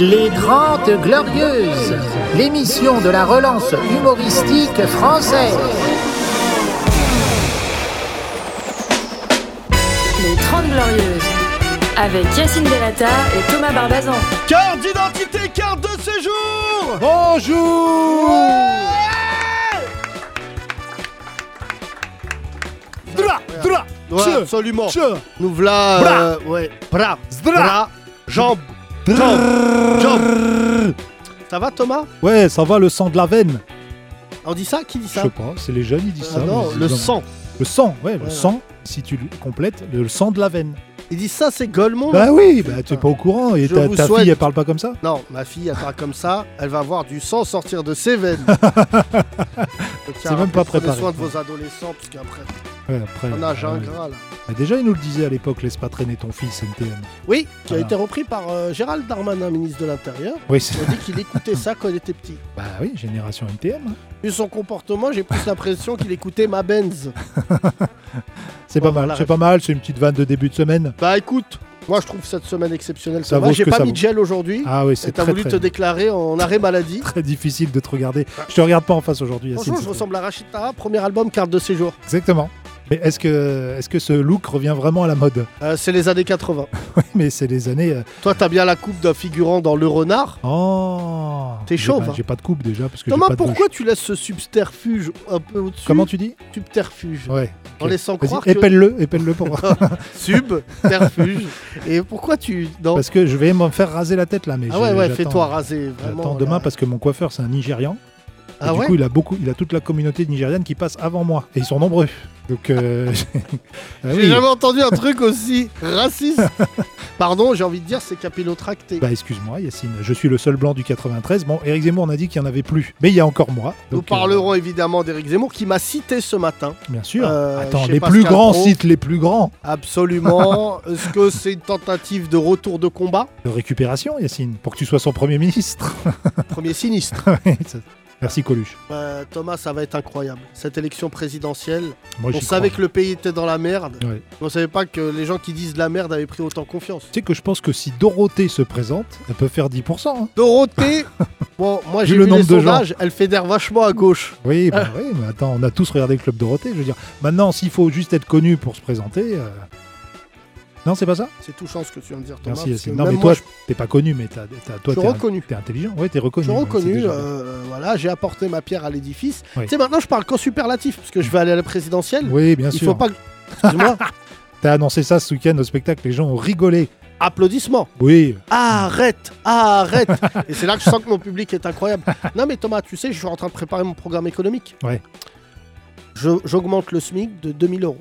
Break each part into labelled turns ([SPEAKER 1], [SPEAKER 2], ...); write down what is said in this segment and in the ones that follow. [SPEAKER 1] Les Grandes Glorieuses, l'émission de la relance humoristique française.
[SPEAKER 2] Les 30 Glorieuses, avec Yacine Delata et Thomas Barbazan.
[SPEAKER 3] Carte d'identité, carte de séjour
[SPEAKER 4] Bonjour Dra, dra,
[SPEAKER 3] Ouais,
[SPEAKER 4] tche,
[SPEAKER 3] absolument.
[SPEAKER 4] tche,
[SPEAKER 3] Nous voilà.
[SPEAKER 4] Bra.
[SPEAKER 3] euh, ouais. Bra.
[SPEAKER 4] zdra.
[SPEAKER 3] Bra. Jambes. Jambes. Jambes. Ça va Thomas
[SPEAKER 4] Ouais, ça va le sang de la veine.
[SPEAKER 3] On dit ça Qui dit
[SPEAKER 4] Je
[SPEAKER 3] ça
[SPEAKER 4] sais pas, c'est les jeunes ils disent
[SPEAKER 3] Ah
[SPEAKER 4] ça.
[SPEAKER 3] non,
[SPEAKER 4] mais
[SPEAKER 3] le
[SPEAKER 4] ils ont-
[SPEAKER 3] sang.
[SPEAKER 4] Le sang, ouais, le
[SPEAKER 3] Ouais,
[SPEAKER 4] sang. Si tu le complètes, le sang de la veine.
[SPEAKER 3] Ils disent ça, c'est Golemont.
[SPEAKER 4] Bah oui, bah t'es pas au courant et
[SPEAKER 3] Oh. Ah. Je
[SPEAKER 4] ta,
[SPEAKER 3] vous
[SPEAKER 4] ta
[SPEAKER 3] souhaite-
[SPEAKER 4] fille elle parle pas comme ça.
[SPEAKER 3] Non, ma fille, elle parle comme ça, elle va voir du sang sortir de ses veines.
[SPEAKER 4] C'est même pas préparé.
[SPEAKER 3] Prenez soin de vos adolescents, parce qu'après,
[SPEAKER 4] Ouais, après.
[SPEAKER 3] on a un
[SPEAKER 4] euh,
[SPEAKER 3] gras, là.
[SPEAKER 4] mais déjà ils nous le disaient à l'époque, laisse pas traîner ton fils NTM.
[SPEAKER 3] Oui, qui a
[SPEAKER 4] Voilà.
[SPEAKER 3] été repris par euh, Gérald Darmanin, ministre de l'Intérieur.
[SPEAKER 4] Oui, c'est-
[SPEAKER 3] On dit qu'il écoutait ça quand il était petit.
[SPEAKER 4] bah oui, génération NTM. hein.
[SPEAKER 3] Vu son comportement, j'ai plus l'impression qu'il écoutait ma Benz.
[SPEAKER 4] C'est
[SPEAKER 3] Bon,
[SPEAKER 4] pas
[SPEAKER 3] Oh, la
[SPEAKER 4] mal, c'est pas mal, c'est une petite vanne de début de semaine.
[SPEAKER 3] Bah écoute, moi je trouve cette semaine exceptionnelle.
[SPEAKER 4] Ça
[SPEAKER 3] Ça va,
[SPEAKER 4] vaut ce
[SPEAKER 3] j'ai
[SPEAKER 4] que
[SPEAKER 3] pas
[SPEAKER 4] ça
[SPEAKER 3] mis
[SPEAKER 4] vaut.
[SPEAKER 3] de gel aujourd'hui.
[SPEAKER 4] Ah oui,
[SPEAKER 3] et
[SPEAKER 4] c'est
[SPEAKER 3] t'as
[SPEAKER 4] très
[SPEAKER 3] voulu
[SPEAKER 4] très,
[SPEAKER 3] te déclarer en arrêt maladie.
[SPEAKER 4] très difficile de te regarder. Je te regarde pas en face aujourd'hui, Yacine.
[SPEAKER 3] Franchement, je ressemble à Rachid Taha, premier album, carte de séjour.
[SPEAKER 4] Exactement. Mais est-ce que, est que ce look revient vraiment à la mode
[SPEAKER 3] Euh, c'est les années 80.
[SPEAKER 4] Oui, mais c'est les années. euh,
[SPEAKER 3] Toi, t'as bien la coupe d'un figurant dans Le Renard.
[SPEAKER 4] Oh
[SPEAKER 3] T'es
[SPEAKER 4] J'ai
[SPEAKER 3] chauve,
[SPEAKER 4] pas-
[SPEAKER 3] hein.
[SPEAKER 4] J'ai pas de coupe déjà parce que j'ai
[SPEAKER 3] Thomas,
[SPEAKER 4] pas de bouche.
[SPEAKER 3] pourquoi tu laisses ce subterfuge un peu au-dessus
[SPEAKER 4] Comment tu dis
[SPEAKER 3] Subterfuge.
[SPEAKER 4] Ouais.
[SPEAKER 3] En
[SPEAKER 4] ok.
[SPEAKER 3] laissant
[SPEAKER 4] Vas-y,
[SPEAKER 3] croire que...
[SPEAKER 4] épelle-le, épelle-le pour moi.
[SPEAKER 3] Subterfuge. Et pourquoi tu... Non.
[SPEAKER 4] parce que je vais me faire raser la tête là, mais
[SPEAKER 3] Ah ouais,
[SPEAKER 4] je-
[SPEAKER 3] ouais,
[SPEAKER 4] j'attends-
[SPEAKER 3] fais-toi raser. Vraiment,
[SPEAKER 4] J'attends demain
[SPEAKER 3] là.
[SPEAKER 4] parce que mon coiffeur c'est un Nigérian. Et
[SPEAKER 3] Ah
[SPEAKER 4] du
[SPEAKER 3] ouais
[SPEAKER 4] coup, il a beaucoup, il a toute la communauté nigériane qui passe avant moi et ils sont nombreux. Donc, euh, ah
[SPEAKER 3] J'ai
[SPEAKER 4] oui.
[SPEAKER 3] jamais entendu un truc aussi raciste. Pardon, j'ai envie de dire, c'est capillotracté.
[SPEAKER 4] Bah excuse-moi Yacine, je suis le seul blanc du 93. Bon, Eric Zemmour on a dit qu'il n'y en avait plus, mais il y a encore moi.
[SPEAKER 3] Nous
[SPEAKER 4] Donc, euh,
[SPEAKER 3] parlerons évidemment d'Éric Zemmour qui m'a cité ce matin.
[SPEAKER 4] bien sûr.
[SPEAKER 3] euh,
[SPEAKER 4] Attends,
[SPEAKER 3] chez
[SPEAKER 4] les
[SPEAKER 3] Pascal
[SPEAKER 4] plus grands
[SPEAKER 3] Pro.
[SPEAKER 4] citent les plus grands.
[SPEAKER 3] Absolument. Est-ce que c'est une tentative de retour de combat
[SPEAKER 4] De récupération, Yacine, pour que tu sois son premier ministre.
[SPEAKER 3] Premier sinistre.
[SPEAKER 4] Ouais, ça- Merci Coluche.
[SPEAKER 3] Euh, Thomas, ça va être incroyable. Cette élection présidentielle,
[SPEAKER 4] Moi,
[SPEAKER 3] on
[SPEAKER 4] j'y
[SPEAKER 3] savait
[SPEAKER 4] crois.
[SPEAKER 3] que le pays était dans la merde.
[SPEAKER 4] Ouais.
[SPEAKER 3] On savait pas que les gens qui disent de la merde avaient pris autant confiance.
[SPEAKER 4] Tu sais que je pense que si Dorothée se présente, elle peut faire 10%. hein.
[SPEAKER 3] Dorothée, bon, moi
[SPEAKER 4] Vu
[SPEAKER 3] j'ai
[SPEAKER 4] le
[SPEAKER 3] vu
[SPEAKER 4] nombre
[SPEAKER 3] les
[SPEAKER 4] de gens.
[SPEAKER 3] sondages, elle fédère vachement à gauche.
[SPEAKER 4] Oui, bah oui, mais attends, on a tous regardé le club Dorothée, je veux dire. Maintenant, s'il faut juste être connu pour se présenter. euh, Non, c'est pas ça
[SPEAKER 3] C'est touchant ce que tu viens de dire, Thomas.
[SPEAKER 4] Merci
[SPEAKER 3] parce que
[SPEAKER 4] Yacine. Non,
[SPEAKER 3] même
[SPEAKER 4] mais
[SPEAKER 3] moi,
[SPEAKER 4] toi, t'es pas connu, mais t'as, t'as- toi,
[SPEAKER 3] Je suis
[SPEAKER 4] t'es, un-
[SPEAKER 3] reconnu.
[SPEAKER 4] t'es intelligent. Ouais, t'es reconnu.
[SPEAKER 3] Je suis
[SPEAKER 4] ouais, c'est
[SPEAKER 3] reconnu,
[SPEAKER 4] déjà bien.
[SPEAKER 3] euh, voilà, j'ai apporté ma pierre à l'édifice.
[SPEAKER 4] Oui.
[SPEAKER 3] Tu sais, maintenant je parle qu'en superlatif, parce que je vais aller à la présidentielle.
[SPEAKER 4] Oui, bien
[SPEAKER 3] Il
[SPEAKER 4] sûr.
[SPEAKER 3] faut pas que. Excuse-moi,
[SPEAKER 4] T'as annoncé ça ce week-end au spectacle, les gens ont rigolé.
[SPEAKER 3] applaudissements.
[SPEAKER 4] Oui,
[SPEAKER 3] Arrête, arrête. Et c'est là que je sens que mon public est incroyable. Non, mais Thomas, tu sais, je suis en train de préparer mon programme économique.
[SPEAKER 4] Ouais.
[SPEAKER 3] Je- J'augmente le SMIC de 2000 euros.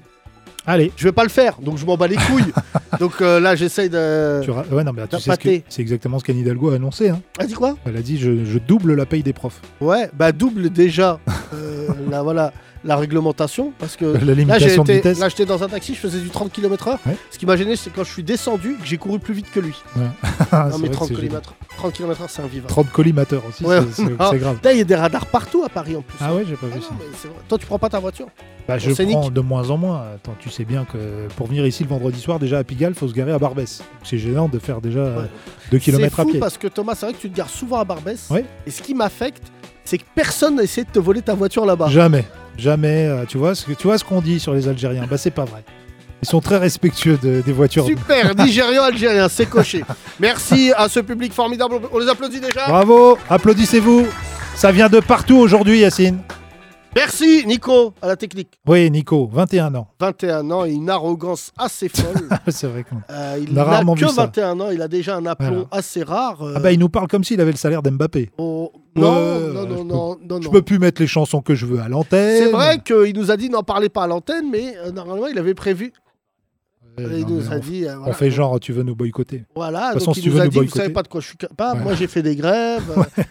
[SPEAKER 4] allez.
[SPEAKER 3] Je vais pas le faire, donc je m'en bats les couilles. donc euh, là, j'essaye de.
[SPEAKER 4] Tu ra- ouais, non, mais tu
[SPEAKER 3] t'as
[SPEAKER 4] sais ce que-
[SPEAKER 3] pâté.
[SPEAKER 4] c'est exactement ce qu'Anne Hidalgo a annoncé. hein.
[SPEAKER 3] Ah, dis quoi
[SPEAKER 4] Elle a dit je, je double la paye des profs.
[SPEAKER 3] Ouais, bah double déjà euh, la, voilà, la réglementation, parce que
[SPEAKER 4] La
[SPEAKER 3] Euh, Là, j'ai
[SPEAKER 4] Bah, limitation de
[SPEAKER 3] été-
[SPEAKER 4] vitesse.
[SPEAKER 3] là, j'étais dans un taxi, je faisais du 30 km/h.
[SPEAKER 4] Ouais.
[SPEAKER 3] Ce qui m'a gêné, c'est quand je suis descendu, que j'ai couru plus vite que lui.
[SPEAKER 4] Ah,
[SPEAKER 3] non,
[SPEAKER 4] c'est
[SPEAKER 3] mais
[SPEAKER 4] vrai que
[SPEAKER 3] 30
[SPEAKER 4] c'est génial.
[SPEAKER 3] km/h, 30 km/h, c'est invivable.
[SPEAKER 4] 30 collimateurs aussi,
[SPEAKER 3] Ouais,
[SPEAKER 4] c'est- c'est
[SPEAKER 3] non.
[SPEAKER 4] c'est grave.
[SPEAKER 3] Là, il y a des radars partout à Paris en plus.
[SPEAKER 4] Ah ouais, j'ai pas
[SPEAKER 3] Ah
[SPEAKER 4] vu
[SPEAKER 3] non,
[SPEAKER 4] ça.
[SPEAKER 3] mais c'est vrai. Toi, tu prends pas ta voiture
[SPEAKER 4] Bah, je
[SPEAKER 3] scénique.
[SPEAKER 4] prends de moins en moins. Attends, tu sais bien que pour venir ici le vendredi soir, déjà à Pigalle, faut se garer à Barbès. Donc, C'est gênant de faire déjà euh,
[SPEAKER 3] Ouais. C'est
[SPEAKER 4] 2 km à
[SPEAKER 3] fou
[SPEAKER 4] pied.
[SPEAKER 3] parce que Thomas, c'est vrai que tu te gares souvent à Barbès.
[SPEAKER 4] Ouais.
[SPEAKER 3] Et ce qui m'affecte, c'est que personne n'a essayé de te voler ta voiture là-bas.
[SPEAKER 4] Jamais, jamais. euh, tu vois ce que tu vois ce qu'on dit sur les Algériens. Bah c'est pas vrai. Ils sont très respectueux de- des voitures.
[SPEAKER 3] Super, Nigérian, Algérien, c'est coché. Merci à ce public formidable. On les applaudit déjà.
[SPEAKER 4] Bravo, applaudissez-vous. Ça vient de partout aujourd'hui, Yacine.
[SPEAKER 3] Merci, Nico, à la technique.
[SPEAKER 4] Oui, Nico, 21 ans.
[SPEAKER 3] 21 ans et une arrogance assez folle.
[SPEAKER 4] c'est vrai qu'on.
[SPEAKER 3] Euh,
[SPEAKER 4] On
[SPEAKER 3] il
[SPEAKER 4] a
[SPEAKER 3] n'a
[SPEAKER 4] rarement
[SPEAKER 3] que
[SPEAKER 4] vu ça.
[SPEAKER 3] 21 ans, il a déjà un aplomb
[SPEAKER 4] Voilà.
[SPEAKER 3] assez rare. euh,
[SPEAKER 4] Ah bah il nous parle comme s'il avait le salaire d'Mbappé.
[SPEAKER 3] on- non,
[SPEAKER 4] Ouais,
[SPEAKER 3] non,
[SPEAKER 4] je
[SPEAKER 3] non,
[SPEAKER 4] peux-
[SPEAKER 3] non, non,
[SPEAKER 4] Je
[SPEAKER 3] non.
[SPEAKER 4] peux plus mettre les chansons que je veux à l'antenne.
[SPEAKER 3] C'est vrai qu'il nous a dit n'en parlez pas à l'antenne, mais euh, normalement il avait prévu. il
[SPEAKER 4] Ouais, non, mais
[SPEAKER 3] nous a
[SPEAKER 4] on-
[SPEAKER 3] dit. euh,
[SPEAKER 4] on
[SPEAKER 3] voilà.
[SPEAKER 4] fait genre tu veux nous boycotter.
[SPEAKER 3] Voilà,
[SPEAKER 4] toute façon,
[SPEAKER 3] donc
[SPEAKER 4] si
[SPEAKER 3] il
[SPEAKER 4] tu
[SPEAKER 3] nous
[SPEAKER 4] veux
[SPEAKER 3] a
[SPEAKER 4] nous
[SPEAKER 3] dit vous
[SPEAKER 4] boycotter-
[SPEAKER 3] savez pas de quoi je suis capable.
[SPEAKER 4] Ouais.
[SPEAKER 3] Moi j'ai fait des grèves. euh,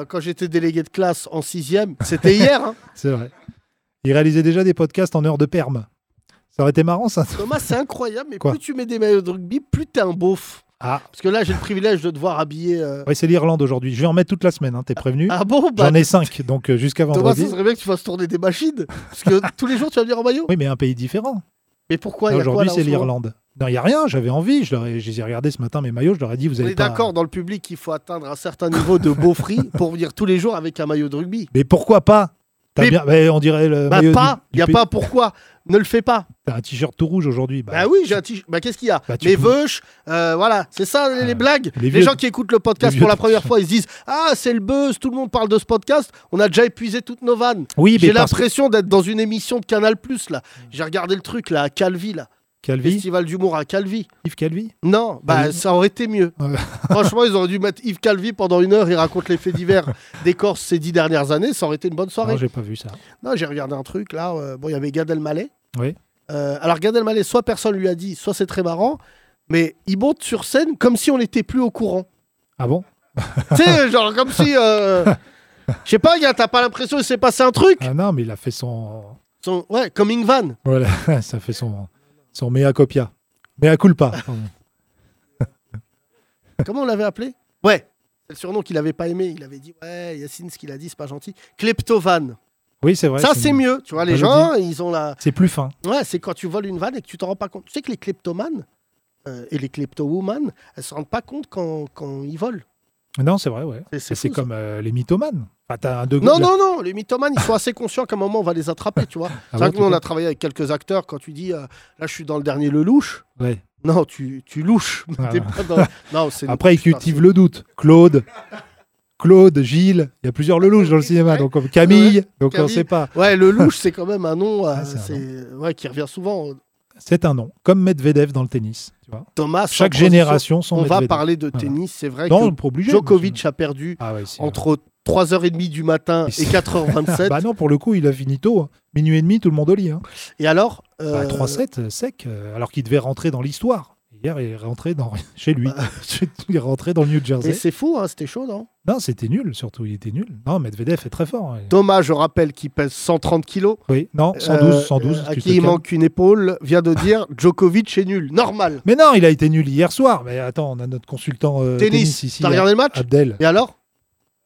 [SPEAKER 3] euh, quand j'étais délégué de classe en 6ème, c'était hier. hein.
[SPEAKER 4] C'est vrai. Il réalisait déjà des podcasts en heure de perme. Ça aurait été marrant, ça.
[SPEAKER 3] Thomas, c'est incroyable, mais
[SPEAKER 4] Quoi
[SPEAKER 3] plus tu mets des maillots de rugby, plus t'es un beauf.
[SPEAKER 4] Ah,
[SPEAKER 3] Parce que là j'ai le privilège de devoir habiller. euh,
[SPEAKER 4] ouais, c'est l'Irlande aujourd'hui. Je vais en mettre toute la semaine, hein, t'es prévenu.
[SPEAKER 3] Ah bon bah,
[SPEAKER 4] J'en ai 5, donc euh, jusqu'à
[SPEAKER 3] Thomas,
[SPEAKER 4] vendredi.
[SPEAKER 3] ce serait bien que tu fasses tourner des machines. Parce que tous les jours tu vas venir en maillot.
[SPEAKER 4] Oui, mais un pays différent.
[SPEAKER 3] Mais pourquoi il y a quoi,
[SPEAKER 4] aujourd'hui,
[SPEAKER 3] là, en
[SPEAKER 4] c'est
[SPEAKER 3] ce moment
[SPEAKER 4] l'Irlande. Non, il n'y a rien, j'avais envie. Je, leur ai- je les ai regardés ce matin, mes maillots, je leur ai dit, vous
[SPEAKER 3] On
[SPEAKER 4] allez
[SPEAKER 3] est
[SPEAKER 4] pas...
[SPEAKER 3] d'accord, dans le public, il faut atteindre un certain niveau de beaufry pour venir tous les jours avec un maillot de rugby.
[SPEAKER 4] Mais pourquoi pas T'as
[SPEAKER 3] Mais-
[SPEAKER 4] bien- mais on dirait le
[SPEAKER 3] Bah
[SPEAKER 4] maillot
[SPEAKER 3] pas,
[SPEAKER 4] du-
[SPEAKER 3] il y a
[SPEAKER 4] du-
[SPEAKER 3] pas pourquoi. Ne le fais pas.
[SPEAKER 4] T'as un t-shirt tout rouge aujourd'hui.
[SPEAKER 3] Bah, oui, j'ai un t-shirt. Bah qu'est-ce qu'il y a
[SPEAKER 4] Bah, tu
[SPEAKER 3] Les
[SPEAKER 4] peux-
[SPEAKER 3] veuches, euh, voilà, c'est ça les, les
[SPEAKER 4] Euh,
[SPEAKER 3] blagues.
[SPEAKER 4] les
[SPEAKER 3] Les,
[SPEAKER 4] vieux-
[SPEAKER 3] gens qui écoutent le podcast
[SPEAKER 4] les
[SPEAKER 3] pour
[SPEAKER 4] vieux-
[SPEAKER 3] la première fois, ils se disent Ah, c'est le buzz, tout le monde parle de ce podcast. On a déjà épuisé toutes nos vannes.
[SPEAKER 4] Oui, mais
[SPEAKER 3] J'ai
[SPEAKER 4] parce que Hmm.
[SPEAKER 3] l'impression d'être dans une émission de Canal Plus là. J'ai regardé le truc là à Calvi là,
[SPEAKER 4] Calvi,
[SPEAKER 3] festival d'humour à Calvi.
[SPEAKER 4] Yves Calvi.
[SPEAKER 3] Non, bah
[SPEAKER 4] oui.
[SPEAKER 3] ça aurait été mieux.
[SPEAKER 4] Ouais.
[SPEAKER 3] Franchement, ils auraient dû mettre Yves Calvi pendant une heure. Il raconte les faits divers des Corses ces dix dernières années. Ça aurait été une bonne soirée.
[SPEAKER 4] Non, j'ai pas vu ça.
[SPEAKER 3] Non, j'ai regardé un truc là. euh, bon, il y avait Gad Elmaleh.
[SPEAKER 4] Oui.
[SPEAKER 3] Euh, alors Gad Elmaleh, soit personne lui a dit, soit c'est très marrant, mais il monte sur scène comme si on n'était plus au courant.
[SPEAKER 4] Ah bon
[SPEAKER 3] tu sais, genre comme si, euh, je sais pas, gars, t'as pas l'impression qu'il s'est passé un truc.
[SPEAKER 4] Ah non, mais il a fait son...
[SPEAKER 3] Son- ouais, coming van.
[SPEAKER 4] Voilà, ça fait son, son mea copia. Mea culpa. pardon.
[SPEAKER 3] Comment on l'avait appelé Ouais. C'est le surnom qu'il avait pas aimé. Il avait dit ouais, Yacine, ce qu'il a dit, c'est pas gentil. Kleptovan.
[SPEAKER 4] Oui, c'est vrai.
[SPEAKER 3] ça, c'est mieux. Tu vois, les
[SPEAKER 4] Pas
[SPEAKER 3] gens, ils ont la.
[SPEAKER 4] C'est plus fin.
[SPEAKER 3] Ouais, c'est quand tu voles une vanne et que tu t'en rends pas compte. Tu sais que les kleptomanes euh, et les kleptowoman, elles se rendent pas compte quand, quand ils volent.
[SPEAKER 4] Non, c'est vrai, ouais.
[SPEAKER 3] C'est-
[SPEAKER 4] Et C'est
[SPEAKER 3] fou, ça.
[SPEAKER 4] comme euh, les mythomanes. Ah, t'as un degré.
[SPEAKER 3] Non,
[SPEAKER 4] de-
[SPEAKER 3] non, non, les mythomanes, ils sont assez conscients qu'à un moment, on va les attraper, tu vois.
[SPEAKER 4] Ah
[SPEAKER 3] c'est vrai
[SPEAKER 4] bon,
[SPEAKER 3] que nous, on
[SPEAKER 4] tu
[SPEAKER 3] a travaillé avec quelques acteurs. Quand tu dis, euh, là, je suis dans le dernier Lelouch,
[SPEAKER 4] peux- Ouais.
[SPEAKER 3] non, tu, tu louches. mais t'es pas dans- Non, c'est
[SPEAKER 4] Ah Après, ils
[SPEAKER 3] putain,
[SPEAKER 4] cultivent le doute. Claude. Claude, Gilles, il y a plusieurs Lelouch dans le cinéma,
[SPEAKER 3] Ouais.
[SPEAKER 4] donc euh, Camille, donc on
[SPEAKER 3] Camille.
[SPEAKER 4] sait pas.
[SPEAKER 3] c'est- Ouais, Lelouch, c'est quand même un nom euh,
[SPEAKER 4] Ouais, c'est un
[SPEAKER 3] c'est- ouais, qui revient souvent.
[SPEAKER 4] C'est un nom, comme Medvedev dans le tennis. tu vois.
[SPEAKER 3] Thomas, Ah, sans
[SPEAKER 4] Chaque
[SPEAKER 3] transition,
[SPEAKER 4] génération son
[SPEAKER 3] On va
[SPEAKER 4] Medvedev.
[SPEAKER 3] parler de
[SPEAKER 4] Voilà.
[SPEAKER 3] tennis, c'est vrai
[SPEAKER 4] Non,
[SPEAKER 3] que
[SPEAKER 4] pas obligé.
[SPEAKER 3] Djokovic a perdu
[SPEAKER 4] Ah ouais, si,
[SPEAKER 3] entre 3h30 du matin et
[SPEAKER 4] C'est- ouais.
[SPEAKER 3] 4h27.
[SPEAKER 4] Bah non, pour le coup, il a fini tôt. hein. Minuit et demi, tout le monde au lit. hein.
[SPEAKER 3] et alors euh,
[SPEAKER 4] Bah, 3-7 euh, sec, euh, alors qu'il devait rentrer dans l'histoire. Hier, il est rentré dans... chez lui.
[SPEAKER 3] Bah.
[SPEAKER 4] il est rentré dans le New
[SPEAKER 3] Et
[SPEAKER 4] Jersey.
[SPEAKER 3] c'est fou, hein, c'était chaud, non
[SPEAKER 4] Non, c'était nul, surtout. Il était nul. Non, Medvedev est très fort. hein.
[SPEAKER 3] Thomas, je rappelle qu'il pèse 130 kilos.
[SPEAKER 4] Oui, non,
[SPEAKER 3] euh,
[SPEAKER 4] 112, 112.
[SPEAKER 3] euh, à
[SPEAKER 4] tu te
[SPEAKER 3] qui il
[SPEAKER 4] calmes.
[SPEAKER 3] manque une épaule, vient de dire Djokovic est nul. Normal.
[SPEAKER 4] Mais non, il a été nul hier soir. Mais attends, on a notre consultant euh, tennis.
[SPEAKER 3] tennis,
[SPEAKER 4] ici,
[SPEAKER 3] t'as regardé le match
[SPEAKER 4] Abdel.
[SPEAKER 3] Et alors
[SPEAKER 4] Ah,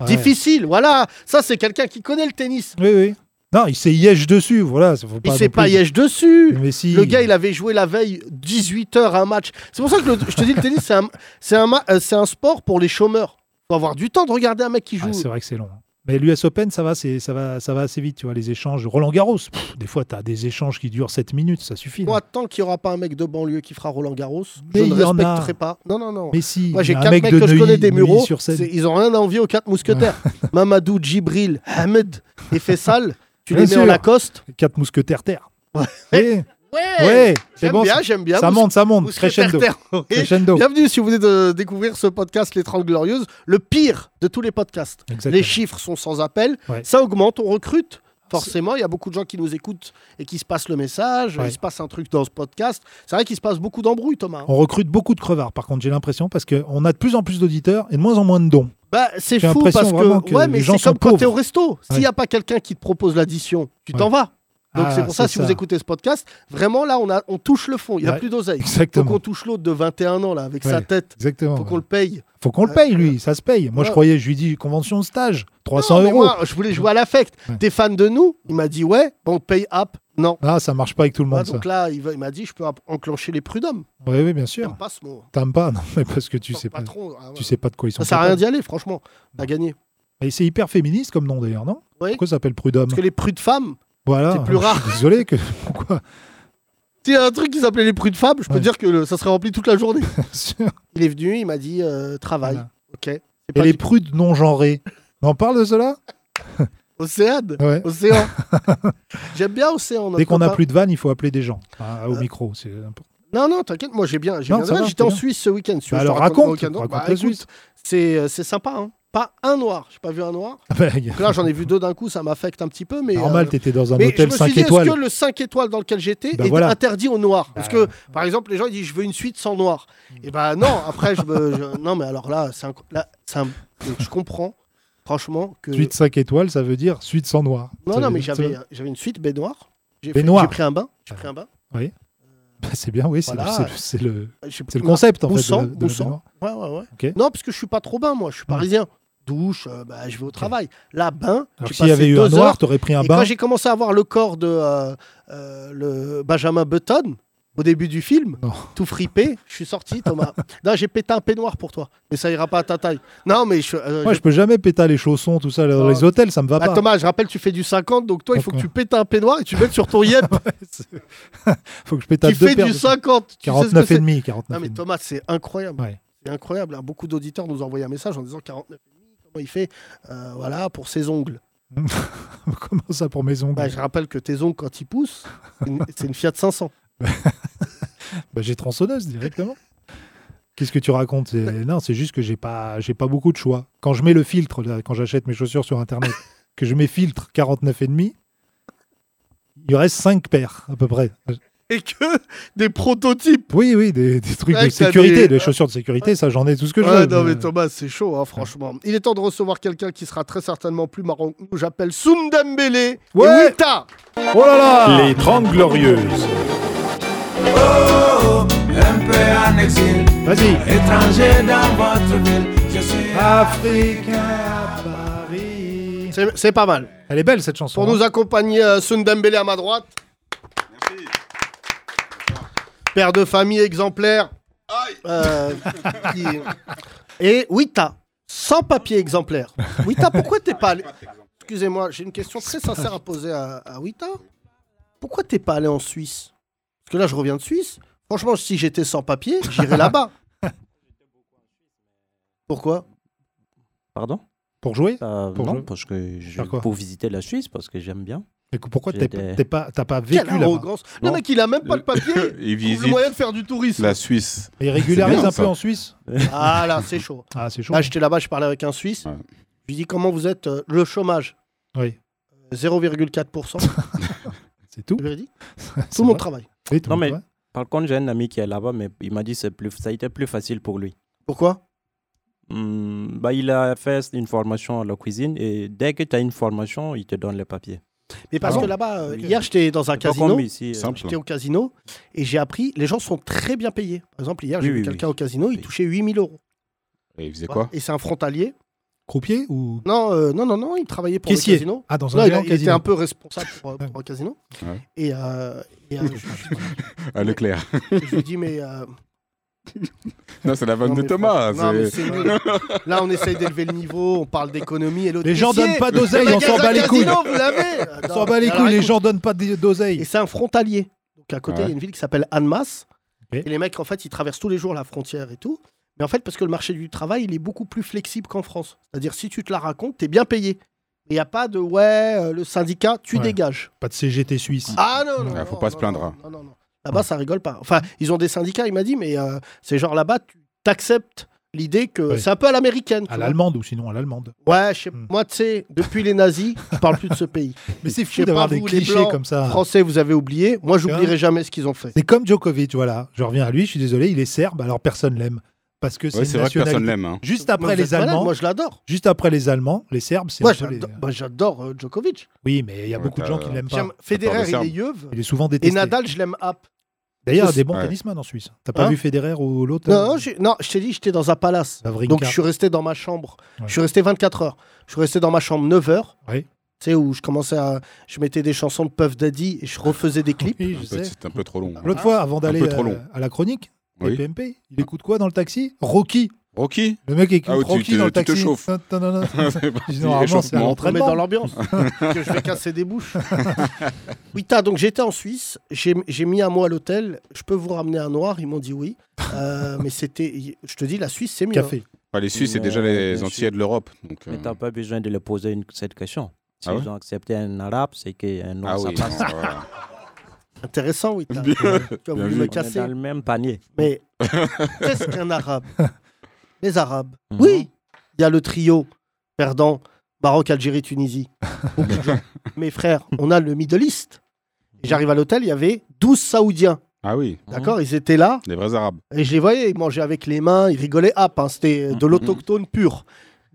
[SPEAKER 4] Ouais.
[SPEAKER 3] Difficile, voilà. Ça, c'est quelqu'un qui connaît le tennis.
[SPEAKER 4] Oui, oui. Non, il s'est yèche dessus, voilà. ça faut
[SPEAKER 3] Il
[SPEAKER 4] non
[SPEAKER 3] s'est
[SPEAKER 4] plus-
[SPEAKER 3] pas yèche dessus.
[SPEAKER 4] Mais si.
[SPEAKER 3] Le gars, il avait joué la veille 18 heures un match. C'est pour ça que le- je te dis, le tennis, c'est un, c'est un, ma- euh, c'est un sport pour les chômeurs. Faut avoir du temps de regarder un mec qui joue.
[SPEAKER 4] Ah, c'est vrai que c'est long. hein. Mais l'US Open, ça va, c'est- ça, va, ça va assez vite, tu vois, les échanges. Roland Garros, pff, des fois, tu as des échanges qui durent 7 minutes, ça suffit. là.
[SPEAKER 3] Moi, tant qu'il n'y aura pas un mec de banlieue qui fera Roland Garros, je
[SPEAKER 4] Mais
[SPEAKER 3] ne
[SPEAKER 4] il y en a.
[SPEAKER 3] respecterai pas. Non, non, non.
[SPEAKER 4] Mais si,
[SPEAKER 3] Moi,
[SPEAKER 4] il y
[SPEAKER 3] j'ai
[SPEAKER 4] a
[SPEAKER 3] quatre
[SPEAKER 4] un mec
[SPEAKER 3] mecs
[SPEAKER 4] de
[SPEAKER 3] que je
[SPEAKER 4] Neuilly-
[SPEAKER 3] connais des
[SPEAKER 4] Neuilly
[SPEAKER 3] mureaux.
[SPEAKER 4] sur
[SPEAKER 3] c'est-
[SPEAKER 4] scène.
[SPEAKER 3] Ils ont rien à envier aux quatre mousquetaires. Mamadou, Djibril, Ahmed et Fessal. Tu
[SPEAKER 4] Bien
[SPEAKER 3] les mets en
[SPEAKER 4] sûr.
[SPEAKER 3] Lacoste.
[SPEAKER 4] Quatre mousquetaires terre.
[SPEAKER 3] Ouais.
[SPEAKER 4] Ouais,
[SPEAKER 3] Ouais,
[SPEAKER 4] ouais, c'est
[SPEAKER 3] J'aime
[SPEAKER 4] bon,
[SPEAKER 3] bien,
[SPEAKER 4] ça,
[SPEAKER 3] j'aime bien.
[SPEAKER 4] ça
[SPEAKER 3] Mous-
[SPEAKER 4] monte, ça monte,
[SPEAKER 3] mousquetaires
[SPEAKER 4] crescendo.
[SPEAKER 3] terre. Oui.
[SPEAKER 4] crescendo.
[SPEAKER 3] Bienvenue si vous venez de découvrir ce podcast Les 30 Glorieuses, le pire de tous les podcasts.
[SPEAKER 4] Exactement.
[SPEAKER 3] Les chiffres sont sans appel,
[SPEAKER 4] Ouais.
[SPEAKER 3] ça augmente, on recrute. Forcément, il y a beaucoup de gens qui nous écoutent et qui se passent le message,
[SPEAKER 4] Ouais.
[SPEAKER 3] il se passe un truc dans ce podcast. C'est vrai qu'il se passe beaucoup d'embrouilles, Thomas. hein.
[SPEAKER 4] On recrute beaucoup de crevards, par contre, j'ai l'impression, parce qu'on a de plus en plus d'auditeurs et de moins en moins de dons.
[SPEAKER 3] Bah, c'est
[SPEAKER 4] J'ai
[SPEAKER 3] fou
[SPEAKER 4] l'impression
[SPEAKER 3] parce
[SPEAKER 4] vraiment
[SPEAKER 3] que,
[SPEAKER 4] que
[SPEAKER 3] ouais,
[SPEAKER 4] les
[SPEAKER 3] mais
[SPEAKER 4] gens
[SPEAKER 3] c'est
[SPEAKER 4] sont
[SPEAKER 3] comme quand t'es au
[SPEAKER 4] pauvres.
[SPEAKER 3] resto. S'il n'y
[SPEAKER 4] Ouais.
[SPEAKER 3] a pas quelqu'un qui te propose l'addition, tu t'en
[SPEAKER 4] Ouais.
[SPEAKER 3] vas. Donc
[SPEAKER 4] Ah,
[SPEAKER 3] c'est pour ça, si vous
[SPEAKER 4] ça.
[SPEAKER 3] écoutez ce podcast, vraiment là, on, a, on touche le fond. Il n'y a
[SPEAKER 4] Ouais.
[SPEAKER 3] plus d'oseille. Faut
[SPEAKER 4] Exactement.
[SPEAKER 3] qu'on touche l'autre de 21 ans là, avec sa
[SPEAKER 4] Ouais.
[SPEAKER 3] tête.
[SPEAKER 4] Exactement.
[SPEAKER 3] Faut qu'on
[SPEAKER 4] ouais.
[SPEAKER 3] le paye.
[SPEAKER 4] Faut qu'on le
[SPEAKER 3] Euh,
[SPEAKER 4] paye, lui, ça se paye. Moi, je
[SPEAKER 3] ouais.
[SPEAKER 4] croyais, je lui dis convention de stage, 300
[SPEAKER 3] Non, mais
[SPEAKER 4] euros.
[SPEAKER 3] moi, je voulais jouer à l'affect.
[SPEAKER 4] Ouais.
[SPEAKER 3] T'es fan de nous Il m'a dit ouais. Bon, on paye app. Non.
[SPEAKER 4] Ah, ça marche pas avec tout le
[SPEAKER 3] Ah,
[SPEAKER 4] monde, ça.
[SPEAKER 3] donc là, il, va- il m'a dit je peux app- enclencher les prud'hommes.
[SPEAKER 4] Oui, oui, bien
[SPEAKER 3] J'aime
[SPEAKER 4] sûr.
[SPEAKER 3] pas ce mot.
[SPEAKER 4] T'aimes pas, non, mais parce que tu sais pas,
[SPEAKER 3] Patron, ah ouais.
[SPEAKER 4] tu sais pas de quoi ils sont.
[SPEAKER 3] Ça sert à rien
[SPEAKER 4] capables.
[SPEAKER 3] d'y aller, franchement. T'as gagné.
[SPEAKER 4] Et c'est hyper féministe comme nom d'ailleurs, non
[SPEAKER 3] Oui.
[SPEAKER 4] Pourquoi ça s'appelle Prud'homme
[SPEAKER 3] Parce que les prudes femmes,
[SPEAKER 4] Voilà.
[SPEAKER 3] c'est plus
[SPEAKER 4] je suis
[SPEAKER 3] rare.
[SPEAKER 4] Désolé que pourquoi
[SPEAKER 3] s'il y a un truc qui s'appelait les prudes femmes, je peux
[SPEAKER 4] Ouais.
[SPEAKER 3] dire que le- ça serait rempli toute la journée.
[SPEAKER 4] Sûr.
[SPEAKER 3] Il est venu, il m'a dit euh, travail.
[SPEAKER 4] Voilà.
[SPEAKER 3] Ok. C'est
[SPEAKER 4] Et
[SPEAKER 3] pas
[SPEAKER 4] les
[SPEAKER 3] du-
[SPEAKER 4] prudes non genrées. On en parle de cela
[SPEAKER 3] Océane.
[SPEAKER 4] Ouais.
[SPEAKER 3] Océan. J'aime bien Océan.
[SPEAKER 4] Dès
[SPEAKER 3] notre
[SPEAKER 4] qu'on a
[SPEAKER 3] copain.
[SPEAKER 4] plus de vannes, il faut appeler des gens hein,
[SPEAKER 3] Euh.
[SPEAKER 4] au micro. c'est important.
[SPEAKER 3] Non, non, t'inquiète, moi j'ai bien. j'ai
[SPEAKER 4] Non,
[SPEAKER 3] bien
[SPEAKER 4] ça
[SPEAKER 3] aimé.
[SPEAKER 4] va,
[SPEAKER 3] J'étais en
[SPEAKER 4] c'est bien.
[SPEAKER 3] Suisse ce week-end. si tu
[SPEAKER 4] Bah
[SPEAKER 3] veux, je te
[SPEAKER 4] alors
[SPEAKER 3] raconte mon
[SPEAKER 4] raconte,
[SPEAKER 3] week-end.
[SPEAKER 4] raconte
[SPEAKER 3] Bah,
[SPEAKER 4] la
[SPEAKER 3] écoute,
[SPEAKER 4] Suisse.
[SPEAKER 3] C'est euh, c'est sympa, hein. Pas un noir. J'ai pas vu un noir. Donc là, j'en ai vu deux d'un coup, ça m'affecte un petit peu, mais.
[SPEAKER 4] Ah bah, Normal,
[SPEAKER 3] euh,
[SPEAKER 4] t'étais dans un
[SPEAKER 3] mais
[SPEAKER 4] hôtel
[SPEAKER 3] je me
[SPEAKER 4] 5
[SPEAKER 3] suis dit,
[SPEAKER 4] étoiles.
[SPEAKER 3] Est-ce que le 5 étoiles dans lequel j'étais
[SPEAKER 4] Bah
[SPEAKER 3] est
[SPEAKER 4] voilà.
[SPEAKER 3] interdit au noir Parce
[SPEAKER 4] Bah,
[SPEAKER 3] que, par exemple, les gens ils disent je veux une suite sans noir. Et ben non, après, je, me- je- Non, mais alors là, c'est un- là, c'est un- je comprends, franchement, que.
[SPEAKER 4] Suite 5 étoiles, ça veut dire suite sans noir.
[SPEAKER 3] Non,
[SPEAKER 4] Ça
[SPEAKER 3] non,
[SPEAKER 4] veut
[SPEAKER 3] mais
[SPEAKER 4] dire-
[SPEAKER 3] j'avais j'avais une suite baignoire. J'ai fait-
[SPEAKER 4] Baignoire. Ah
[SPEAKER 3] J'ai pris un bain. J'ai pris un bain.
[SPEAKER 4] Bah, c'est bien, oui, c'est
[SPEAKER 3] Voilà.
[SPEAKER 4] c'est le- c'est le,
[SPEAKER 3] Euh, j'ai-
[SPEAKER 4] c'est le concept en fait. de
[SPEAKER 3] Moussan,
[SPEAKER 4] la- de la
[SPEAKER 3] Moussan.
[SPEAKER 4] baignoire.
[SPEAKER 3] Ouais, ouais, ouais.
[SPEAKER 4] Ok. Ah
[SPEAKER 3] Non, parce que je suis pas trop bain, moi. Je suis parisien. Douche, euh, bah, je vais au travail. Là, bain.
[SPEAKER 4] Alors
[SPEAKER 3] j'ai
[SPEAKER 4] s'il y
[SPEAKER 3] passé
[SPEAKER 4] avait eu un
[SPEAKER 3] deux
[SPEAKER 4] noir,
[SPEAKER 3] heures.
[SPEAKER 4] t'aurais pris un
[SPEAKER 3] et
[SPEAKER 4] bain.
[SPEAKER 3] quand j'ai commencé à voir le corps de euh, euh, le Benjamin Button, au début du film,
[SPEAKER 4] Non.
[SPEAKER 3] tout fripé. Je suis sorti, Thomas. non, j'ai pété un peignoir pour toi. Mais ça ira pas à ta taille. Non, mais je. euh,
[SPEAKER 4] Moi,
[SPEAKER 3] je-
[SPEAKER 4] je peux jamais péter les chaussons, tout ça, dans
[SPEAKER 3] Non.
[SPEAKER 4] les hôtels, ça me va
[SPEAKER 3] Bah,
[SPEAKER 4] pas.
[SPEAKER 3] Thomas, je rappelle, tu fais du 50, donc toi, il faut que
[SPEAKER 4] D'accord.
[SPEAKER 3] tu pètes un peignoir et tu le mettes sur ton yep
[SPEAKER 4] Faut que je pétale
[SPEAKER 3] qui
[SPEAKER 4] deux
[SPEAKER 3] fait
[SPEAKER 4] paires
[SPEAKER 3] du
[SPEAKER 4] de-
[SPEAKER 3] 50. Tu sais ce que
[SPEAKER 4] 49 et
[SPEAKER 3] c'est
[SPEAKER 4] demi,
[SPEAKER 3] Non,
[SPEAKER 4] 49
[SPEAKER 3] mais
[SPEAKER 4] et demi.
[SPEAKER 3] Thomas, c'est incroyable.
[SPEAKER 4] Ouais.
[SPEAKER 3] C'est incroyable. hein. Beaucoup d'auditeurs nous ont envoyé un message en disant 49 comment il fait euh, voilà, pour ses ongles.
[SPEAKER 4] Comment ça pour mes ongles
[SPEAKER 3] Bah, je rappelle que tes ongles, quand ils poussent, c'est une- c'est une Fiat 500.
[SPEAKER 4] Bah, j'ai tronçonneuse directement. Qu'est-ce que tu racontes C'est- Non, c'est juste que j'ai pas, j'ai pas beaucoup de choix. Quand je mets le filtre, là, quand j'achète mes chaussures sur internet, que je mets filtre 49,5, il reste 5 paires à peu près.
[SPEAKER 3] Et que des prototypes.
[SPEAKER 4] Oui, oui, des, des trucs
[SPEAKER 3] Ouais,
[SPEAKER 4] de
[SPEAKER 3] que t'as
[SPEAKER 4] sécurité,
[SPEAKER 3] des-
[SPEAKER 4] des chaussures de sécurité, ça j'en ai tout ce que je
[SPEAKER 3] Ouais,
[SPEAKER 4] veux.
[SPEAKER 3] non,
[SPEAKER 4] mais- euh,
[SPEAKER 3] mais Thomas, c'est chaud, hein, franchement. Il est temps de recevoir quelqu'un qui sera très certainement plus marrant que nous. J'appelle Soum Dembélé
[SPEAKER 4] Ouais.
[SPEAKER 3] et Wita.
[SPEAKER 4] Oh là là
[SPEAKER 5] Les 30 Glorieuses.
[SPEAKER 6] un peu en exil,
[SPEAKER 4] Vas-y
[SPEAKER 6] étranger dans votre ville. Je suis
[SPEAKER 4] Africain à Paris.
[SPEAKER 3] C'est c'est pas mal.
[SPEAKER 4] Elle est belle cette chanson.
[SPEAKER 3] Pour
[SPEAKER 4] hein.
[SPEAKER 3] nous accompagner, euh, Soum Dembélé à ma droite. Père de famille exemplaire. Euh, qui- Et Wita, sans papier exemplaire. Wita, pourquoi t'es pas allé... Excusez-moi, j'ai une question très sincère à poser à, à Wita. Pourquoi t'es pas allé en Suisse Parce que là, je reviens de Suisse. Franchement, si j'étais sans papier, j'irais là-bas. Pourquoi
[SPEAKER 7] Pardon
[SPEAKER 4] Pour jouer
[SPEAKER 7] Euh,
[SPEAKER 4] Pour
[SPEAKER 7] Non,
[SPEAKER 4] jouer.
[SPEAKER 7] parce que je,
[SPEAKER 4] Faire quoi
[SPEAKER 7] pour visiter la Suisse, parce que j'aime bien.
[SPEAKER 4] Mais Pourquoi t'es
[SPEAKER 7] J'étais-
[SPEAKER 4] t'es pas, t'as pas vécu
[SPEAKER 3] Quelle
[SPEAKER 4] là-bas
[SPEAKER 3] arrogance Le
[SPEAKER 7] Non.
[SPEAKER 3] mec, il a même pas le papier.
[SPEAKER 8] Il
[SPEAKER 3] Il trouve le
[SPEAKER 8] visite
[SPEAKER 3] moyen de faire du tourisme.
[SPEAKER 8] la Suisse.
[SPEAKER 4] Et régularise
[SPEAKER 8] bien,
[SPEAKER 4] un peu
[SPEAKER 8] ça.
[SPEAKER 4] en Suisse
[SPEAKER 3] Ah là, c'est chaud.
[SPEAKER 4] Ah, c'est chaud.
[SPEAKER 3] Là, j'étais là-bas, je parlais avec un Suisse.
[SPEAKER 8] Ouais.
[SPEAKER 3] Je lui dis comment vous êtes euh, le chômage
[SPEAKER 4] Oui,
[SPEAKER 3] 0,4%.
[SPEAKER 4] c'est tout.
[SPEAKER 3] Je lui ai dit,
[SPEAKER 4] C'est
[SPEAKER 3] tout mon
[SPEAKER 4] vrai.
[SPEAKER 3] travail.
[SPEAKER 4] Oui, tout
[SPEAKER 7] Non,
[SPEAKER 4] le monde,
[SPEAKER 7] mais-
[SPEAKER 4] ouais.
[SPEAKER 7] Par contre, j'ai un ami qui est là-bas, mais il m'a dit que c'est plus, ça a été plus facile pour lui.
[SPEAKER 3] Pourquoi
[SPEAKER 7] Hmm, bah, il a fait une formation à la cuisine et dès que tu as une formation, il te donne les papiers.
[SPEAKER 3] Mais parce
[SPEAKER 4] Ah bon
[SPEAKER 3] que là-bas, euh,
[SPEAKER 7] Ok.
[SPEAKER 3] hier, j'étais dans un
[SPEAKER 7] C'est pas
[SPEAKER 3] casino.
[SPEAKER 7] comme ici, euh,
[SPEAKER 8] Simple.
[SPEAKER 3] J'étais au casino et j'ai appris, les gens sont très bien payés. Par exemple, hier, j'ai
[SPEAKER 7] Oui,
[SPEAKER 3] vu
[SPEAKER 7] oui,
[SPEAKER 3] quelqu'un
[SPEAKER 7] oui.
[SPEAKER 3] au casino, il
[SPEAKER 7] Oui.
[SPEAKER 3] touchait 8000 euros.
[SPEAKER 8] Et il faisait quoi
[SPEAKER 3] Et c'est un frontalier.
[SPEAKER 4] Croupier ou
[SPEAKER 3] Non, euh, non, non, non, il travaillait pour
[SPEAKER 4] Caissier.
[SPEAKER 3] le casino.
[SPEAKER 4] Ah, dans
[SPEAKER 3] Non,
[SPEAKER 4] un
[SPEAKER 3] il,
[SPEAKER 4] grand
[SPEAKER 3] a- il était
[SPEAKER 4] casino.
[SPEAKER 3] un peu responsable pour, euh, pour un casino.
[SPEAKER 8] Ouais.
[SPEAKER 3] Et, euh, et, euh, je,
[SPEAKER 8] Ah, Leclerc.
[SPEAKER 3] je lui dis, mais. euh,
[SPEAKER 8] Non, c'est la vanne
[SPEAKER 3] non,
[SPEAKER 8] de
[SPEAKER 3] mais
[SPEAKER 8] Thomas.
[SPEAKER 3] franchement- non, mais
[SPEAKER 8] c'est-
[SPEAKER 3] c'est nul. Là, on essaye d'élever le niveau, on parle d'économie et l'autre.
[SPEAKER 4] Les gens
[SPEAKER 3] caissier,
[SPEAKER 4] donnent pas d'oseille,
[SPEAKER 3] Le
[SPEAKER 4] on s'en
[SPEAKER 3] magasin
[SPEAKER 4] bat les couilles.
[SPEAKER 3] casino, vous l'avez Ah,
[SPEAKER 4] On s'en bat les couilles, les gens donnent pas d-
[SPEAKER 3] Et
[SPEAKER 4] d'oseille.
[SPEAKER 3] c'est un frontalier. Donc à côté, il y a
[SPEAKER 8] Ouais.
[SPEAKER 3] une ville qui s'appelle Annemasse.
[SPEAKER 4] Ok.
[SPEAKER 3] Et les mecs, en fait, ils traversent tous les jours la frontière et tout. Mais en fait, parce que le marché du travail, il est beaucoup plus flexible qu'en France. C'est-à-dire, si tu te la racontes, t'es bien payé. Il n'y a pas de ouais, euh, le syndicat, tu
[SPEAKER 4] Ouais.
[SPEAKER 3] dégages.
[SPEAKER 4] Pas de CGT suisse.
[SPEAKER 3] Ah non, non.
[SPEAKER 8] Ah, faut
[SPEAKER 3] non,
[SPEAKER 8] pas
[SPEAKER 3] non,
[SPEAKER 8] se plaindre, hein.
[SPEAKER 3] Non, non, non. Là-bas, ça rigole pas. Enfin, ils ont des syndicats, il m'a dit, mais euh, c'est genre là-bas, tu t'acceptes l'idée que
[SPEAKER 4] Ouais.
[SPEAKER 3] c'est un peu à l'américaine. tu
[SPEAKER 4] À
[SPEAKER 3] vois.
[SPEAKER 4] l'allemande ou sinon à l'allemande.
[SPEAKER 3] Ouais, je sais-
[SPEAKER 4] Hmm.
[SPEAKER 3] moi, tu sais, depuis les nazis, je parle plus de ce pays.
[SPEAKER 4] Mais c'est
[SPEAKER 3] Je
[SPEAKER 4] fou
[SPEAKER 3] sais
[SPEAKER 4] d'avoir
[SPEAKER 3] pas,
[SPEAKER 4] des
[SPEAKER 3] vous, les
[SPEAKER 4] clichés
[SPEAKER 3] Blancs,
[SPEAKER 4] comme ça.
[SPEAKER 3] Français, vous avez oublié. Moi, j'oublierai jamais ce qu'ils ont fait.
[SPEAKER 4] Ah. C'est comme Djokovic, voilà. Je reviens à lui, je suis désolé, il est serbe, alors personne l'aime. Parce que c'est
[SPEAKER 8] Ouais,
[SPEAKER 4] une
[SPEAKER 8] c'est vrai que personne
[SPEAKER 4] nationalité.
[SPEAKER 8] l'aime. hein.
[SPEAKER 4] Juste
[SPEAKER 3] Mais
[SPEAKER 4] après
[SPEAKER 3] vous
[SPEAKER 4] les
[SPEAKER 3] êtes malade,
[SPEAKER 4] Allemands,
[SPEAKER 3] Moi, je l'adore.
[SPEAKER 4] juste après les Allemands, les Serbes, c'est
[SPEAKER 3] Moi,
[SPEAKER 4] un peu les-
[SPEAKER 3] j'adore- moi, j'adore euh, Djokovic.
[SPEAKER 4] Oui, mais il y a
[SPEAKER 8] Ouais,
[SPEAKER 4] beaucoup de gens
[SPEAKER 8] t'as-
[SPEAKER 4] qui l'aiment pas.
[SPEAKER 3] J'aime Federer, il
[SPEAKER 8] Serbes.
[SPEAKER 3] est yeuve.
[SPEAKER 4] Il est souvent
[SPEAKER 3] Et
[SPEAKER 4] détesté.
[SPEAKER 3] Nadal, je l'aime app.
[SPEAKER 4] D'ailleurs, il y a
[SPEAKER 3] Ouais.
[SPEAKER 4] des bons tennisman en Suisse. T'as pas
[SPEAKER 3] Hein
[SPEAKER 4] vu Federer ou l'autre euh,
[SPEAKER 3] Non, j'ai- non, je t'ai dit, j'étais dans un palace.
[SPEAKER 4] Wawrinka.
[SPEAKER 3] Donc, je suis resté dans ma chambre.
[SPEAKER 4] Ouais.
[SPEAKER 3] Je suis resté 24 heures. Je suis resté dans ma chambre 9 heures.
[SPEAKER 4] Ouais.
[SPEAKER 3] Tu sais, où je commençais à. Je mettais des chansons de Puff Daddy et je refaisais des clips.
[SPEAKER 4] Oui,
[SPEAKER 8] Un
[SPEAKER 4] je sais.
[SPEAKER 8] peu- C'est un peu trop long.
[SPEAKER 4] L'autre fois, avant d'aller
[SPEAKER 8] peu trop
[SPEAKER 4] euh,
[SPEAKER 8] long.
[SPEAKER 4] à la chronique, les
[SPEAKER 8] Oui.
[SPEAKER 4] PMP, il écoute quoi dans le taxi Rocky.
[SPEAKER 8] Rocky
[SPEAKER 4] Le mec écoute
[SPEAKER 8] Ah oui, tu
[SPEAKER 4] Rocky
[SPEAKER 8] te-
[SPEAKER 4] dans le
[SPEAKER 8] tu te
[SPEAKER 4] taxi.
[SPEAKER 8] chauffes.
[SPEAKER 4] Tin, tin, tin, tin.
[SPEAKER 8] C'est parti,
[SPEAKER 4] Généralement, c'est à
[SPEAKER 8] échauffement.
[SPEAKER 3] On met dans
[SPEAKER 4] l'entraînement.
[SPEAKER 3] l'ambiance. que je vais casser des bouches. oui, t'as, donc j'étais en Suisse. J'ai j'ai mis un mot à l'hôtel. Je peux vous ramener un noir Ils m'ont dit oui. Euh, mais c'était. Je te dis, la Suisse, c'est mieux.
[SPEAKER 4] Café.
[SPEAKER 8] Enfin, les Suisses, c'est
[SPEAKER 7] Mais,
[SPEAKER 8] déjà
[SPEAKER 7] bien
[SPEAKER 8] les
[SPEAKER 7] sûr.
[SPEAKER 8] Antillais de l'europe. donc, euh,
[SPEAKER 7] Mais tu n'as pas besoin de leur poser une- cette question. S'ils
[SPEAKER 8] Ah ouais
[SPEAKER 7] ont accepté un arabe, c'est qu'un noir,
[SPEAKER 8] Ah
[SPEAKER 7] ça
[SPEAKER 8] oui, non,
[SPEAKER 7] passe.
[SPEAKER 8] voilà.
[SPEAKER 3] hein. Intéressant, oui. t'as- tu as
[SPEAKER 8] bien
[SPEAKER 3] voulu
[SPEAKER 8] vu.
[SPEAKER 3] me
[SPEAKER 7] On est
[SPEAKER 3] casser.
[SPEAKER 7] dans le même panier.
[SPEAKER 3] Mais qu'est-ce qu'un arabe Les arabes.
[SPEAKER 7] Mhm.
[SPEAKER 3] Oui, il y a le trio perdant Maroc, Algérie, Tunisie. Beaucoup de gens. Mais frère, on a le Middle East. Et J'arrive à l'hôtel, il y avait 12 Saoudiens.
[SPEAKER 8] Ah oui,
[SPEAKER 3] D'accord Ils étaient là.
[SPEAKER 8] les vrais Arabes.
[SPEAKER 3] Et je les voyais, ils mangeaient avec les mains, ils rigolaient, hop, hein, c'était
[SPEAKER 8] Mhm.
[SPEAKER 3] de l'autochtone pur.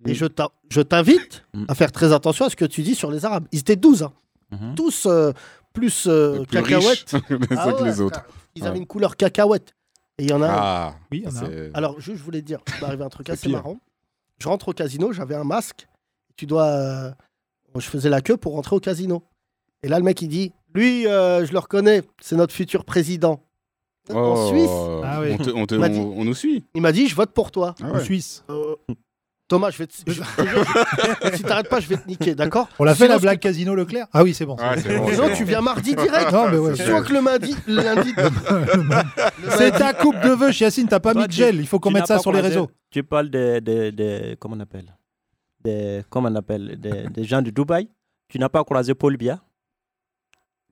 [SPEAKER 3] Et je t'in- je t'invite
[SPEAKER 7] Mhm.
[SPEAKER 3] à faire très attention à ce que tu dis sur les Arabes. Ils étaient 12, hein.
[SPEAKER 7] Mhm.
[SPEAKER 3] tous euh, plus, euh,
[SPEAKER 8] Les plus
[SPEAKER 3] cacahuètes.
[SPEAKER 8] riches les uns
[SPEAKER 3] Ah
[SPEAKER 8] que
[SPEAKER 3] ouais,
[SPEAKER 8] les autres.
[SPEAKER 3] frère, Ils
[SPEAKER 8] Ouais.
[SPEAKER 3] avaient une couleur cacahuète. Et il y en a un,
[SPEAKER 8] Ah,
[SPEAKER 4] Oui, on a.
[SPEAKER 8] c'est-
[SPEAKER 3] alors, juste, je voulais te dire, il m'est arrivé un truc
[SPEAKER 8] C'est
[SPEAKER 3] assez
[SPEAKER 8] pire.
[SPEAKER 3] marrant. Je rentre au casino, j'avais un masque. Tu dois. euh, Je faisais la queue pour rentrer au casino. Et là, le mec, il dit Lui, euh, je le reconnais, c'est notre futur président. en
[SPEAKER 8] Oh,
[SPEAKER 3] Suisse.
[SPEAKER 4] Ah oui.
[SPEAKER 8] on, te- on te-
[SPEAKER 3] On m'a dit-
[SPEAKER 8] on- on nous suit.
[SPEAKER 3] Il m'a dit, je vote pour toi.
[SPEAKER 8] Ah
[SPEAKER 4] En
[SPEAKER 8] ouais.
[SPEAKER 4] Suisse.
[SPEAKER 3] Euh, Thomas, je vais te... je- je- je- si t'arrêtes pas, je vais te niquer, d'accord
[SPEAKER 4] On l'a fait la
[SPEAKER 3] Sinon,
[SPEAKER 4] blague Casino Leclerc Ah oui, c'est bon.
[SPEAKER 8] Ah, c'est bon, c'est
[SPEAKER 3] Sinon,
[SPEAKER 8] bon.
[SPEAKER 3] tu viens mardi direct.
[SPEAKER 4] Non, mais ouais.
[SPEAKER 8] C'est
[SPEAKER 3] Soit que le mardi, le lundi.
[SPEAKER 4] C'est ta coupe de vœux, Yacine, t'as pas
[SPEAKER 7] Toi,
[SPEAKER 4] mis de
[SPEAKER 7] tu-
[SPEAKER 4] gel, il faut qu'on
[SPEAKER 7] Tu
[SPEAKER 4] mette
[SPEAKER 7] n'as
[SPEAKER 4] ça
[SPEAKER 7] pas
[SPEAKER 4] sur les
[SPEAKER 7] croisé-
[SPEAKER 4] réseaux.
[SPEAKER 7] Tu parles des. De, de, comment on appelle des, Comment on appelle Des des gens de Dubaï. Tu n'as pas croisé Paul Biya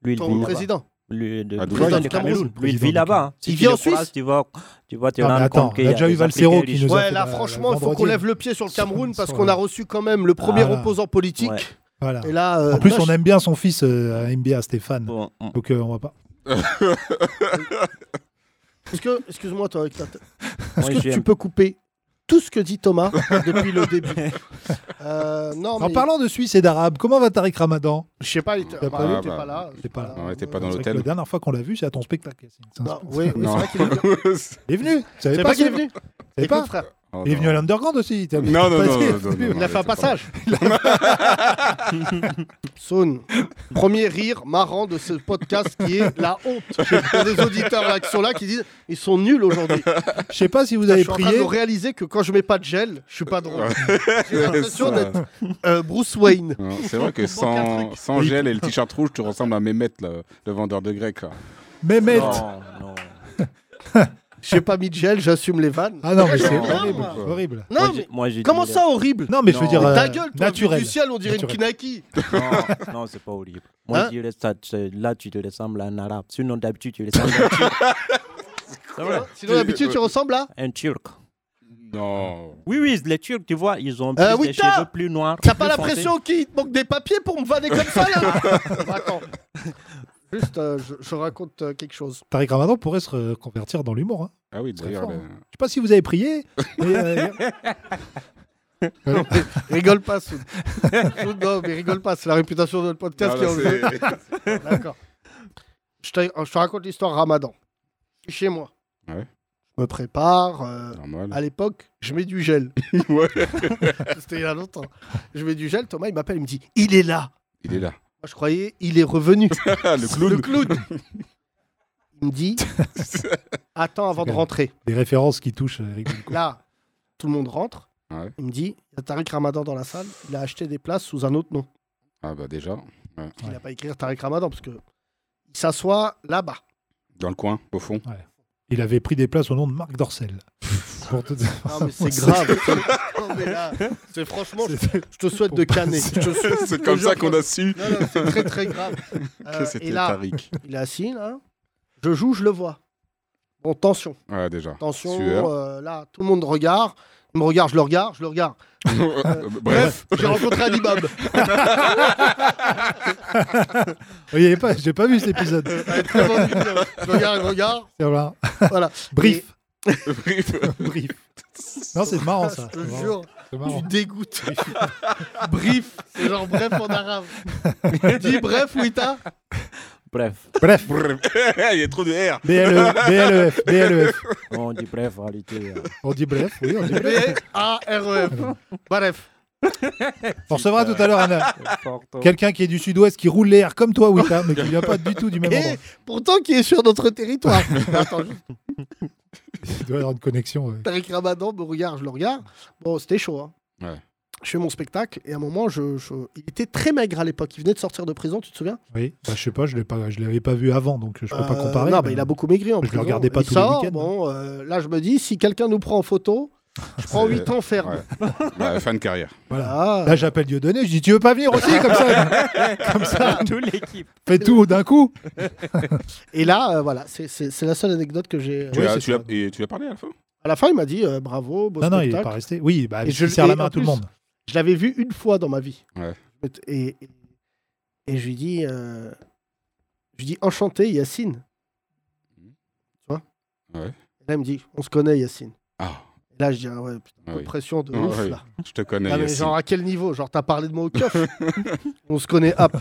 [SPEAKER 7] Lui, il vit
[SPEAKER 3] Ton
[SPEAKER 7] là-bas.
[SPEAKER 3] président.
[SPEAKER 7] Lui, de,
[SPEAKER 8] Ah, Dubaï,
[SPEAKER 7] président
[SPEAKER 3] du
[SPEAKER 7] du
[SPEAKER 3] Cameroun.
[SPEAKER 7] Cameroun. Lui, il
[SPEAKER 4] Président
[SPEAKER 7] vit
[SPEAKER 4] du
[SPEAKER 7] là-bas. hein.
[SPEAKER 3] Il
[SPEAKER 7] tu
[SPEAKER 3] vit en
[SPEAKER 7] le croises,
[SPEAKER 3] Suisse
[SPEAKER 7] Tu vas, tu vas te
[SPEAKER 4] Non, mais
[SPEAKER 7] rendre
[SPEAKER 4] attends,
[SPEAKER 7] compte qu'il
[SPEAKER 4] on a
[SPEAKER 7] y
[SPEAKER 4] déjà
[SPEAKER 7] des
[SPEAKER 4] eu Valsero
[SPEAKER 7] Africains
[SPEAKER 4] qui nous
[SPEAKER 7] riches.
[SPEAKER 4] a-
[SPEAKER 3] Ouais,
[SPEAKER 4] fait
[SPEAKER 3] là,
[SPEAKER 4] la-
[SPEAKER 3] franchement, il faut
[SPEAKER 4] vendredi.
[SPEAKER 3] qu'on lève le pied sur le Cameroun parce
[SPEAKER 4] sur-
[SPEAKER 3] qu'on a reçu quand même le premier
[SPEAKER 4] Voilà.
[SPEAKER 3] opposant politique.
[SPEAKER 7] Ouais.
[SPEAKER 4] Voilà.
[SPEAKER 3] Et là, euh,
[SPEAKER 4] En plus,
[SPEAKER 3] là,
[SPEAKER 4] on aime bien son fils euh, NBA, Stéphane.
[SPEAKER 7] Bon, on-
[SPEAKER 4] Donc, euh, on va pas.
[SPEAKER 3] je- est-ce que- excuse-moi, toi, avec ta-
[SPEAKER 7] moi,
[SPEAKER 3] est-ce que
[SPEAKER 7] j'aime.
[SPEAKER 3] tu peux couper tout ce que dit Thomas depuis le début Euh, Non,
[SPEAKER 4] En
[SPEAKER 3] mais
[SPEAKER 4] parlant de Suisse et d'Arabe, comment va Tariq Ramadan
[SPEAKER 3] je sais pas, il était-
[SPEAKER 4] T'as
[SPEAKER 3] bah,
[SPEAKER 4] pas
[SPEAKER 3] il
[SPEAKER 4] vu,
[SPEAKER 3] était
[SPEAKER 8] bah,
[SPEAKER 3] pas là.
[SPEAKER 4] t'es pas là.
[SPEAKER 8] Ah ouais, t'es pas dans
[SPEAKER 4] C'est vrai que
[SPEAKER 8] l'hôtel.
[SPEAKER 4] La dernière fois qu'on l'a vu, c'est à ton spectacle, Yacine. C'est un
[SPEAKER 3] Bah,
[SPEAKER 4] spectacle.
[SPEAKER 3] oui, oui, c'est
[SPEAKER 8] Non.
[SPEAKER 3] vrai qu'il est venu.
[SPEAKER 4] Il est venu. Tu savais
[SPEAKER 3] C'est
[SPEAKER 4] pas
[SPEAKER 3] pas qu'il est
[SPEAKER 4] ça
[SPEAKER 3] venu.
[SPEAKER 4] Tu savais pas
[SPEAKER 3] Écoute, frère,
[SPEAKER 8] Oh,
[SPEAKER 4] Il est
[SPEAKER 8] non.
[SPEAKER 4] venu à l'Underground aussi. t'as-
[SPEAKER 8] Non, non,
[SPEAKER 4] pas
[SPEAKER 8] non,
[SPEAKER 4] dit.
[SPEAKER 8] non, non, non,
[SPEAKER 3] il a fait un
[SPEAKER 8] arrête, pardon.
[SPEAKER 3] passage. Saune, premier rire marrant de ce podcast qui est la honte. Il y a des auditeurs là qui sont là qui disent ils sont nuls aujourd'hui.
[SPEAKER 4] Je sais pas si vous
[SPEAKER 3] Putain,
[SPEAKER 4] avez
[SPEAKER 3] je suis en train
[SPEAKER 4] prié.
[SPEAKER 3] de réaliser que quand je mets pas de gel, je suis pas drôle. J'ai l'impression
[SPEAKER 8] C'est ça.
[SPEAKER 3] d'être euh, Bruce Wayne.
[SPEAKER 8] Non, C'est vrai que
[SPEAKER 3] manque un
[SPEAKER 8] sans,
[SPEAKER 3] truc.
[SPEAKER 8] sans gel et le t-shirt rouge, tu ressembles à Mehmet, le, le vendeur de grec. là.
[SPEAKER 4] Mehmet.
[SPEAKER 7] Non, non.
[SPEAKER 3] J'ai pas mis de gel, j'assume les vannes.
[SPEAKER 4] Ah non, mais c'est
[SPEAKER 8] Non.
[SPEAKER 4] horrible.
[SPEAKER 8] Non.
[SPEAKER 4] horrible.
[SPEAKER 3] Non,
[SPEAKER 7] Moi, j'ai-
[SPEAKER 3] mais
[SPEAKER 7] moi, j'ai dit
[SPEAKER 3] comment
[SPEAKER 7] les-
[SPEAKER 3] ça horrible
[SPEAKER 4] Non, mais je veux
[SPEAKER 7] Non.
[SPEAKER 4] dire.
[SPEAKER 3] Ta
[SPEAKER 4] euh,
[SPEAKER 3] gueule, toi, vu
[SPEAKER 4] naturel.
[SPEAKER 3] du ciel, on dirait
[SPEAKER 4] Naturel.
[SPEAKER 3] une kinaki.
[SPEAKER 7] Non, non, c'est pas horrible. Moi,
[SPEAKER 3] Hein
[SPEAKER 7] je dirais ça, c'est- là, tu te ressembles à un arabe. Sinon, d'habitude, tu ressembles à un turc. C'est vrai,
[SPEAKER 3] Hein Sinon, d'habitude, tu ressembles à
[SPEAKER 7] un turc.
[SPEAKER 8] Non.
[SPEAKER 7] Oui, oui, les Turcs, tu vois, ils ont plus
[SPEAKER 3] Euh,
[SPEAKER 7] des
[SPEAKER 3] oui, t'as-
[SPEAKER 7] cheveux plus noirs.
[SPEAKER 3] T'as
[SPEAKER 7] plus
[SPEAKER 3] pas
[SPEAKER 7] foncés.
[SPEAKER 3] l'impression qu'il te manque des papiers pour me vanner comme ça là Attends. Juste, euh, je, je raconte euh, quelque chose.
[SPEAKER 4] Tariq Ramadan pourrait se reconvertir dans l'humour. hein.
[SPEAKER 8] Ah oui,
[SPEAKER 4] Très
[SPEAKER 8] d'ailleurs.
[SPEAKER 4] fort,
[SPEAKER 8] le-
[SPEAKER 4] hein. Je sais pas si vous avez prié. mais, euh,
[SPEAKER 3] Rigole pas, Soud. Soud, non, mais rigole pas, c'est la réputation de notre podcast
[SPEAKER 8] Non,
[SPEAKER 3] qui est
[SPEAKER 8] là,
[SPEAKER 3] enlevée.
[SPEAKER 8] Ah, bah, c'est-
[SPEAKER 3] D'accord. Je te, je te raconte l'histoire Ramadan. Je suis chez moi.
[SPEAKER 8] Ouais.
[SPEAKER 3] Je me prépare. euh,
[SPEAKER 8] Normal.
[SPEAKER 3] à l'époque, je mets du gel.
[SPEAKER 8] Ouais.
[SPEAKER 3] C'était il y a longtemps. Je mets du gel, Thomas, il m'appelle, il me dit Il est là.
[SPEAKER 8] Il est là. Ah,
[SPEAKER 3] Moi, je croyais, il est revenu.
[SPEAKER 8] le clown.
[SPEAKER 3] Le clown. Il me dit Attends avant de rentrer.
[SPEAKER 4] Des références qui touchent euh, Eric Bilko.
[SPEAKER 3] Là, tout le monde rentre.
[SPEAKER 8] Ouais.
[SPEAKER 3] Il me dit Il y a Tariq Ramadan dans la salle. Il a acheté des places sous un autre nom.
[SPEAKER 8] Ah bah déjà,
[SPEAKER 3] Il
[SPEAKER 4] Ouais.
[SPEAKER 3] n'a pas écrit Tariq Ramadan parce que il s'assoit là-bas.
[SPEAKER 8] dans le coin, au fond.
[SPEAKER 4] Il avait pris des places au nom de Marc Dorcel. Pour tout-
[SPEAKER 3] Non, mais c'est grave. Non, mais là, c'est franchement, je, je te souhaite de canner. Je te souhaite-
[SPEAKER 8] C'est comme ça qu'on a su
[SPEAKER 3] Non, non, c'est très très grave. Euh,
[SPEAKER 8] que
[SPEAKER 3] et
[SPEAKER 8] c'était
[SPEAKER 3] là,
[SPEAKER 8] Tariq.
[SPEAKER 3] il est assis, là. Je joue, je le vois. Bon, tension,
[SPEAKER 8] Ouais, déjà.
[SPEAKER 3] tension.
[SPEAKER 8] Sueur.
[SPEAKER 3] euh, là, tout le monde regarde. Il me regarde, je le regarde, je le regarde.
[SPEAKER 8] Euh, Bref.
[SPEAKER 3] J'ai rencontré un imam.
[SPEAKER 4] Vous voyez pas, j'ai pas vu cet épisode.
[SPEAKER 3] Très bonne vidéo. Je regarde, je regarde.
[SPEAKER 4] C'est vrai.
[SPEAKER 3] Voilà.
[SPEAKER 4] Brief.
[SPEAKER 8] Bref.
[SPEAKER 4] Brief. Non, c'est marrant ça.
[SPEAKER 3] Je te
[SPEAKER 4] C'est marrant,
[SPEAKER 3] jure,
[SPEAKER 4] c'est
[SPEAKER 3] tu
[SPEAKER 4] marrant.
[SPEAKER 3] dégoûtes. brief, c'est genre bref en arabe. Dis bref, Wita.
[SPEAKER 7] Bref,
[SPEAKER 4] Bref. E,
[SPEAKER 8] Bref. Il y a trop de R.
[SPEAKER 4] BLE, BLEF, BLEF.
[SPEAKER 7] on dit bref en réalité. euh,
[SPEAKER 4] E On dit bref, oui, on dit bref.
[SPEAKER 3] B-A-R-E-F. E Bref.
[SPEAKER 4] On recevra tout à l'heure un-
[SPEAKER 7] porte-
[SPEAKER 4] quelqu'un qui est du sud-ouest, qui roule l'air comme toi, Wita, mais qui vient pas du tout du même endroit.
[SPEAKER 3] Et pourtant, qui est sur notre territoire. Attends, juste,
[SPEAKER 4] Il doit y avoir une connexion. ouais.
[SPEAKER 3] Tariq Ramadan me regarde, je le regarde. Bon, c'était chaud. hein.
[SPEAKER 8] Ouais.
[SPEAKER 3] Je fais mon spectacle et à un moment, je, je- il était très maigre à l'époque. Il venait de sortir de prison, tu te souviens
[SPEAKER 4] Oui, bah, je sais pas, je l'ai pas, je l'avais pas vu avant, donc je peux pas
[SPEAKER 3] Euh,
[SPEAKER 4] comparer.
[SPEAKER 3] Non,
[SPEAKER 4] mais-
[SPEAKER 3] mais il a beaucoup maigri en
[SPEAKER 4] Je le
[SPEAKER 3] prison.
[SPEAKER 4] regardais pas
[SPEAKER 3] Il
[SPEAKER 4] tous les
[SPEAKER 3] sort,
[SPEAKER 4] week-ends.
[SPEAKER 3] Bon, euh, là, je me dis, si quelqu'un nous prend en photo, je prends
[SPEAKER 8] C'est-
[SPEAKER 3] 8 ans ferme.
[SPEAKER 8] Ouais. Bah, fin de carrière.
[SPEAKER 4] Voilà.
[SPEAKER 3] Ah,
[SPEAKER 4] Là, j'appelle Dieudonné, je dis Tu veux pas venir aussi comme ça Comme ça,
[SPEAKER 7] Toute l'équipe.
[SPEAKER 4] fais tout d'un coup.
[SPEAKER 3] et là, euh, voilà, c'est- c'est c'est la seule anecdote que j'ai.
[SPEAKER 8] Tu
[SPEAKER 4] Oui,
[SPEAKER 8] as-
[SPEAKER 4] c'est
[SPEAKER 8] tu
[SPEAKER 4] ça.
[SPEAKER 8] as- et tu as parlé à la fin
[SPEAKER 3] À la fin, il m'a dit euh, bravo, beau
[SPEAKER 4] Non, non, il
[SPEAKER 3] spectacle.
[SPEAKER 4] est pas resté. Oui, bah,
[SPEAKER 3] Et
[SPEAKER 4] il
[SPEAKER 3] je-
[SPEAKER 4] serre la
[SPEAKER 3] et
[SPEAKER 4] main
[SPEAKER 3] en
[SPEAKER 4] à tout le
[SPEAKER 3] plus-
[SPEAKER 4] monde.
[SPEAKER 3] Je l'avais vu une fois dans ma vie.
[SPEAKER 8] Ouais.
[SPEAKER 3] Et, et- et je lui dis, euh, je lui dis enchanté Yacine. Tu vois
[SPEAKER 8] Ouais.
[SPEAKER 3] Et Là, il me dit, on se connaît Yacine.
[SPEAKER 8] Ah,
[SPEAKER 3] Et là, je dis, ah ouais, putain,
[SPEAKER 8] ah
[SPEAKER 3] coup de
[SPEAKER 8] oui.
[SPEAKER 3] pression de
[SPEAKER 8] Ah
[SPEAKER 3] ouf
[SPEAKER 8] oui,
[SPEAKER 3] là.
[SPEAKER 8] Je te connais.
[SPEAKER 3] Ah, mais
[SPEAKER 8] Yassine.
[SPEAKER 3] genre à quel niveau Genre t'as parlé de moi au keuf On se connaît, hop.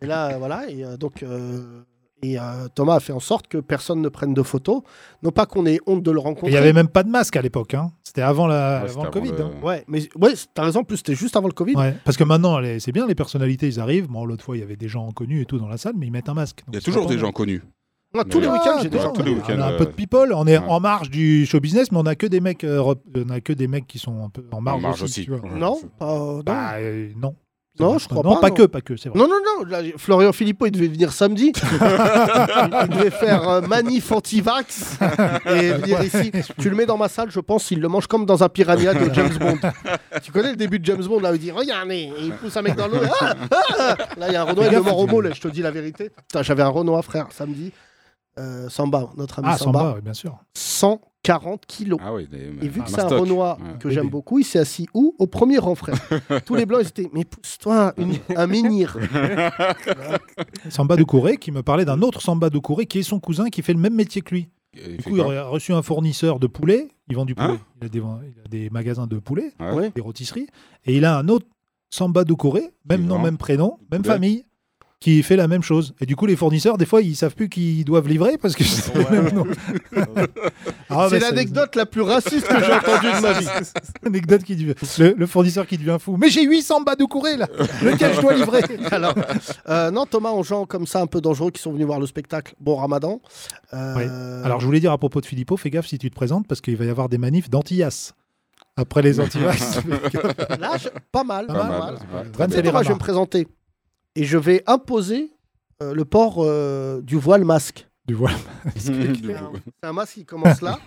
[SPEAKER 3] Et là, euh, voilà. Et euh, donc, euh, et euh, Thomas a fait en sorte que personne ne prenne de photos. Non pas qu'on ait honte de le rencontrer.
[SPEAKER 4] Il n'y avait même pas de masque à l'époque. hein. C'était avant, la...
[SPEAKER 8] Ouais,
[SPEAKER 4] avant
[SPEAKER 8] c'était
[SPEAKER 4] le Covid.
[SPEAKER 8] le-
[SPEAKER 4] hein.
[SPEAKER 3] Ouais, mais ouais, t'as raison. En plus, c'était juste avant le Covid.
[SPEAKER 4] Ouais. Parce que maintenant, les- c'est bien, les personnalités, ils arrivent. Bon, l'autre fois, il y avait des gens connus et tout dans la salle, mais ils mettent un masque. Donc,
[SPEAKER 8] Il y a
[SPEAKER 4] c'est
[SPEAKER 8] toujours
[SPEAKER 4] pas
[SPEAKER 8] des
[SPEAKER 4] mal.
[SPEAKER 8] gens connus.
[SPEAKER 3] Non, tous
[SPEAKER 8] Mais-
[SPEAKER 3] les week-ends, Ah, j'ai
[SPEAKER 8] des
[SPEAKER 3] des
[SPEAKER 8] ouais,
[SPEAKER 3] gens. hein.
[SPEAKER 8] tous les
[SPEAKER 4] on a- on a un
[SPEAKER 8] week-ends,
[SPEAKER 4] peu de
[SPEAKER 8] ouais.
[SPEAKER 4] people. On est
[SPEAKER 8] Ouais.
[SPEAKER 4] en marge du show business, mais on a que des mecs, euh, rep- on a que des mecs qui sont un peu en marge,
[SPEAKER 8] En marge
[SPEAKER 4] aussi.
[SPEAKER 8] aussi.
[SPEAKER 4] tu vois.
[SPEAKER 8] Ouais.
[SPEAKER 3] Non, pas- non.
[SPEAKER 4] Bah, euh, non.
[SPEAKER 3] Non, je crois
[SPEAKER 4] Non,
[SPEAKER 3] pas,
[SPEAKER 4] pas
[SPEAKER 3] non.
[SPEAKER 4] que, pas que, c'est vrai.
[SPEAKER 3] Non, non, non. là, j'ai- Florian Philippot, il devait venir samedi. il devait faire euh, manif anti-vax et venir ici. Tu le mets dans ma salle, je pense, il le mange comme dans un piranha de James Bond. tu connais le début de James Bond, là, où il dit Regarde, et il pousse un mec dans l'eau. Ah, ah là, il y a un Renoir, il est mort au mot, là, je te dis la vérité. Putain, j'avais un Renoir, frère, samedi. Euh, Samba, notre ami
[SPEAKER 4] Ah,
[SPEAKER 3] Samba.
[SPEAKER 4] Samba, ouais, bien sûr.
[SPEAKER 3] 140 kilos.
[SPEAKER 8] Ah oui, des-
[SPEAKER 3] Et vu que
[SPEAKER 8] un
[SPEAKER 3] c'est un
[SPEAKER 8] stock.
[SPEAKER 3] Renoir
[SPEAKER 8] Ouais.
[SPEAKER 3] que
[SPEAKER 4] Oui,
[SPEAKER 3] j'aime
[SPEAKER 4] oui.
[SPEAKER 3] beaucoup, il s'est assis où Au premier rang, frère. Tous les blancs, ils étaient Mais pousse-toi une- un menhir.
[SPEAKER 4] Samba de Couré qui me parlait d'un autre Samba de Couré qui est son cousin qui fait le même métier que lui.
[SPEAKER 8] Et
[SPEAKER 4] Du
[SPEAKER 8] fait
[SPEAKER 4] coup, il
[SPEAKER 8] quoi
[SPEAKER 4] a reçu un fournisseur de poulet. Il vend du poulet.
[SPEAKER 8] Hein
[SPEAKER 4] il, a des, il a des magasins de poulet,
[SPEAKER 8] Ouais.
[SPEAKER 3] Ouais.
[SPEAKER 4] des rôtisseries. Et il a un autre Samba de Corée, même
[SPEAKER 8] Il
[SPEAKER 4] nom,
[SPEAKER 8] vend
[SPEAKER 4] même prénom, même
[SPEAKER 8] poulet.
[SPEAKER 4] famille, qui fait la même chose. Et du coup, les fournisseurs, des fois, ils savent plus qu'ils doivent livrer parce que c'est le même nom. Ah,
[SPEAKER 3] c'est
[SPEAKER 4] bah,
[SPEAKER 3] l'anecdote la plus raciste que j'ai entendue de ma vie.
[SPEAKER 4] Anecdote qui devient- le, le fournisseur qui devient fou. Mais j'ai 800 bas de courée là, lequel je dois livrer.
[SPEAKER 3] Alors, euh, non, Thomas, aux gens comme ça un peu dangereux qui sont venus voir le spectacle, bon ramadan. Euh,
[SPEAKER 4] Alors je voulais dire à propos de Philippot, fais gaffe si tu te présentes parce qu'il va y avoir des manifs d'antillas. Après les antillas.
[SPEAKER 3] là, je- pas mal. pas
[SPEAKER 4] Pas mal,
[SPEAKER 3] mal.
[SPEAKER 8] ouais, ouais.
[SPEAKER 4] Van
[SPEAKER 3] Mais
[SPEAKER 4] Célérama.
[SPEAKER 3] Thomas, je vais me présenter et je vais imposer euh, le port euh, du voile masque.
[SPEAKER 4] Du voile.
[SPEAKER 8] Du coup,
[SPEAKER 3] C'est un masque qui commence là,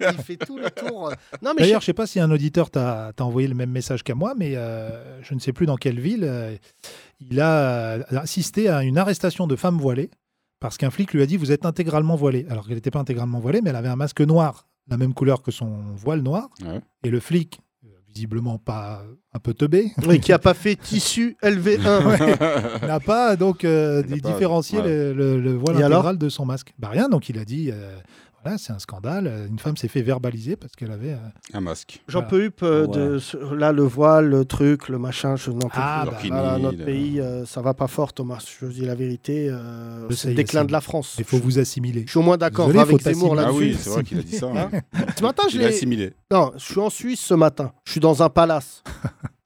[SPEAKER 3] il fait tout le tour. Non, mais
[SPEAKER 4] D'ailleurs, je sais pas si un auditeur t'a t'a envoyé le même message qu'à moi, mais euh, je ne sais plus dans quelle ville. euh, il a euh, assisté à une arrestation de femme voilée parce qu'un flic lui a dit Vous êtes intégralement voilée. Alors qu'elle n'était pas intégralement voilée, mais elle avait un masque noir, la même couleur que son voile noir.
[SPEAKER 8] Ouais.
[SPEAKER 4] Et le flic, euh, visiblement pas un peu teubé,
[SPEAKER 3] Oui, qui a pas fait tissu LV1.
[SPEAKER 4] n'a pas donc euh,
[SPEAKER 8] Il n'a
[SPEAKER 4] di-
[SPEAKER 8] pas,
[SPEAKER 4] différencié
[SPEAKER 8] ouais.
[SPEAKER 4] le, le- le voile
[SPEAKER 3] Et alors
[SPEAKER 4] intégral de son masque. Bah rien, donc il a dit euh, voilà, c'est un scandale. Une femme s'est fait verbaliser parce qu'elle avait. euh,
[SPEAKER 8] Un masque.
[SPEAKER 3] J'en
[SPEAKER 4] Voilà.
[SPEAKER 3] peux up euh, de ce- là le voile, le truc, le machin, je n'en peux
[SPEAKER 4] Ah,
[SPEAKER 3] plus.
[SPEAKER 4] bah,
[SPEAKER 8] Burkini,
[SPEAKER 3] Voilà, notre
[SPEAKER 8] là.
[SPEAKER 3] pays, euh, ça va pas fort, Thomas. Je vous dis la vérité, euh,
[SPEAKER 4] Je
[SPEAKER 3] c'est
[SPEAKER 4] sais,
[SPEAKER 3] le déclin
[SPEAKER 4] Yassine.
[SPEAKER 3] de la France.
[SPEAKER 4] Il faut vous assimiler.
[SPEAKER 3] Je suis au moins d'accord
[SPEAKER 4] Désolé,
[SPEAKER 3] avec
[SPEAKER 4] faut
[SPEAKER 3] Zemmour
[SPEAKER 4] t'assimiler.
[SPEAKER 8] Ah
[SPEAKER 3] là-dessus.
[SPEAKER 8] oui, c'est vrai qu'il a dit ça. hein.
[SPEAKER 3] Ce matin, je
[SPEAKER 8] Il a
[SPEAKER 3] l'ai.
[SPEAKER 8] assimilé.
[SPEAKER 3] Non, je suis en Suisse ce matin. Je suis dans un palace.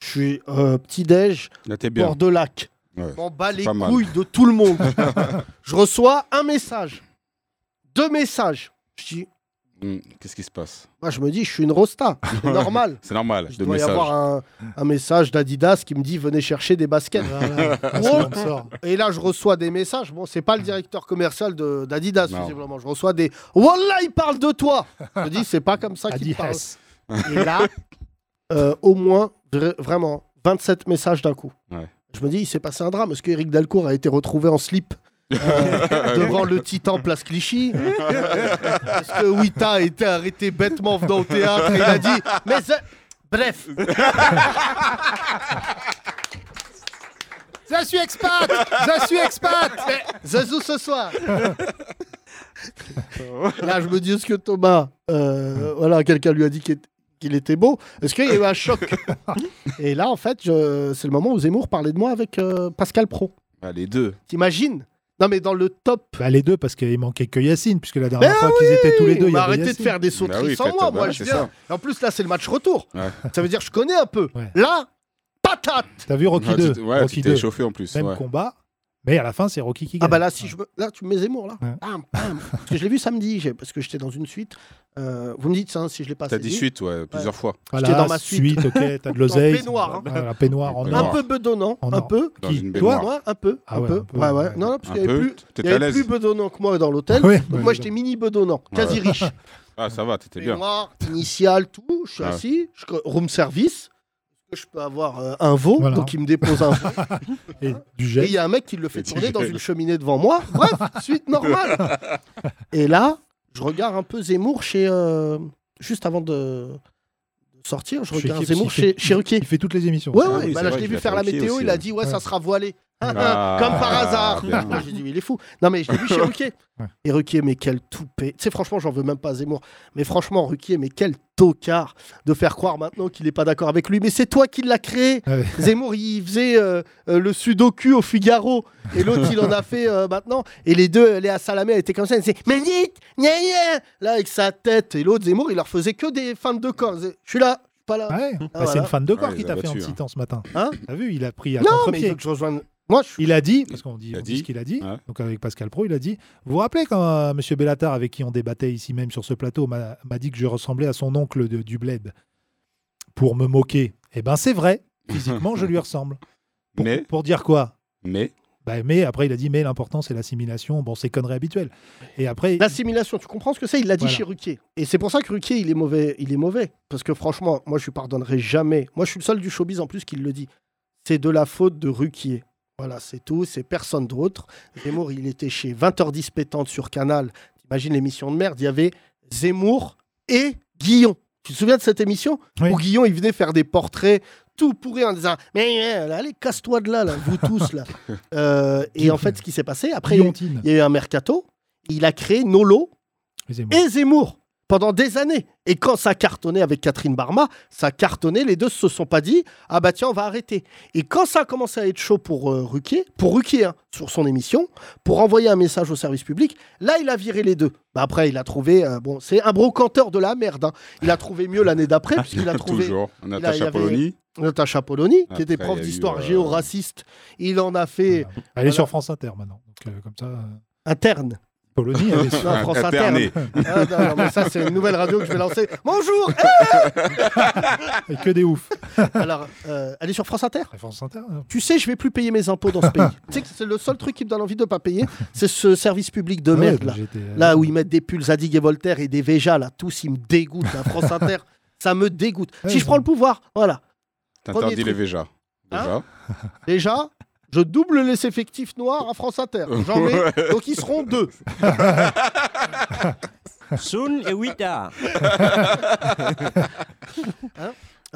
[SPEAKER 3] Je suis euh, petit déj,
[SPEAKER 8] Là, t'es bien.
[SPEAKER 3] bord de lac.
[SPEAKER 8] Ouais.
[SPEAKER 3] M'en bats les
[SPEAKER 8] pas mal.
[SPEAKER 3] couilles de tout le monde. je reçois un message, deux messages. Je dis,
[SPEAKER 8] Hmm, Qu'est-ce qui se passe
[SPEAKER 3] moi, je me dis, je suis une rosta, c'est normal.
[SPEAKER 8] C'est normal,
[SPEAKER 3] Il
[SPEAKER 8] de
[SPEAKER 3] doit y
[SPEAKER 8] message.
[SPEAKER 3] avoir un, un message d'Adidas qui me dit venez chercher des baskets.
[SPEAKER 4] Voilà.
[SPEAKER 3] Gros. Et là, je reçois des messages. Bon, c'est pas le directeur commercial de- d'Adidas,
[SPEAKER 8] Non.
[SPEAKER 3] visiblement. Je reçois des Wallah, il parle de toi Je me dis, c'est pas comme ça qu'il
[SPEAKER 4] Adi
[SPEAKER 3] parle.
[SPEAKER 4] Hess.
[SPEAKER 3] Et là, euh, au moins, vra- vraiment, 27 messages d'un coup.
[SPEAKER 8] Ouais.
[SPEAKER 3] Je me dis, il s'est passé un drame. Est-ce que Eric Dalcourt a été retrouvé en slip euh, devant le Titan Place Clichy Est-ce que Wita a été arrêté bêtement en venant au théâtre et il a dit, mais... euh, Bref,
[SPEAKER 4] Je suis expat Je suis expat
[SPEAKER 3] Zazou ce soir Là, je me dis, est-ce que Thomas, euh, voilà, quelqu'un lui a dit qu'il est- qu'il était beau Est-ce qu'il y a eu un choc Et là, en fait, je- c'est le moment où Zemmour parlait de moi avec euh, Pascal Pro.
[SPEAKER 8] Ah, les deux.
[SPEAKER 3] T'imagines Non, mais dans le top.
[SPEAKER 4] Bah, les deux, parce qu'il manquait que Yacine, puisque la dernière
[SPEAKER 3] Mais
[SPEAKER 4] fois Ah, qu'ils étaient tous les deux,
[SPEAKER 3] Eh on
[SPEAKER 4] il y
[SPEAKER 3] va
[SPEAKER 4] avait
[SPEAKER 3] arrêter de
[SPEAKER 4] Yacine.
[SPEAKER 3] faire des
[SPEAKER 8] Bah
[SPEAKER 3] sauteries
[SPEAKER 8] oui,
[SPEAKER 3] sans
[SPEAKER 8] faites-
[SPEAKER 3] moi.
[SPEAKER 8] bah
[SPEAKER 3] moi,
[SPEAKER 8] ouais,
[SPEAKER 3] je
[SPEAKER 8] c'est
[SPEAKER 3] viens.
[SPEAKER 8] ça.
[SPEAKER 3] En plus, là, c'est le match retour.
[SPEAKER 8] Ouais.
[SPEAKER 3] Ça veut dire que je connais un peu.
[SPEAKER 4] Ouais.
[SPEAKER 3] Là, patate
[SPEAKER 4] T'as vu Rocky
[SPEAKER 8] Ah, tu
[SPEAKER 4] 2
[SPEAKER 8] t- Ouais,
[SPEAKER 4] Rocky
[SPEAKER 8] tu
[SPEAKER 4] 2,
[SPEAKER 8] t'es chauffé en plus.
[SPEAKER 4] même
[SPEAKER 8] ouais.
[SPEAKER 4] combat, mais à la fin, c'est Rocky qui gagne.
[SPEAKER 3] Ah bah là, si je me... là tu me mets Zemmour là.
[SPEAKER 4] Ouais.
[SPEAKER 3] Bam, bam. Parce que je l'ai vu samedi, j'ai- parce que j'étais dans une suite. Euh, vous me dites ça, hein, si je l'ai pas
[SPEAKER 8] T'as
[SPEAKER 3] assez
[SPEAKER 8] dit suite, ouais, plusieurs fois.
[SPEAKER 4] Voilà,
[SPEAKER 3] j'étais dans ma
[SPEAKER 4] suite,
[SPEAKER 3] suite.
[SPEAKER 4] ok, t'as de l'oseille.
[SPEAKER 3] En peignoir, hein.
[SPEAKER 4] Voilà, peignoir en
[SPEAKER 8] Peignoir.
[SPEAKER 4] or.
[SPEAKER 3] Un peu bedonnant,
[SPEAKER 4] En
[SPEAKER 3] un
[SPEAKER 4] or.
[SPEAKER 3] peu.
[SPEAKER 8] Dans
[SPEAKER 4] Qui-
[SPEAKER 8] une
[SPEAKER 4] toi,
[SPEAKER 8] baignoire.
[SPEAKER 3] Moi, un peu,
[SPEAKER 4] Oh, Ah
[SPEAKER 3] un,
[SPEAKER 4] ouais,
[SPEAKER 3] peu.
[SPEAKER 4] un peu,
[SPEAKER 3] Ouais, ouais.
[SPEAKER 4] ouais.
[SPEAKER 3] Non, non, parce
[SPEAKER 8] Un
[SPEAKER 3] qu'il y avait
[SPEAKER 8] peu,
[SPEAKER 3] plus,
[SPEAKER 8] t'étais
[SPEAKER 3] il y avait
[SPEAKER 8] à l'aise.
[SPEAKER 3] plus bedonnant que moi dans l'hôtel.
[SPEAKER 4] Ouais.
[SPEAKER 3] Donc moi, j'étais mini bedonnant, quasi
[SPEAKER 8] Ouais.
[SPEAKER 3] riche.
[SPEAKER 8] Ah, ça va, t'étais bien.
[SPEAKER 3] Peignoir, initial, tout. Je suis
[SPEAKER 8] Ouais.
[SPEAKER 3] assis, je... room service. Je peux avoir euh, un veau,
[SPEAKER 4] Voilà.
[SPEAKER 3] donc il me dépose un veau.
[SPEAKER 4] Et du
[SPEAKER 3] Et il
[SPEAKER 4] jet.
[SPEAKER 3] y a un mec qui le fait
[SPEAKER 8] Et tu
[SPEAKER 3] tourner
[SPEAKER 8] gèles.
[SPEAKER 3] dans une cheminée devant moi. Bref, suite normale. Et là, je regarde un peu Zemmour chez. euh, juste avant de sortir, je
[SPEAKER 4] Chez
[SPEAKER 3] regarde
[SPEAKER 4] qui
[SPEAKER 3] Zemmour
[SPEAKER 4] Parce qu'il
[SPEAKER 3] chez,
[SPEAKER 4] fait-
[SPEAKER 3] chez Ruquier.
[SPEAKER 4] Il fait toutes les émissions.
[SPEAKER 3] Ouais,
[SPEAKER 8] Ah
[SPEAKER 3] ouais,
[SPEAKER 8] oui,
[SPEAKER 3] bah
[SPEAKER 8] c'est
[SPEAKER 3] là,
[SPEAKER 8] vrai
[SPEAKER 3] je l'ai
[SPEAKER 8] qu'il
[SPEAKER 3] vu
[SPEAKER 8] a
[SPEAKER 3] faire
[SPEAKER 8] fait
[SPEAKER 3] la
[SPEAKER 8] Ruquier
[SPEAKER 3] météo,
[SPEAKER 8] aussi,
[SPEAKER 3] il a
[SPEAKER 8] ouais.
[SPEAKER 3] dit, ouais, ça sera voilé. Hein,
[SPEAKER 8] Ah,
[SPEAKER 3] hein, Comme par hasard.
[SPEAKER 8] bien.
[SPEAKER 3] Ah, J'ai dit, mais il est fou. Non, mais je l'ai vu chez Ruquier.
[SPEAKER 4] Ouais.
[SPEAKER 3] Et Ruquier, mais quel toupet. Tu sais, franchement, j'en veux même pas à Zemmour. Mais franchement, Ruquier, mais quel tocard de faire croire maintenant qu'il n'est pas d'accord avec lui. Mais c'est toi qui l'as créé.
[SPEAKER 4] Ouais.
[SPEAKER 3] Zemmour, il faisait euh, euh, le sudoku au Figaro. Et l'autre, il en a fait euh, maintenant. Et les deux, Léa Salamé, elle était comme ça. Elle disait, mais dites, gna gna. Là, avec sa tête. Et l'autre, Zemmour, il leur faisait que des fins de corps. Il disait, Je suis là, je suis pas là.
[SPEAKER 4] Ouais, bah,
[SPEAKER 3] Ah, voilà. Ah
[SPEAKER 4] c'est une fan de corps
[SPEAKER 8] Ouais,
[SPEAKER 4] qui
[SPEAKER 8] il
[SPEAKER 4] t'a
[SPEAKER 8] les a
[SPEAKER 4] fait en
[SPEAKER 8] battus,
[SPEAKER 4] petit
[SPEAKER 8] hein.
[SPEAKER 4] temps ce matin.
[SPEAKER 3] Hein
[SPEAKER 4] T'as vu, il a pris à
[SPEAKER 3] Non, mais il
[SPEAKER 4] contre-pied.
[SPEAKER 3] faut que je rejoigne. Moi, je suis.
[SPEAKER 4] Il a dit, parce qu'on dit,
[SPEAKER 8] Il a
[SPEAKER 4] on dit
[SPEAKER 8] dit.
[SPEAKER 4] ce qu'il a dit,
[SPEAKER 8] Ouais.
[SPEAKER 4] donc avec Pascal Pro, il a dit Vous vous rappelez quand euh, Monsieur M. Bellatar, avec qui on débattait ici même sur ce plateau, m'a m'a dit que je ressemblais à son oncle de- du bled pour me moquer Eh ben c'est vrai, physiquement je lui ressemble. Pour,
[SPEAKER 8] Mais,
[SPEAKER 4] pour dire quoi
[SPEAKER 8] mais,
[SPEAKER 4] Bah, mais après, il a dit, mais l'important, c'est l'assimilation. Bon, c'est connerie habituelle. Et après,
[SPEAKER 3] L'assimilation, tu comprends ce que c'est Il l'a dit
[SPEAKER 4] Voilà.
[SPEAKER 3] chez Ruquier. Et c'est pour ça que Ruquier, il est mauvais. Il est mauvais. Parce que franchement, moi, je lui pardonnerai jamais. Moi, je suis le seul du showbiz en plus qui le dit. C'est de la faute de Ruquier. Voilà, c'est tout. C'est personne d'autre. Zemmour, il était chez 20h10 pétante sur Canal. T'imagines l'émission de merde Il y avait Zemmour et Guillon. Tu te souviens de cette émission
[SPEAKER 4] Oui.
[SPEAKER 3] Où Guillon, il venait faire des portraits tout pourris en disant Mais euh, allez, casse-toi de là, là, vous tous, là. Euh, et en fait, ce qui s'est passé, après, il y a eu-
[SPEAKER 4] Guillotine.
[SPEAKER 3] il y a eu un mercato. Il a créé Nolo
[SPEAKER 4] Excusez-moi.
[SPEAKER 3] et Zemmour pendant des années. Et quand ça cartonnait avec Catherine Barma, ça cartonnait, les deux se sont pas dit Ah bah tiens, on va arrêter. Et quand ça a commencé à être chaud pour euh, Ruquier, pour Ruquier hein, sur son émission, pour envoyer un message au service public, là il a viré les deux. Bah, après, il a trouvé, euh, bon, c'est un brocanteur de la merde. hein. Il a trouvé mieux l'année d'après, puisqu'il a trouvé
[SPEAKER 8] Ah, toujours,
[SPEAKER 3] il y
[SPEAKER 8] Natacha
[SPEAKER 3] avait-
[SPEAKER 8] Polony.
[SPEAKER 3] Natacha Polony, qui
[SPEAKER 8] Après,
[SPEAKER 3] était
[SPEAKER 8] il
[SPEAKER 3] prof
[SPEAKER 8] y a eu,
[SPEAKER 3] d'histoire
[SPEAKER 8] euh,
[SPEAKER 3] géo-raciste. Il en a fait
[SPEAKER 4] Voilà. Elle est sur France Inter maintenant. Donc, euh, comme ça, euh,
[SPEAKER 3] interne.
[SPEAKER 4] Polonie, elle est sur-
[SPEAKER 3] Non, France Inter.
[SPEAKER 8] Interné.
[SPEAKER 3] Ah, non, non, mais ça, c'est une nouvelle radio que je vais lancer. Bonjour Eh
[SPEAKER 4] et que des oufs.
[SPEAKER 3] Alors, euh, elle est sur France Inter
[SPEAKER 4] Après, France Inter, hein.
[SPEAKER 3] Tu sais, je vais plus payer mes impôts dans ce pays. tu sais que c'est le seul truc qui me donne envie de pas payer, c'est ce service public de
[SPEAKER 4] Ouais,
[SPEAKER 3] merde,
[SPEAKER 4] bah,
[SPEAKER 3] là.
[SPEAKER 4] j'étais, euh,
[SPEAKER 3] Là où ils mettent des pulls Zadig et Voltaire et des Véja, là, tous, ils me dégoûtent. La France Inter, ça me dégoûte.
[SPEAKER 4] Ouais,
[SPEAKER 3] si je
[SPEAKER 4] ils
[SPEAKER 3] prends
[SPEAKER 4] ont-
[SPEAKER 3] le pouvoir, voilà. Premier
[SPEAKER 8] T'interdis
[SPEAKER 3] truc.
[SPEAKER 8] les Véjas. Déjà.
[SPEAKER 3] Déjà, je double les effectifs noirs à France Inter. J'en mets, donc ils seront deux.
[SPEAKER 7] Soon et Wita.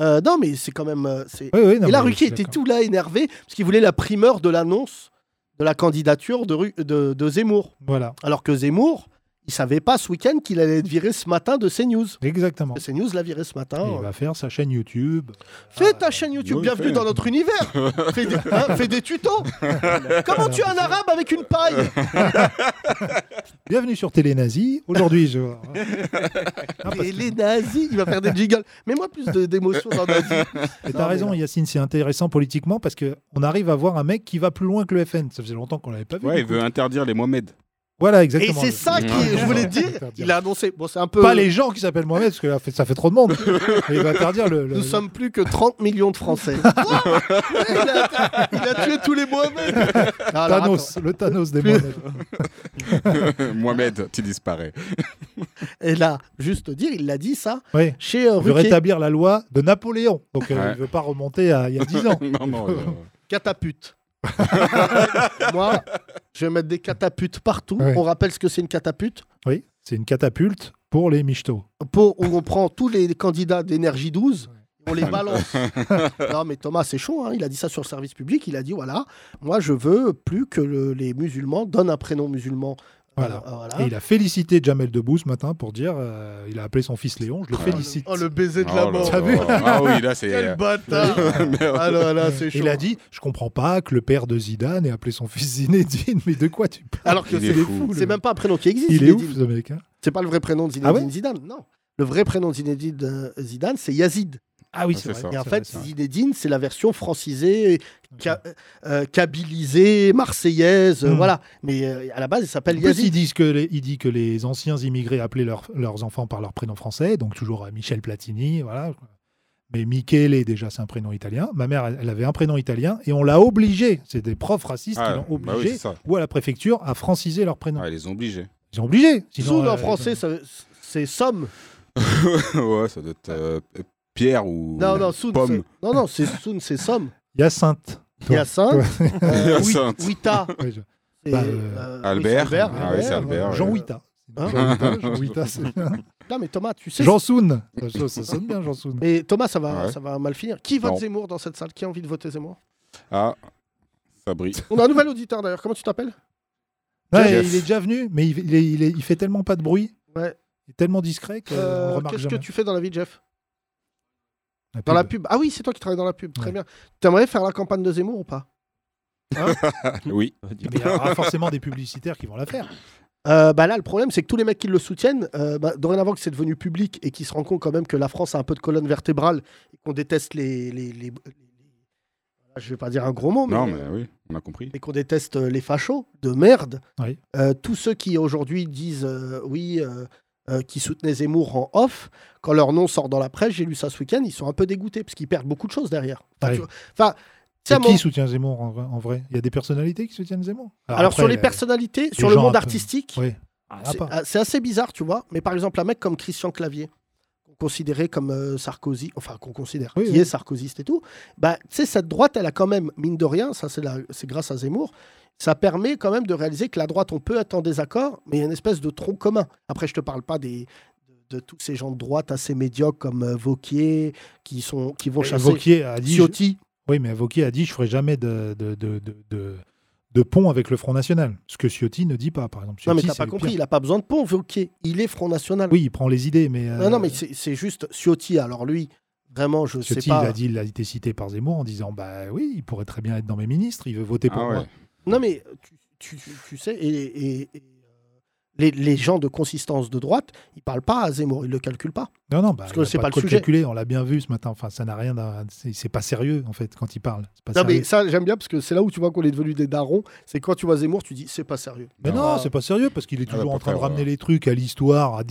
[SPEAKER 3] Euh, non, mais c'est quand même... euh, c'est-
[SPEAKER 4] ouais, ouais, non,
[SPEAKER 3] Et là,
[SPEAKER 4] mais je suis
[SPEAKER 3] Ruquier était tout
[SPEAKER 4] d'accord.
[SPEAKER 3] là énervé parce qu'il voulait la primeur de l'annonce de la candidature de, Ru- de, de Zemmour.
[SPEAKER 4] Voilà,
[SPEAKER 3] Alors que Zemmour, il savait pas ce week-end qu'il allait être viré ce matin de CNews.
[SPEAKER 4] exactement.
[SPEAKER 3] CNews l'a viré ce matin.
[SPEAKER 4] Et bah, ah, il va faire sa chaîne YouTube.
[SPEAKER 3] Fais ta chaîne YouTube,
[SPEAKER 8] oui,
[SPEAKER 3] bienvenue
[SPEAKER 8] fais.
[SPEAKER 3] dans notre univers. fais, des, hein, fais des tutos. Comment tu es un arabe avec une paille
[SPEAKER 4] Bienvenue sur Télénazi. Aujourd'hui, je. Ah, parce-
[SPEAKER 3] Et les nazis, il va faire des jiggles. Mets-moi plus de- d'émotion dans nazi.
[SPEAKER 4] Et
[SPEAKER 3] Non,
[SPEAKER 4] t'as
[SPEAKER 3] mais
[SPEAKER 4] raison,
[SPEAKER 3] là-
[SPEAKER 4] Yacine, c'est intéressant politiquement parce qu'on arrive à voir un mec qui va plus loin que le FN. Ça faisait longtemps qu'on l'avait pas vu.
[SPEAKER 8] Ouais,
[SPEAKER 4] du
[SPEAKER 8] il
[SPEAKER 4] coup.
[SPEAKER 8] veut interdire les Mohamed.
[SPEAKER 4] Voilà,
[SPEAKER 3] Et
[SPEAKER 4] exactement.
[SPEAKER 3] c'est ça qui, je voulais te dire, il a annoncé. Bon, c'est un peu.
[SPEAKER 4] Pas les gens qui s'appellent Mohamed, parce que là, ça fait trop de monde. Mais il va interdire le. le-
[SPEAKER 3] Nous sommes plus que 30 millions de Français. Wow il, a, il a tué tous les Mohamed. Non, alors,
[SPEAKER 4] Thanos, le Thanos des
[SPEAKER 3] Plus-
[SPEAKER 4] Mohamed.
[SPEAKER 8] Mohamed, tu disparais.
[SPEAKER 3] attends. Et là, juste dire, il l'a dit ça
[SPEAKER 4] Oui.
[SPEAKER 3] chez euh,
[SPEAKER 4] Il veut
[SPEAKER 3] Ruquier.
[SPEAKER 4] rétablir la loi de Napoléon. Donc euh,
[SPEAKER 8] Ouais.
[SPEAKER 4] il veut pas remonter à il y a 10 ans.
[SPEAKER 8] non, non. euh,
[SPEAKER 3] Catapute. Moi, je vais mettre des cataputes partout.
[SPEAKER 4] Ouais.
[SPEAKER 3] On rappelle ce que c'est une catapute.
[SPEAKER 4] Oui, c'est une catapulte pour les michtos.
[SPEAKER 3] Pour, où on prend tous les candidats d'énergie 12. On les balance. non, mais Thomas, c'est chaud. hein. Il a dit ça sur le service public. Il a dit voilà, moi, je veux plus que le- les musulmans donnent un prénom musulman.
[SPEAKER 4] Voilà.
[SPEAKER 3] Euh, voilà.
[SPEAKER 4] Et il a félicité Jamel Debbouze ce matin pour dire euh, il a appelé son fils Léon, je le
[SPEAKER 8] Ah,
[SPEAKER 4] félicite.
[SPEAKER 3] Oh, le baiser de
[SPEAKER 8] oh
[SPEAKER 3] la
[SPEAKER 8] là
[SPEAKER 3] mort.
[SPEAKER 8] là.
[SPEAKER 4] vu
[SPEAKER 8] Ah oui, là, c'est.
[SPEAKER 3] Quel bâtard Ah là là, c'est
[SPEAKER 4] Mm. Et
[SPEAKER 3] chaud.
[SPEAKER 4] il a dit je comprends pas que le père de Zidane ait appelé son fils Zinedine, mais de quoi tu parles
[SPEAKER 3] Alors que
[SPEAKER 8] Il est
[SPEAKER 3] c'est
[SPEAKER 8] fou.
[SPEAKER 4] le-
[SPEAKER 3] c'est même pas un prénom qui existe.
[SPEAKER 4] Il est
[SPEAKER 3] Zinedine.
[SPEAKER 4] ouf ce mec. hein.
[SPEAKER 3] C'est pas le vrai prénom de
[SPEAKER 4] Ah
[SPEAKER 3] Zinedine
[SPEAKER 4] ouais
[SPEAKER 3] Zidane, non. Le vrai prénom de Zinedine euh, Zidane, c'est Yazid.
[SPEAKER 4] Ah oui,
[SPEAKER 8] Ah, c'est
[SPEAKER 4] c'est vrai.
[SPEAKER 8] ça.
[SPEAKER 3] Et en
[SPEAKER 4] c'est
[SPEAKER 3] fait,
[SPEAKER 4] vrai, c'est vrai.
[SPEAKER 3] Zinedine, c'est la version francisée, ca- euh, kabilisée, marseillaise, euh,
[SPEAKER 4] Hmm.
[SPEAKER 3] voilà. Mais euh, à la base, il s'appelle
[SPEAKER 4] En plus, ils
[SPEAKER 3] Yazid.
[SPEAKER 4] disent que les, ils dit que les anciens immigrés appelaient leurs- leurs enfants par leur prénom français, donc toujours euh, Michel Platini, voilà. Mais Michele, déjà, c'est un prénom italien. Ma mère, elle elle avait un prénom italien et on l'a obligé. C'est des profs racistes qui
[SPEAKER 8] Ah,
[SPEAKER 4] l'ont
[SPEAKER 8] bah oui,
[SPEAKER 4] obligé
[SPEAKER 8] c'est ça.
[SPEAKER 4] ou à la préfecture à franciser leur prénom.
[SPEAKER 8] Ah, ils les ont obligés.
[SPEAKER 4] Ils sont obligés. Sinon,
[SPEAKER 3] Soul en
[SPEAKER 4] euh,
[SPEAKER 3] français, ça- c'est Somme.
[SPEAKER 8] ouais, ça doit être euh, euh, Pierre ou.
[SPEAKER 3] Non, non, Soun.
[SPEAKER 8] Pomme.
[SPEAKER 3] c'est- Non, non, c'est Soun, c'est Somme.
[SPEAKER 4] Hyacinthe. Toi.
[SPEAKER 3] Hyacinthe. euh, Hui-
[SPEAKER 8] Hyacinthe.
[SPEAKER 3] Huita.
[SPEAKER 8] Ah
[SPEAKER 4] Ouais, je-
[SPEAKER 3] c'est,
[SPEAKER 4] Bah,
[SPEAKER 3] euh, oui,
[SPEAKER 8] Albert.
[SPEAKER 3] c'est
[SPEAKER 8] Ah oui, c'est Albert,
[SPEAKER 4] Jean
[SPEAKER 8] ouais.
[SPEAKER 4] Huita.
[SPEAKER 3] Hein
[SPEAKER 4] Jean Huita, Jean Huita, c'est-
[SPEAKER 3] Non, mais Thomas, tu sais.
[SPEAKER 4] Jean Soun. Ça, ça- ça sonne bien, Jean Soun.
[SPEAKER 3] Mais Thomas, ça va,
[SPEAKER 8] Ouais.
[SPEAKER 3] ça va mal finir. Qui vote
[SPEAKER 8] Non.
[SPEAKER 3] Zemmour dans cette salle Qui a envie de voter Zemmour
[SPEAKER 8] Ah, Sabri.
[SPEAKER 3] On a un nouvel auditeur d'ailleurs. Comment tu t'appelles
[SPEAKER 4] Ouais,
[SPEAKER 8] Jeff.
[SPEAKER 4] il est déjà venu, mais il, il est- il est- il fait tellement pas de bruit.
[SPEAKER 3] Ouais.
[SPEAKER 4] Il est tellement discret qu'on
[SPEAKER 3] Euh,
[SPEAKER 4] le remarque
[SPEAKER 3] Qu'est-ce que
[SPEAKER 4] jamais.
[SPEAKER 3] tu fais dans la vie, Jeff
[SPEAKER 4] La pub.
[SPEAKER 3] Dans la pub. Ah oui, c'est toi qui travailles dans la pub. Très
[SPEAKER 4] Ouais.
[SPEAKER 3] bien. T'aimerais faire la campagne de Zemmour ou pas
[SPEAKER 8] Oui.
[SPEAKER 3] Oh,
[SPEAKER 4] Mais il y aura forcément des publicitaires qui vont la faire.
[SPEAKER 3] Euh, bah là, le problème, c'est que tous les mecs qui le soutiennent, euh, bah, dorénavant que c'est devenu public et qui se rendent compte quand même que la France a un peu de colonne vertébrale et qu'on déteste les, les, les- les- je vais pas dire un gros mot, mais,
[SPEAKER 8] Non, mais oui, on a compris.
[SPEAKER 3] mais qu'on déteste euh, les fachos de merde.
[SPEAKER 4] Oui.
[SPEAKER 3] Euh, tous ceux qui aujourd'hui disent euh, oui, euh, euh, qui soutenaient Zemmour en off, quand leur nom sort dans la presse, j'ai lu ça ce week-end, ils sont un peu dégoûtés parce qu'ils perdent beaucoup de choses derrière. Enfin,
[SPEAKER 4] Ouais.
[SPEAKER 3] tu vois- enfin,
[SPEAKER 4] Et
[SPEAKER 3] tiens,
[SPEAKER 4] qui
[SPEAKER 3] mon-
[SPEAKER 4] soutient Zemmour en vrai- en vrai Il y a des personnalités qui soutiennent Zemmour
[SPEAKER 3] alors sur
[SPEAKER 4] après,
[SPEAKER 3] les
[SPEAKER 4] euh,
[SPEAKER 3] personnalités, sur le
[SPEAKER 4] gens
[SPEAKER 3] monde
[SPEAKER 4] un peu-
[SPEAKER 3] artistique,
[SPEAKER 4] Oui.
[SPEAKER 3] c'est-
[SPEAKER 4] pas.
[SPEAKER 3] ah, c'est assez bizarre, tu vois. Mais par exemple, un mec comme Christian Clavier, considéré comme euh, Sarkozy, enfin qu'on considère
[SPEAKER 4] Oui,
[SPEAKER 3] qui
[SPEAKER 4] oui.
[SPEAKER 3] est sarkozyste et tout, bah, tu sais, cette droite, elle a quand même, mine de rien, ça c'est la- c'est grâce à Zemmour, ça permet quand même de réaliser que la droite, on peut être en désaccord, mais il y a une espèce de tronc commun. Après, je te parle pas des de, de tous ces gens de droite assez médiocres comme euh, Vauquier, qui, sont, qui vont
[SPEAKER 4] Et
[SPEAKER 3] chasser
[SPEAKER 4] Wauquiez a dit.
[SPEAKER 3] Ciotti.
[SPEAKER 4] Oui, mais Wauquiez a dit je ferai jamais de, de, de, de, de- de pont avec le Front National. Ce que Ciotti ne dit pas, par exemple.
[SPEAKER 3] non, mais
[SPEAKER 4] Ciotti,
[SPEAKER 3] t'as
[SPEAKER 4] c'est
[SPEAKER 3] pas
[SPEAKER 4] le
[SPEAKER 3] compris,
[SPEAKER 4] pire.
[SPEAKER 3] il a pas besoin de pont, Vauquier. Il est Front National.
[SPEAKER 4] Oui, il prend les idées, mais. euh,
[SPEAKER 3] Non, non, mais c'est c'est juste Ciotti. Alors lui, vraiment, je sais
[SPEAKER 4] Ciotti,
[SPEAKER 3] pas.
[SPEAKER 4] il a dit, il a été cité par Zemmour en disant bah oui, il pourrait très bien être dans mes ministres, il veut voter pour
[SPEAKER 8] Ah ouais.
[SPEAKER 4] moi.
[SPEAKER 3] Non, mais tu, tu- tu- tu sais, et, et- et, euh, les, les gens de consistance de droite, ils parlent pas à Zemmour, ils le calculent pas.
[SPEAKER 4] Non, non, bah,
[SPEAKER 3] Parce
[SPEAKER 4] il
[SPEAKER 3] que
[SPEAKER 4] y a
[SPEAKER 3] c'est
[SPEAKER 4] pas
[SPEAKER 3] pas
[SPEAKER 4] de
[SPEAKER 3] le
[SPEAKER 4] quoi le
[SPEAKER 3] sujet.
[SPEAKER 4] calculer, on l'a bien vu ce matin. Enfin, ça n'a rien d'un- C'est c'est pas sérieux, en fait, quand il parle. C'est pas
[SPEAKER 3] Non, mais
[SPEAKER 4] sérieux.
[SPEAKER 3] ça, j'aime bien parce que c'est là où tu vois qu'on est devenu des darons. C'est quand tu vois Zemmour, tu dis, c'est pas sérieux.
[SPEAKER 4] Mais
[SPEAKER 3] Non.
[SPEAKER 4] non, c'est pas sérieux parce qu'il est
[SPEAKER 8] va
[SPEAKER 4] toujours
[SPEAKER 8] pas
[SPEAKER 4] en train de
[SPEAKER 8] faire,
[SPEAKER 4] ramener
[SPEAKER 8] euh,
[SPEAKER 4] les trucs à l'histoire, à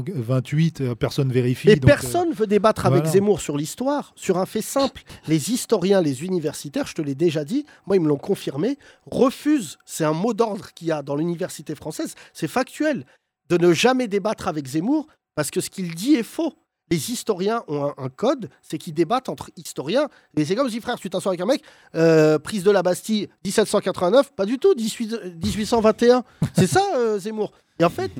[SPEAKER 4] 1728, euh, personne vérifie.
[SPEAKER 3] Mais
[SPEAKER 4] donc, euh,
[SPEAKER 3] personne veut débattre avec
[SPEAKER 4] voilà.
[SPEAKER 3] Zemmour sur l'histoire, sur un fait simple. Les historiens, les universitaires, je te l'ai déjà dit, moi ils me l'ont confirmé, refusent, c'est un mot d'ordre qu'il y a dans l'université française, c'est factuel, de ne jamais débattre avec Zemmour parce que ce qu'il dit est faux. Les historiens ont un, un code, c'est qu'ils débattent entre historiens. Et c'est comme si, frère, tu t'assois avec un mec, euh, prise de la Bastille 1789, pas du tout, 18, euh, 1821. C'est ça, euh, Zemmour. Et en fait,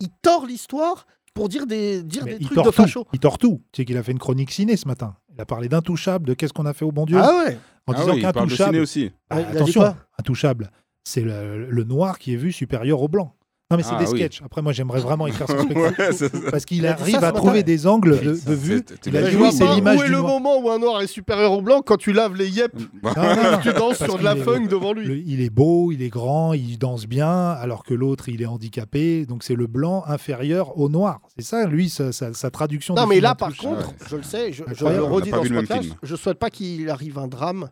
[SPEAKER 3] il tord l'histoire pour dire des, dire
[SPEAKER 4] mais
[SPEAKER 3] des
[SPEAKER 4] il
[SPEAKER 3] trucs
[SPEAKER 4] tord
[SPEAKER 3] de
[SPEAKER 4] tout.
[SPEAKER 3] facho.
[SPEAKER 4] Il tord tout. Tu sais qu'il a fait une chronique ciné ce matin. Il a parlé d'intouchable, de qu'est-ce qu'on a fait au bon Dieu.
[SPEAKER 3] Ah ouais
[SPEAKER 4] en
[SPEAKER 8] Ah
[SPEAKER 4] disant
[SPEAKER 8] oui, il parle de ciné
[SPEAKER 4] qu'intouchable.
[SPEAKER 8] aussi.
[SPEAKER 4] Ah,
[SPEAKER 3] Ouais, il a dit
[SPEAKER 4] attention,
[SPEAKER 3] quoi
[SPEAKER 4] intouchable, c'est le, le noir qui est vu supérieur au blanc. Non, mais c'est
[SPEAKER 8] Ah
[SPEAKER 4] des
[SPEAKER 8] oui.
[SPEAKER 4] sketchs. Après, moi, j'aimerais vraiment écrire ce
[SPEAKER 8] Ouais,
[SPEAKER 4] spectacle.
[SPEAKER 8] c'est ça.
[SPEAKER 4] Parce qu'il
[SPEAKER 3] a dit ça
[SPEAKER 4] arrive
[SPEAKER 3] ce
[SPEAKER 4] à
[SPEAKER 3] matin.
[SPEAKER 4] trouver des angles de, de vue.
[SPEAKER 8] C'est-
[SPEAKER 4] Il a
[SPEAKER 8] c'est-
[SPEAKER 4] dit
[SPEAKER 3] Je
[SPEAKER 4] oui,
[SPEAKER 3] vois
[SPEAKER 4] c'est
[SPEAKER 3] pas
[SPEAKER 4] l'image
[SPEAKER 3] Où est
[SPEAKER 4] du
[SPEAKER 3] le
[SPEAKER 4] noir.
[SPEAKER 3] moment où un noir est supérieur au blanc quand tu laves les yeux
[SPEAKER 4] Non, Ah, non, non.
[SPEAKER 3] tu danses
[SPEAKER 4] Parce
[SPEAKER 3] sur de
[SPEAKER 4] qu'il
[SPEAKER 3] la
[SPEAKER 4] est-
[SPEAKER 3] funk devant lui
[SPEAKER 4] Le- il est beau, il est grand, il danse bien, alors que l'autre, il est handicapé. Donc, c'est le blanc inférieur au noir. C'est ça, lui, sa, sa- sa traduction.
[SPEAKER 3] Non
[SPEAKER 4] du
[SPEAKER 3] mais
[SPEAKER 4] film
[SPEAKER 3] là par
[SPEAKER 4] intouchable.
[SPEAKER 3] contre,
[SPEAKER 8] ouais.
[SPEAKER 3] je le sais, je, je
[SPEAKER 4] Incroyable.
[SPEAKER 3] le
[SPEAKER 4] On a
[SPEAKER 3] redis
[SPEAKER 8] pas
[SPEAKER 3] dans
[SPEAKER 8] vu
[SPEAKER 3] ce
[SPEAKER 8] le même
[SPEAKER 3] podcast,
[SPEAKER 8] film.
[SPEAKER 3] je souhaite pas qu'il arrive un drame,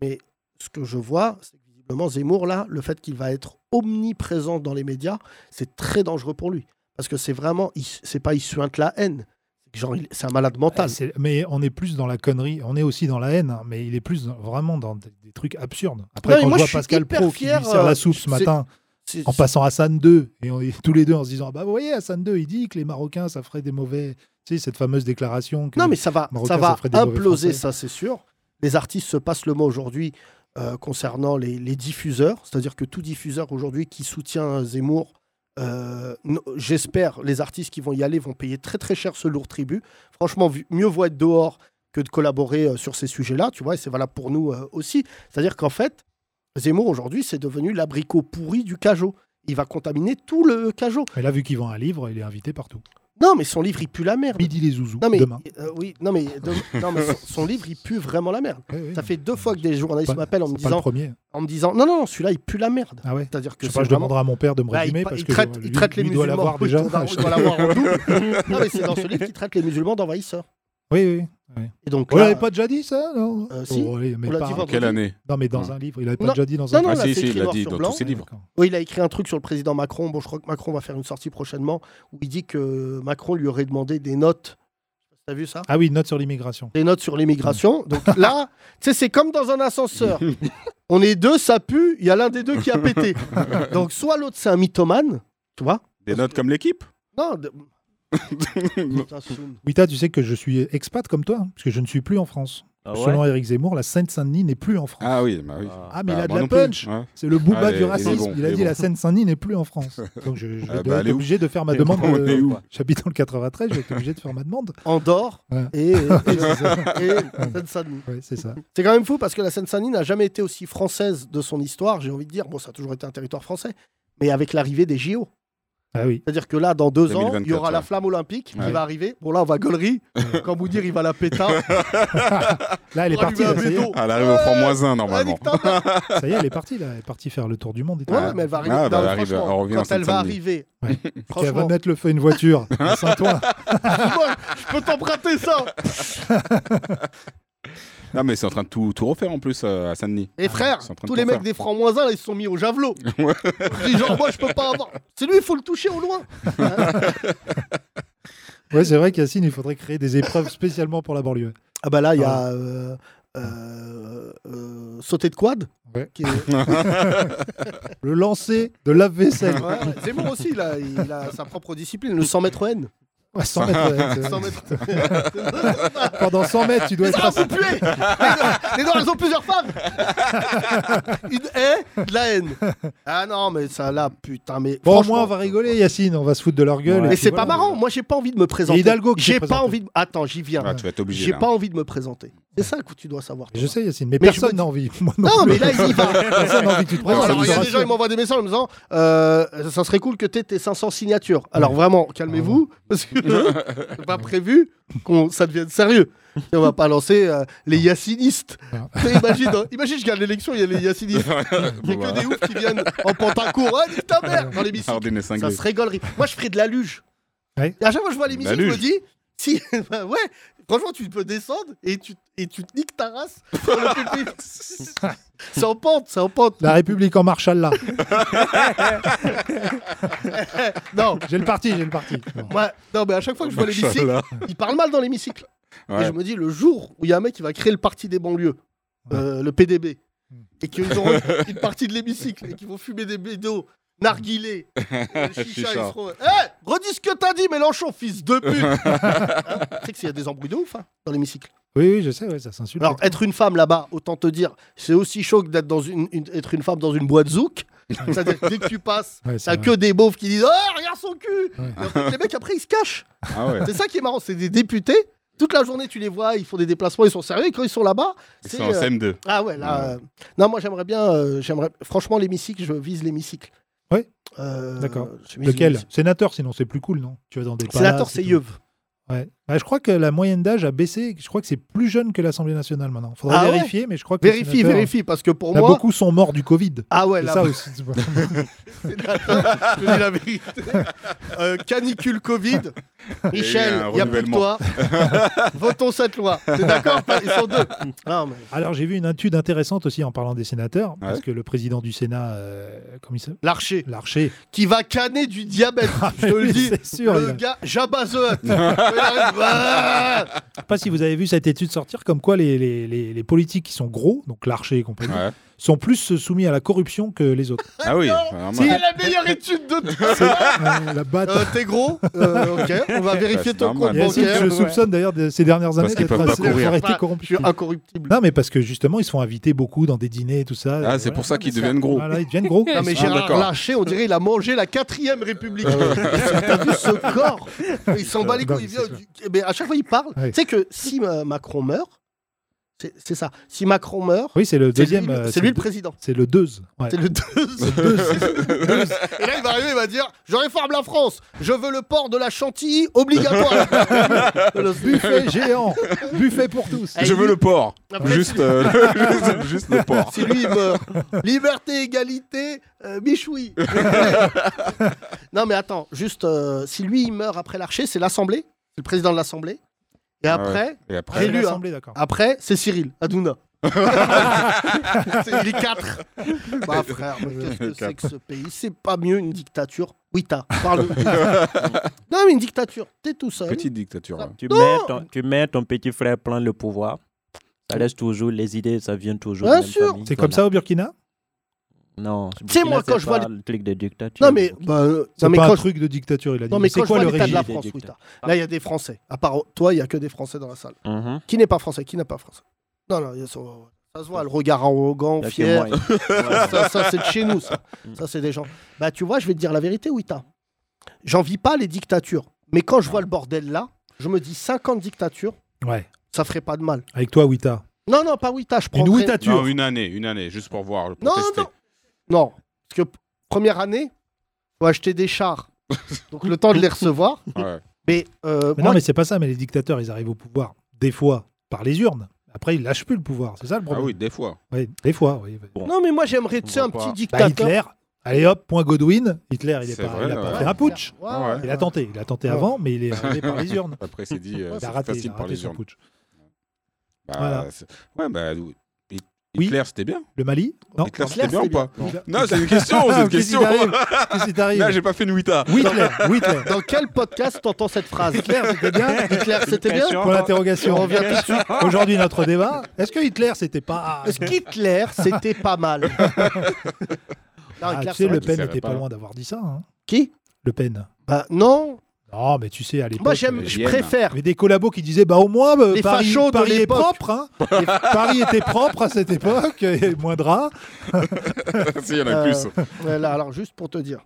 [SPEAKER 3] mais ce que je vois, c'est que visiblement Zemmour là, le fait qu'il va être omniprésent dans les médias, c'est très dangereux pour lui. Parce que c'est vraiment, il- c'est pas il suinte la haine, genre il- c'est un malade mental.
[SPEAKER 4] Ah, c'est- mais on est plus dans la connerie, on est aussi dans la haine, hein, mais il est plus dans- vraiment dans des, des trucs absurdes. Après,
[SPEAKER 3] Non, mais
[SPEAKER 4] quand
[SPEAKER 3] moi, je
[SPEAKER 4] je vois
[SPEAKER 3] suis
[SPEAKER 4] Pascal
[SPEAKER 3] hyper
[SPEAKER 4] Pro qui
[SPEAKER 3] fier,
[SPEAKER 4] lui sert
[SPEAKER 3] euh,
[SPEAKER 4] la soupe ce
[SPEAKER 3] c'est-
[SPEAKER 4] matin,
[SPEAKER 3] C'est-
[SPEAKER 4] en passant Hassan II, et on est tous les deux en se disant Ah bah vous voyez Hassan II, il dit que les Marocains ça ferait des mauvais, tu sais cette fameuse déclaration. Que...
[SPEAKER 3] Non, mais ça va,
[SPEAKER 4] Marocain,
[SPEAKER 3] ça
[SPEAKER 4] ça
[SPEAKER 3] va
[SPEAKER 4] ferait des mauvais
[SPEAKER 3] imploser,
[SPEAKER 4] Français.
[SPEAKER 3] ça c'est sûr. Les artistes se passent le mot aujourd'hui euh, concernant les, les diffuseurs, c'est-à-dire que tout diffuseur aujourd'hui qui soutient Zemmour, euh, no- j'espère les artistes qui vont y aller vont payer très très cher ce lourd tribut. Franchement, vu- mieux vaut être dehors que de collaborer euh, sur ces sujets-là, tu vois, et c'est valable pour nous euh, aussi. C'est-à-dire qu'en fait, Zemmour aujourd'hui c'est devenu l'abricot pourri du cajot. Il va contaminer tout le cajot.
[SPEAKER 4] Mais là vu qu'il vend un livre, il est invité partout.
[SPEAKER 3] Non, mais son livre il pue la merde.
[SPEAKER 4] Midi les zouzous
[SPEAKER 3] Non mais,
[SPEAKER 4] demain.
[SPEAKER 3] euh, oui, non mais, de- non, mais son, son livre, il pue vraiment la merde.
[SPEAKER 4] Ouais, ouais,
[SPEAKER 3] Ça
[SPEAKER 4] non.
[SPEAKER 3] fait deux fois que des
[SPEAKER 4] C'est
[SPEAKER 3] journalistes
[SPEAKER 4] pas-
[SPEAKER 3] m'appellent en, me
[SPEAKER 4] c'est pas le
[SPEAKER 3] disant-
[SPEAKER 4] premier.
[SPEAKER 3] en me disant Non, non, non, celui-là, il pue la merde.
[SPEAKER 4] Ah ouais.
[SPEAKER 3] C'est-à-dire que
[SPEAKER 4] Je sais
[SPEAKER 3] c'est
[SPEAKER 4] pas, je
[SPEAKER 3] vraiment-
[SPEAKER 4] demanderai à mon père de me
[SPEAKER 3] Bah, il,
[SPEAKER 4] résumer
[SPEAKER 3] pa-
[SPEAKER 4] parce
[SPEAKER 3] il
[SPEAKER 4] que
[SPEAKER 3] traite,
[SPEAKER 4] lui,
[SPEAKER 3] il traite les
[SPEAKER 4] lui doit
[SPEAKER 3] musulmans.
[SPEAKER 4] l'avoir
[SPEAKER 3] Oui,
[SPEAKER 4] déjà.
[SPEAKER 3] il doit- il doit l'avoir en double. non, mais c'est dans ce livre qu'il traite les musulmans d'envahisseurs.
[SPEAKER 4] Oui, oui.
[SPEAKER 3] Et donc,
[SPEAKER 4] On
[SPEAKER 3] là,
[SPEAKER 4] l'avait pas déjà dit ça non
[SPEAKER 3] Euh, si.
[SPEAKER 4] Oh, oui, mais
[SPEAKER 3] On l'a
[SPEAKER 4] pas-
[SPEAKER 3] dit vendredi.
[SPEAKER 8] Quelle année
[SPEAKER 4] Non mais dans un livre, il avait pas
[SPEAKER 3] Non.
[SPEAKER 4] déjà dit dans
[SPEAKER 3] Non,
[SPEAKER 4] un.
[SPEAKER 3] non, Ah,
[SPEAKER 8] Ah
[SPEAKER 3] là, c'est
[SPEAKER 8] si, si,
[SPEAKER 3] écrit
[SPEAKER 8] il l'a
[SPEAKER 3] noir
[SPEAKER 8] dit
[SPEAKER 3] sur
[SPEAKER 8] dans
[SPEAKER 3] blanc.
[SPEAKER 8] tous ses livres.
[SPEAKER 4] D'accord.
[SPEAKER 3] oui, il a écrit un truc sur le président Macron. Bon, je crois que Macron va faire une sortie prochainement où il dit que Macron lui aurait demandé des notes. T'as vu ça
[SPEAKER 4] Ah oui, note sur l'immigration.
[SPEAKER 3] des notes sur l'immigration. Donc là, tu sais, c'est comme dans un ascenseur. On est deux, ça pue, il y a l'un des deux qui a pété. Donc soit l'autre, c'est un mythomane, tu vois
[SPEAKER 8] Des notes comme l'équipe
[SPEAKER 3] Non, de- Putain, Soum.
[SPEAKER 4] Wita, tu sais que je suis expat comme toi, hein, parce que je ne suis plus en France.
[SPEAKER 7] Ah
[SPEAKER 4] Selon Eric Zemmour, la Seine-Saint-Denis n'est plus en France.
[SPEAKER 8] Ah oui, bah oui.
[SPEAKER 7] Ah.
[SPEAKER 4] Ah, mais
[SPEAKER 8] Bah,
[SPEAKER 4] il a de
[SPEAKER 8] moi
[SPEAKER 4] la
[SPEAKER 8] non plus,
[SPEAKER 4] punch
[SPEAKER 8] ouais.
[SPEAKER 4] C'est le booba
[SPEAKER 8] Ah, il
[SPEAKER 4] du
[SPEAKER 8] est- il est
[SPEAKER 4] racisme.
[SPEAKER 8] bon,
[SPEAKER 4] Il a
[SPEAKER 8] il est
[SPEAKER 4] dit
[SPEAKER 8] bon.
[SPEAKER 4] la Seine-Saint-Denis n'est plus en France. Donc je, je
[SPEAKER 8] Ah,
[SPEAKER 4] vais
[SPEAKER 8] bah, elle
[SPEAKER 4] être
[SPEAKER 8] est où
[SPEAKER 4] obligé de faire ma
[SPEAKER 7] Elle est
[SPEAKER 4] demande.
[SPEAKER 7] où Elle est
[SPEAKER 4] euh,
[SPEAKER 7] où
[SPEAKER 4] J'habite dans le 93, je vais être obligé de faire ma demande.
[SPEAKER 3] Andorre
[SPEAKER 4] Ouais.
[SPEAKER 3] et, et, et Seine-Saint-Denis.
[SPEAKER 4] Ouais, c'est ça.
[SPEAKER 3] C'est quand même fou parce que la Seine-Saint-Denis n'a jamais été aussi française de son histoire, j'ai envie de dire. Bon, ça a toujours été un territoire français, mais avec l'arrivée des JO.
[SPEAKER 4] Ah oui.
[SPEAKER 3] C'est-à-dire que là, dans deux ans, il y
[SPEAKER 8] 2024,
[SPEAKER 3] aura la
[SPEAKER 8] ouais.
[SPEAKER 3] flamme olympique qui
[SPEAKER 8] Ouais.
[SPEAKER 3] va arriver. Bon, là, on va gaulerie. Quand vous dire, il va la péter.
[SPEAKER 4] Là, elle est
[SPEAKER 3] On va
[SPEAKER 4] partie.
[SPEAKER 3] lui
[SPEAKER 4] Là,
[SPEAKER 3] mettre
[SPEAKER 4] ça, y
[SPEAKER 3] un
[SPEAKER 4] est.
[SPEAKER 3] bédo.
[SPEAKER 8] Ah, Elle arrive au franc moins un normalement.
[SPEAKER 4] Ça y est, elle est partie. Là. Elle est partie faire le tour du monde. Et tout.
[SPEAKER 3] Ouais, mais elle va arriver.
[SPEAKER 8] Ah, bah,
[SPEAKER 3] non,
[SPEAKER 8] elle arrive,
[SPEAKER 3] franchement,
[SPEAKER 8] on revient en
[SPEAKER 3] quand elle va
[SPEAKER 8] Seine-Saint-Denis.
[SPEAKER 3] arriver,
[SPEAKER 4] Ouais. Parce qu'elle va
[SPEAKER 3] franchement, Hein
[SPEAKER 4] mettre le feu à une voiture. à Saint-Ouen.
[SPEAKER 3] dis-moi, je peux t'emprunter ça.
[SPEAKER 8] Non, mais c'est en train de tout, tout refaire en plus euh, à Saint-Denis.
[SPEAKER 3] Et frère,
[SPEAKER 8] c'est en train de
[SPEAKER 3] tous
[SPEAKER 8] tout
[SPEAKER 3] les mecs
[SPEAKER 8] faire.
[SPEAKER 3] des francs moins 1, là, ils se sont mis au javelot. Ils disent, genre, moi, je peux pas avoir. C'est lui, il faut le toucher au loin.
[SPEAKER 4] Ouais, c'est vrai qu'Yacine, il faudrait créer des épreuves spécialement pour la banlieue.
[SPEAKER 3] Ah bah là, il y a euh, euh, euh, sauter de quad.
[SPEAKER 4] Ouais.
[SPEAKER 3] qui est-
[SPEAKER 4] Le lancer de lave-vaisselle.
[SPEAKER 3] Ouais, Zemmour aussi, il a, il a sa propre discipline, le 100 mètres N.
[SPEAKER 4] Ouais, 100 mètres, ouais, c'est vrai.
[SPEAKER 3] 100 mètres.
[SPEAKER 4] Pendant 100 mètres, tu dois être
[SPEAKER 3] Ah,
[SPEAKER 4] à
[SPEAKER 3] vous puez Les Noirs, les Noirs, ils ont plusieurs femmes Une haie, de la haine. Ah non, mais ça là, putain, mais.
[SPEAKER 4] Bon, au
[SPEAKER 3] franchement-
[SPEAKER 4] moins, on va rigoler, Yacine. On va se foutre de leur gueule.
[SPEAKER 7] Ouais.
[SPEAKER 4] et
[SPEAKER 3] Mais
[SPEAKER 4] puis
[SPEAKER 3] c'est pas
[SPEAKER 4] voilà.
[SPEAKER 3] marrant, moi j'ai pas envie de me présenter.
[SPEAKER 4] Hidalgo qui s'est
[SPEAKER 3] J'ai pas
[SPEAKER 4] présenté.
[SPEAKER 3] envie de. Attends, j'y viens.
[SPEAKER 8] Ah, tu vas être obligé.
[SPEAKER 3] J'ai
[SPEAKER 8] là.
[SPEAKER 3] pas envie de me présenter. C'est ça que tu dois savoir.
[SPEAKER 4] Je
[SPEAKER 3] Thomas.
[SPEAKER 4] sais, Yacine, mais,
[SPEAKER 3] Mais je
[SPEAKER 4] personne
[SPEAKER 3] me-
[SPEAKER 4] n'a envie. Moi non,
[SPEAKER 3] Non,
[SPEAKER 4] plus.
[SPEAKER 3] mais là, il y va.
[SPEAKER 4] personne n'a envie que tu te
[SPEAKER 3] Ouais,
[SPEAKER 4] présentes.
[SPEAKER 3] alors, il y a
[SPEAKER 4] ça me
[SPEAKER 3] des gens qui
[SPEAKER 4] rassure.
[SPEAKER 3] m'envoient des messages en me disant euh, ça serait cool que tu aies tes 500 signatures. Alors vraiment, calmez-vous, parce que c'est pas prévu qu'on ça devienne sérieux. Et on va pas lancer euh, les yacinistes.
[SPEAKER 4] Non.
[SPEAKER 3] Tu sais, Imagine, hein, imagine, je gagne l'élection, il y a les yacinistes. Il y a
[SPEAKER 8] Bon, bah,
[SPEAKER 3] que des oufs qui viennent en pantacourt. Ah, nique ta mère Dans l'hémicycle.
[SPEAKER 8] Hardin et
[SPEAKER 3] Ça
[SPEAKER 8] cinglé.
[SPEAKER 3] se rigolerie. Moi, je ferais de la luge.
[SPEAKER 4] Ouais.
[SPEAKER 3] Et à chaque fois que je vois l'émission,
[SPEAKER 8] La
[SPEAKER 3] je me
[SPEAKER 8] luge.
[SPEAKER 3] dis si, bah ouais, franchement, tu peux descendre et tu, et tu te niques ta race sur le pupitre. c'est en pente, c'est en pente.
[SPEAKER 4] La République en marche, là.
[SPEAKER 3] Non,
[SPEAKER 4] J'ai le parti, j'ai le parti. Bon.
[SPEAKER 3] moi, non, mais à chaque fois que je vois l'hémicycle,
[SPEAKER 8] Inch'Allah.
[SPEAKER 3] il parle mal dans l'hémicycle.
[SPEAKER 8] Ouais.
[SPEAKER 3] Et je me dis, le jour où il y a un mec qui va créer le parti des banlieues, euh, le PDB, et qu'ils auront une partie de l'hémicycle, et qu'ils vont fumer des bédos, narguilés, euh, chicha,
[SPEAKER 8] Chicha.
[SPEAKER 3] ils seront. Hé Redis ce que t'as dit, Mélenchon, fils de pute Hein Tu sais que s'il y a des embrouilles de ouf hein, dans l'hémicycle.
[SPEAKER 4] Oui, oui, je sais, ouais, ça s'insulte.
[SPEAKER 3] Alors, être une femme là-bas, autant te dire, c'est aussi chaud que d'être dans une, une- être une femme dans une boîte zouk. C'est-à-dire que dès que tu passes,
[SPEAKER 4] Ouais, c'est
[SPEAKER 3] t'as
[SPEAKER 4] vrai.
[SPEAKER 3] que des beaufs qui disent Ah, regarde son cul
[SPEAKER 4] Ouais.
[SPEAKER 3] Et en fait, les mecs, après, ils se cachent.
[SPEAKER 8] Ah ouais.
[SPEAKER 3] C'est ça qui est marrant, c'est des députés. Toute la journée, tu les vois, ils font des déplacements, ils sont sérieux. Et quand ils sont là-bas,
[SPEAKER 8] Ils
[SPEAKER 3] c'est.
[SPEAKER 8] sont en
[SPEAKER 3] euh,
[SPEAKER 8] CM2.
[SPEAKER 3] Ah ouais, là. euh, Non, moi, j'aimerais bien. euh, j'aimerais... Franchement, l'hémicycle, je vise l'hémicycle.
[SPEAKER 4] Ouais.
[SPEAKER 3] Euh,
[SPEAKER 4] D'accord.
[SPEAKER 3] je vise
[SPEAKER 4] Lequel
[SPEAKER 3] l'hémicycle.
[SPEAKER 4] Sénateur, sinon c'est plus cool, non Tu vas dans des palaces
[SPEAKER 3] Sénateur,
[SPEAKER 4] et
[SPEAKER 3] c'est
[SPEAKER 4] tout.
[SPEAKER 3] Yeuve.
[SPEAKER 4] Ouais. Bah, je crois que la moyenne d'âge a baissé. Je crois que c'est plus jeune que l'Assemblée nationale maintenant. Faudra
[SPEAKER 3] Ah ouais
[SPEAKER 4] vérifier, mais je crois que. les
[SPEAKER 3] Vérifie,
[SPEAKER 4] sénateurs-
[SPEAKER 3] vérifie, parce que pour
[SPEAKER 4] Là,
[SPEAKER 3] moi.
[SPEAKER 4] beaucoup sont morts du Covid.
[SPEAKER 3] Ah ouais,
[SPEAKER 4] C'est
[SPEAKER 3] là,
[SPEAKER 4] ça aussi.
[SPEAKER 3] sénateur, je te dis la vérité. Euh, canicule Covid.
[SPEAKER 8] Il y a eu
[SPEAKER 3] Michel,
[SPEAKER 8] Eh un
[SPEAKER 3] il y a plus que
[SPEAKER 8] renouvellement.
[SPEAKER 3] toi. Votons cette loi. T'es d'accord Ils sont deux. Non, mais-
[SPEAKER 4] Alors, j'ai vu une étude intéressante aussi en parlant des sénateurs, parce
[SPEAKER 8] ouais
[SPEAKER 4] que le président du Sénat, euh, comment il s'appelle
[SPEAKER 3] L'archer,
[SPEAKER 4] Larcher.
[SPEAKER 3] qui va canner du diabète. je te
[SPEAKER 4] Ah, Oui,
[SPEAKER 3] le dis.
[SPEAKER 4] c'est sûr. il
[SPEAKER 3] le
[SPEAKER 4] a-
[SPEAKER 3] gars, Jabba the Hutt. Il arrive, ah
[SPEAKER 4] Je sais pas si vous avez vu cette étude sortir, comme quoi les, les- les- les politiques qui sont gros, donc Larcher et compagnie,
[SPEAKER 8] Ouais.
[SPEAKER 4] sont plus soumis à la corruption que les autres.
[SPEAKER 8] Ah oui.
[SPEAKER 3] C'est
[SPEAKER 8] vraiment.
[SPEAKER 3] la meilleure étude de tout.
[SPEAKER 4] Euh, la batte.
[SPEAKER 3] Euh, T'es gros Euh, Ok, on va vérifier
[SPEAKER 8] c'est
[SPEAKER 3] ton compte
[SPEAKER 8] normal.
[SPEAKER 4] Yacine,
[SPEAKER 3] bancaire.
[SPEAKER 4] je soupçonne d'ailleurs de- ces dernières années
[SPEAKER 8] qu'ils
[SPEAKER 4] d'être
[SPEAKER 8] peuvent pas
[SPEAKER 4] assez-
[SPEAKER 8] courir.
[SPEAKER 4] d'avoir été
[SPEAKER 3] Enfin, Je
[SPEAKER 4] corrompu.
[SPEAKER 3] suis incorruptible.
[SPEAKER 4] Non, mais parce que justement, ils sont invités beaucoup dans des dîners et tout ça.
[SPEAKER 8] Ah,
[SPEAKER 4] Et
[SPEAKER 8] c'est
[SPEAKER 4] voilà.
[SPEAKER 8] pour ça qu'ils deviennent gros.
[SPEAKER 4] Voilà, ils deviennent gros.
[SPEAKER 3] Non mais
[SPEAKER 8] Ah,
[SPEAKER 3] Gérard
[SPEAKER 8] d'accord.
[SPEAKER 3] Larcher, on dirait il a mangé la quatrième République. T'as vu ce corps Il s'en bat les
[SPEAKER 4] Non,
[SPEAKER 3] couilles. il
[SPEAKER 4] mais c'est
[SPEAKER 3] vient du- Eh ben, à chaque fois il parle.
[SPEAKER 4] Ouais.
[SPEAKER 3] Tu sais que si euh, Macron meurt, c'est c'est ça. Si Macron meurt,
[SPEAKER 4] Oui, c'est le
[SPEAKER 3] c'est
[SPEAKER 4] deuxième.
[SPEAKER 3] lui-
[SPEAKER 4] euh,
[SPEAKER 3] c'est lui le président.
[SPEAKER 4] C'est le deuze. Ouais.
[SPEAKER 3] C'est le deuxième. Et là, il va arriver, il va dire Je réforme la France, je veux le port de la chantilly obligatoire. Le
[SPEAKER 4] Buffet géant. Buffet pour tous.
[SPEAKER 8] Je veux le porc.
[SPEAKER 3] Après,
[SPEAKER 8] Juste, euh, juste le porc.
[SPEAKER 3] Ah, Si lui il meurt, liberté, égalité, euh, michoui. non, mais attends, juste, euh, si lui il meurt après l'archer, c'est l'Assemblée, c'est le président de l'Assemblée. Et
[SPEAKER 8] Ah ouais.
[SPEAKER 3] après,
[SPEAKER 8] Et
[SPEAKER 4] Ah, c'est
[SPEAKER 8] après,
[SPEAKER 3] Élu, hein.
[SPEAKER 4] l'Assemblée, d'accord.
[SPEAKER 3] après c'est Cyril, Adouna. C'est- il est 4. Bah, frère, mais qu'est-ce que c'est que ce pays C'est pas mieux une dictature. Oui, t'as, parle. non, mais une dictature, t'es tout seul.
[SPEAKER 8] petite dictature. euh. ouais.
[SPEAKER 7] Tu mets, ton, tu mets ton petit frère prendre le pouvoir. Ça laisse toujours les idées, ça vient toujours. de
[SPEAKER 3] Bien
[SPEAKER 7] la même
[SPEAKER 3] sûr.
[SPEAKER 7] famille,
[SPEAKER 4] C'est comme
[SPEAKER 7] voilà.
[SPEAKER 4] ça au Burkina
[SPEAKER 7] Non.
[SPEAKER 3] sais, moi,
[SPEAKER 7] Burkina,
[SPEAKER 3] quand
[SPEAKER 7] c'est
[SPEAKER 3] je vois
[SPEAKER 7] pas le truc de dictature.
[SPEAKER 3] Non, mais, bah, euh,
[SPEAKER 4] C'est
[SPEAKER 3] non, mais
[SPEAKER 4] pas
[SPEAKER 3] quand
[SPEAKER 4] un
[SPEAKER 3] je-
[SPEAKER 4] truc de dictature, il a dit.
[SPEAKER 3] Non,
[SPEAKER 4] Mais
[SPEAKER 3] mais
[SPEAKER 4] c'est
[SPEAKER 3] quand
[SPEAKER 4] quoi
[SPEAKER 3] je
[SPEAKER 4] le
[SPEAKER 3] vois l'état de
[SPEAKER 4] régime
[SPEAKER 3] la
[SPEAKER 7] des
[SPEAKER 3] France, oui,
[SPEAKER 7] dictateurs.
[SPEAKER 3] t'as. Là, il y a des Français. À part toi, il y a que des Français dans la salle.
[SPEAKER 7] Mhm.
[SPEAKER 3] Qui n'est pas Français Qui n'est pas Français Non, non, ils sont... ça se voit, le regard arrogant,
[SPEAKER 7] Il y a que
[SPEAKER 3] fier.
[SPEAKER 7] moi, hein.
[SPEAKER 3] Ça, ça, c'est de chez nous, ça. Ça, c'est des gens. Bah, tu vois, je vais te dire la vérité, Wita. J'en vis pas les dictatures. Mais quand je vois le bordel là, je me dis 50 dictatures,
[SPEAKER 4] Ouais.
[SPEAKER 3] ça ferait pas de mal.
[SPEAKER 4] Avec toi, Wita.
[SPEAKER 3] Non, non, pas Wita, je prends.
[SPEAKER 4] Une Witature.
[SPEAKER 8] Non, une année, une année, juste pour voir, pour
[SPEAKER 3] Non,
[SPEAKER 8] tester.
[SPEAKER 3] non. Non, parce que p- première année, faut acheter des chars. Donc le temps de les recevoir.
[SPEAKER 8] Ouais. Ah
[SPEAKER 3] Mais, euh,
[SPEAKER 4] Mais
[SPEAKER 3] moi,
[SPEAKER 4] non, mais c'est pas ça, mais les dictateurs, ils arrivent au pouvoir, des fois, par les urnes. Après, ils lâchent plus le pouvoir. C'est ça le
[SPEAKER 8] Ah
[SPEAKER 4] problème
[SPEAKER 8] oui, des fois.
[SPEAKER 4] Oui, Des fois, oui.
[SPEAKER 3] non, mais moi j'aimerais, tu sais, un
[SPEAKER 8] Pourquoi
[SPEAKER 3] petit
[SPEAKER 8] pas
[SPEAKER 4] Bah,
[SPEAKER 3] dictateur.
[SPEAKER 4] Hitler, allez hop, point Godwin. Hitler, il, est
[SPEAKER 8] C'est
[SPEAKER 4] pas,
[SPEAKER 8] vrai,
[SPEAKER 4] il a pas
[SPEAKER 8] ouais.
[SPEAKER 4] fait un putsch.
[SPEAKER 3] Ouais,
[SPEAKER 8] Ah ouais.
[SPEAKER 4] Il a tenté. Il a tenté
[SPEAKER 3] Ouais.
[SPEAKER 4] avant, mais il est arrivé par les urnes.
[SPEAKER 8] Après, c'est dit, euh,
[SPEAKER 4] Il
[SPEAKER 8] c'est
[SPEAKER 4] a raté, il
[SPEAKER 8] facile
[SPEAKER 4] a
[SPEAKER 8] par
[SPEAKER 4] raté
[SPEAKER 8] les
[SPEAKER 4] son
[SPEAKER 8] urnes.
[SPEAKER 4] putsch.
[SPEAKER 8] Bah,
[SPEAKER 4] Voilà.
[SPEAKER 8] c'est- Ouais, bah, Hit-
[SPEAKER 4] Oui.
[SPEAKER 8] Hitler, c'était bien.
[SPEAKER 4] Le Mali Non.
[SPEAKER 8] Hitler,
[SPEAKER 3] Hitler,
[SPEAKER 8] c'était bien ou
[SPEAKER 3] c'était
[SPEAKER 8] pas
[SPEAKER 4] Non,
[SPEAKER 8] Non, c'est une question, c'est une
[SPEAKER 4] Qu'est-ce qui
[SPEAKER 8] question.
[SPEAKER 4] t'arrive Qu'est-ce qui t'arrive
[SPEAKER 8] Là, j'ai pas fait une Wita.
[SPEAKER 4] Whitler, Whitler.
[SPEAKER 3] Dans quel podcast t'entends cette phrase
[SPEAKER 4] Hitler, c'était bien
[SPEAKER 3] Hitler, c'était bien
[SPEAKER 4] Pour l'interrogation,
[SPEAKER 3] On revient tout de suite. Ah,
[SPEAKER 4] Aujourd'hui, notre débat, est-ce que Hitler, c'était pas.
[SPEAKER 3] Est-ce qu'Hitler, c'était pas mal Non,
[SPEAKER 4] Ah,
[SPEAKER 3] Hitler, c'est
[SPEAKER 4] tu sais,
[SPEAKER 3] vrai
[SPEAKER 4] Le
[SPEAKER 3] que-
[SPEAKER 8] qu'il
[SPEAKER 4] Pen
[SPEAKER 8] savait
[SPEAKER 4] n'était
[SPEAKER 8] pas.
[SPEAKER 4] pas loin d'avoir dit ça. hein.
[SPEAKER 3] Qui
[SPEAKER 4] Le Pen.
[SPEAKER 3] Bah non,
[SPEAKER 4] Non, mais tu sais, à l'époque. euh,
[SPEAKER 3] moi j'aime, je
[SPEAKER 8] Vienne.
[SPEAKER 3] préfère.
[SPEAKER 4] Mais des collabos qui disaient, bah au moins, bah,
[SPEAKER 3] Les
[SPEAKER 4] Paris,
[SPEAKER 3] fachos de
[SPEAKER 4] Paris est
[SPEAKER 3] l'époque.
[SPEAKER 4] propre. hein. Paris était propre à cette époque, et moins de rats.
[SPEAKER 8] si, il y en a plus.
[SPEAKER 3] Euh, voilà, alors juste pour te dire,